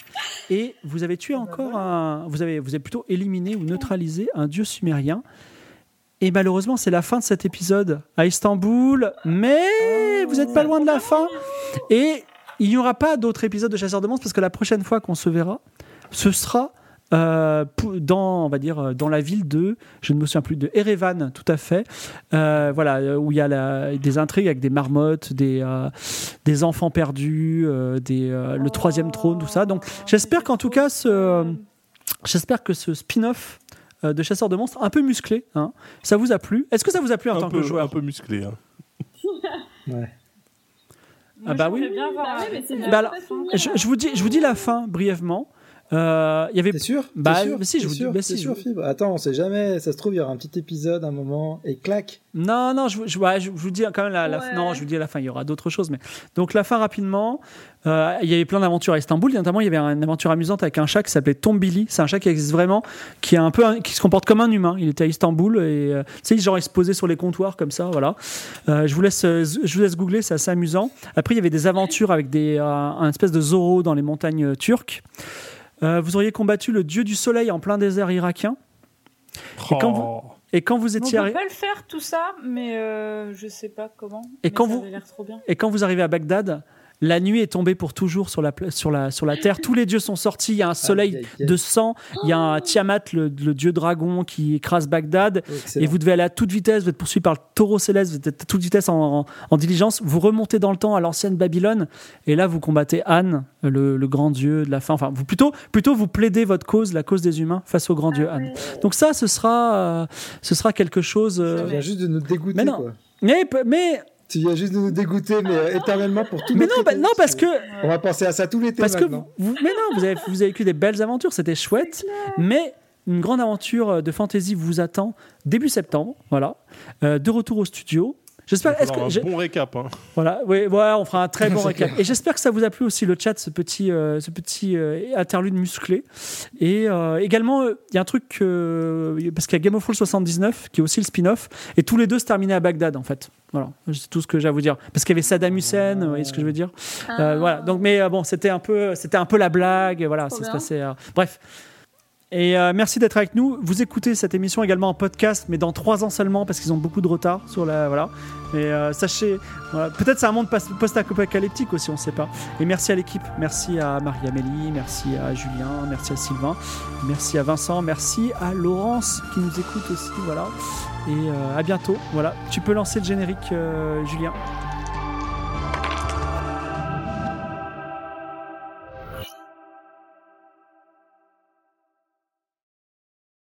[SPEAKER 1] et vous avez tué encore un. Vous avez, vous avez plutôt éliminé ou neutralisé un dieu sumérien. Et malheureusement, c'est la fin de cet épisode à Istanbul, mais vous n'êtes pas loin de la fin. Et il n'y aura pas d'autres épisodes de Chasseurs de monstres parce que la prochaine fois qu'on se verra, ce sera euh, pou- dans, on va dire, euh, dans la ville de, je ne me souviens plus, de Erevan, tout à fait. Euh, voilà, euh, où il y a la- des intrigues avec des marmottes, des, euh, des enfants perdus, euh, des, euh, le troisième trône, tout ça. Donc j'espère qu'en tout cas,
[SPEAKER 3] Euh,
[SPEAKER 1] ce, euh, j'espère que ce spin-off euh, de Chasseurs de monstres, un peu musclé, hein, ça vous a plu Est-ce que ça vous a plu en
[SPEAKER 2] Un
[SPEAKER 1] tant
[SPEAKER 2] peu,
[SPEAKER 1] que joueur
[SPEAKER 2] un peu musclé. hein.
[SPEAKER 3] Moi,
[SPEAKER 1] Ah bah oui.
[SPEAKER 3] j'aimerais bien voir euh,
[SPEAKER 4] Bah oui, mais
[SPEAKER 3] avec
[SPEAKER 4] c'est
[SPEAKER 3] la
[SPEAKER 4] bien.
[SPEAKER 1] Bah alors,
[SPEAKER 4] Pas souvenir,
[SPEAKER 1] je,
[SPEAKER 4] hein.
[SPEAKER 1] je vous dis, je vous dis la fin brièvement. Euh, Il y avait
[SPEAKER 5] T'es sûr T'es
[SPEAKER 1] Bah,
[SPEAKER 5] sûr
[SPEAKER 1] mais si, je
[SPEAKER 5] T'es
[SPEAKER 1] vous-
[SPEAKER 5] sûr,
[SPEAKER 1] mais
[SPEAKER 5] T'es
[SPEAKER 1] si, je
[SPEAKER 5] sûr,
[SPEAKER 1] vous-
[SPEAKER 5] Fibre Attends, on sait jamais. Ça se trouve, il y aura un petit épisode, un moment, et clac.
[SPEAKER 1] Non, non, je, vous- je, ouais, je- je vous dis quand même la, la-
[SPEAKER 4] Ouais.
[SPEAKER 1] non, je vous dis la fin. Il y aura d'autres choses, mais donc la fin rapidement. euh, il y avait plein d'aventures à Istanbul. et Notamment, il y avait une aventure amusante avec un chat qui s'appelait Tombili. C'est un chat qui existe vraiment, qui est un peu, un- qui se comporte comme un humain. Il était à Istanbul et euh, tu sais, genre il se posait sur les comptoirs comme ça, voilà. Euh, je vous laisse, euh, je vous laisse googler, c'est assez amusant. Après, il y avait des aventures avec des, euh, un espèce de Zorro dans les montagnes euh, turques. Euh, vous auriez combattu le dieu du soleil en plein désert irakien. Et quand vous-
[SPEAKER 2] Oh.
[SPEAKER 1] Et quand vous étiez
[SPEAKER 3] On
[SPEAKER 1] arri-
[SPEAKER 3] peut pas le faire tout ça, mais euh, je sais pas comment.
[SPEAKER 1] Et
[SPEAKER 3] Mais
[SPEAKER 1] quand
[SPEAKER 3] ça
[SPEAKER 1] vous-
[SPEAKER 3] avait l'air trop bien.
[SPEAKER 1] Et quand vous arrivez à Bagdad, la nuit est tombée pour toujours sur la, pla- sur la, sur la terre. Tous les dieux sont sortis. Il y a
[SPEAKER 5] Ah,
[SPEAKER 1] un soleil
[SPEAKER 5] Aïe, aïe, aïe.
[SPEAKER 1] de sang. Il y a un Tiamat, le, le dieu dragon, qui écrase Bagdad.
[SPEAKER 5] Excellent.
[SPEAKER 1] Et vous devez aller à toute vitesse. Vous êtes poursuivi par le taureau céleste. Vous êtes à toute vitesse en, en- en diligence. Vous remontez dans le temps à l'ancienne Babylone. Et là, vous combattez Anne, le, le grand dieu de la fin. Enfin, vous, plutôt, plutôt, vous plaidez votre cause, la cause des humains, face au grand dieu
[SPEAKER 4] Ah
[SPEAKER 1] Anne. Donc ça, ce sera, euh, ce sera quelque chose... euh,
[SPEAKER 5] Tu viens juste de nous dégoûter,
[SPEAKER 1] Mais non.
[SPEAKER 5] quoi.
[SPEAKER 1] mais, mais,
[SPEAKER 5] Tu viens juste de nous dégoûter, mais euh, éternellement pour tout
[SPEAKER 1] mais
[SPEAKER 5] notre
[SPEAKER 1] non, bah-
[SPEAKER 5] été.
[SPEAKER 1] non, parce que...
[SPEAKER 5] On va penser à ça tout l'été
[SPEAKER 1] Parce que
[SPEAKER 5] maintenant.
[SPEAKER 1] vous, vous- mais non, vous avez, vous avez vécu des belles aventures, c'était chouette, mais une grande aventure euh, de fantasy vous attend début septembre, voilà, Euh, de retour au studio. J'espère.
[SPEAKER 2] Il
[SPEAKER 1] Est-ce
[SPEAKER 2] va
[SPEAKER 1] que
[SPEAKER 2] falloir
[SPEAKER 1] j'ai-
[SPEAKER 2] un bon récap. hein.
[SPEAKER 1] voilà, oui, voilà, on fera un très bon
[SPEAKER 5] C'est
[SPEAKER 1] récap.
[SPEAKER 5] clair.
[SPEAKER 1] Et j'espère que ça vous a plu aussi le chat, ce petit, euh, ce petit euh, interlude musclé. Et euh, également, euh, il y a un truc que- parce qu'il y a Game of Thrones 79 qui est aussi le spin-off, et tous les deux se terminaient à Bagdad en fait. Voilà, c'est tout ce que j'ai à vous dire. Parce qu'il y avait Saddam
[SPEAKER 2] Ah.
[SPEAKER 1] Hussein, vous voyez ce que je veux dire.
[SPEAKER 4] Ah.
[SPEAKER 1] Euh, voilà. Donc, mais euh, bon, c'était un peu, c'était un peu la blague. et Voilà,
[SPEAKER 4] Trop
[SPEAKER 1] ça se
[SPEAKER 4] bien.
[SPEAKER 1] passait. euh, bref. Et euh, merci d'être avec nous. Vous écoutez cette émission également en podcast, mais dans trois ans seulement parce qu'ils ont beaucoup de retard sur la voilà. Et euh, sachez, voilà, peut-être c'est un monde pas- post-apocalyptique aussi, on ne sait pas. Et merci à l'équipe, merci à Marie-Amélie, merci à Julien, merci à Sylvain, merci à Vincent, merci à Laurence qui nous écoute aussi, voilà. Et euh, à bientôt. Voilà, tu peux lancer le générique, euh, Julien.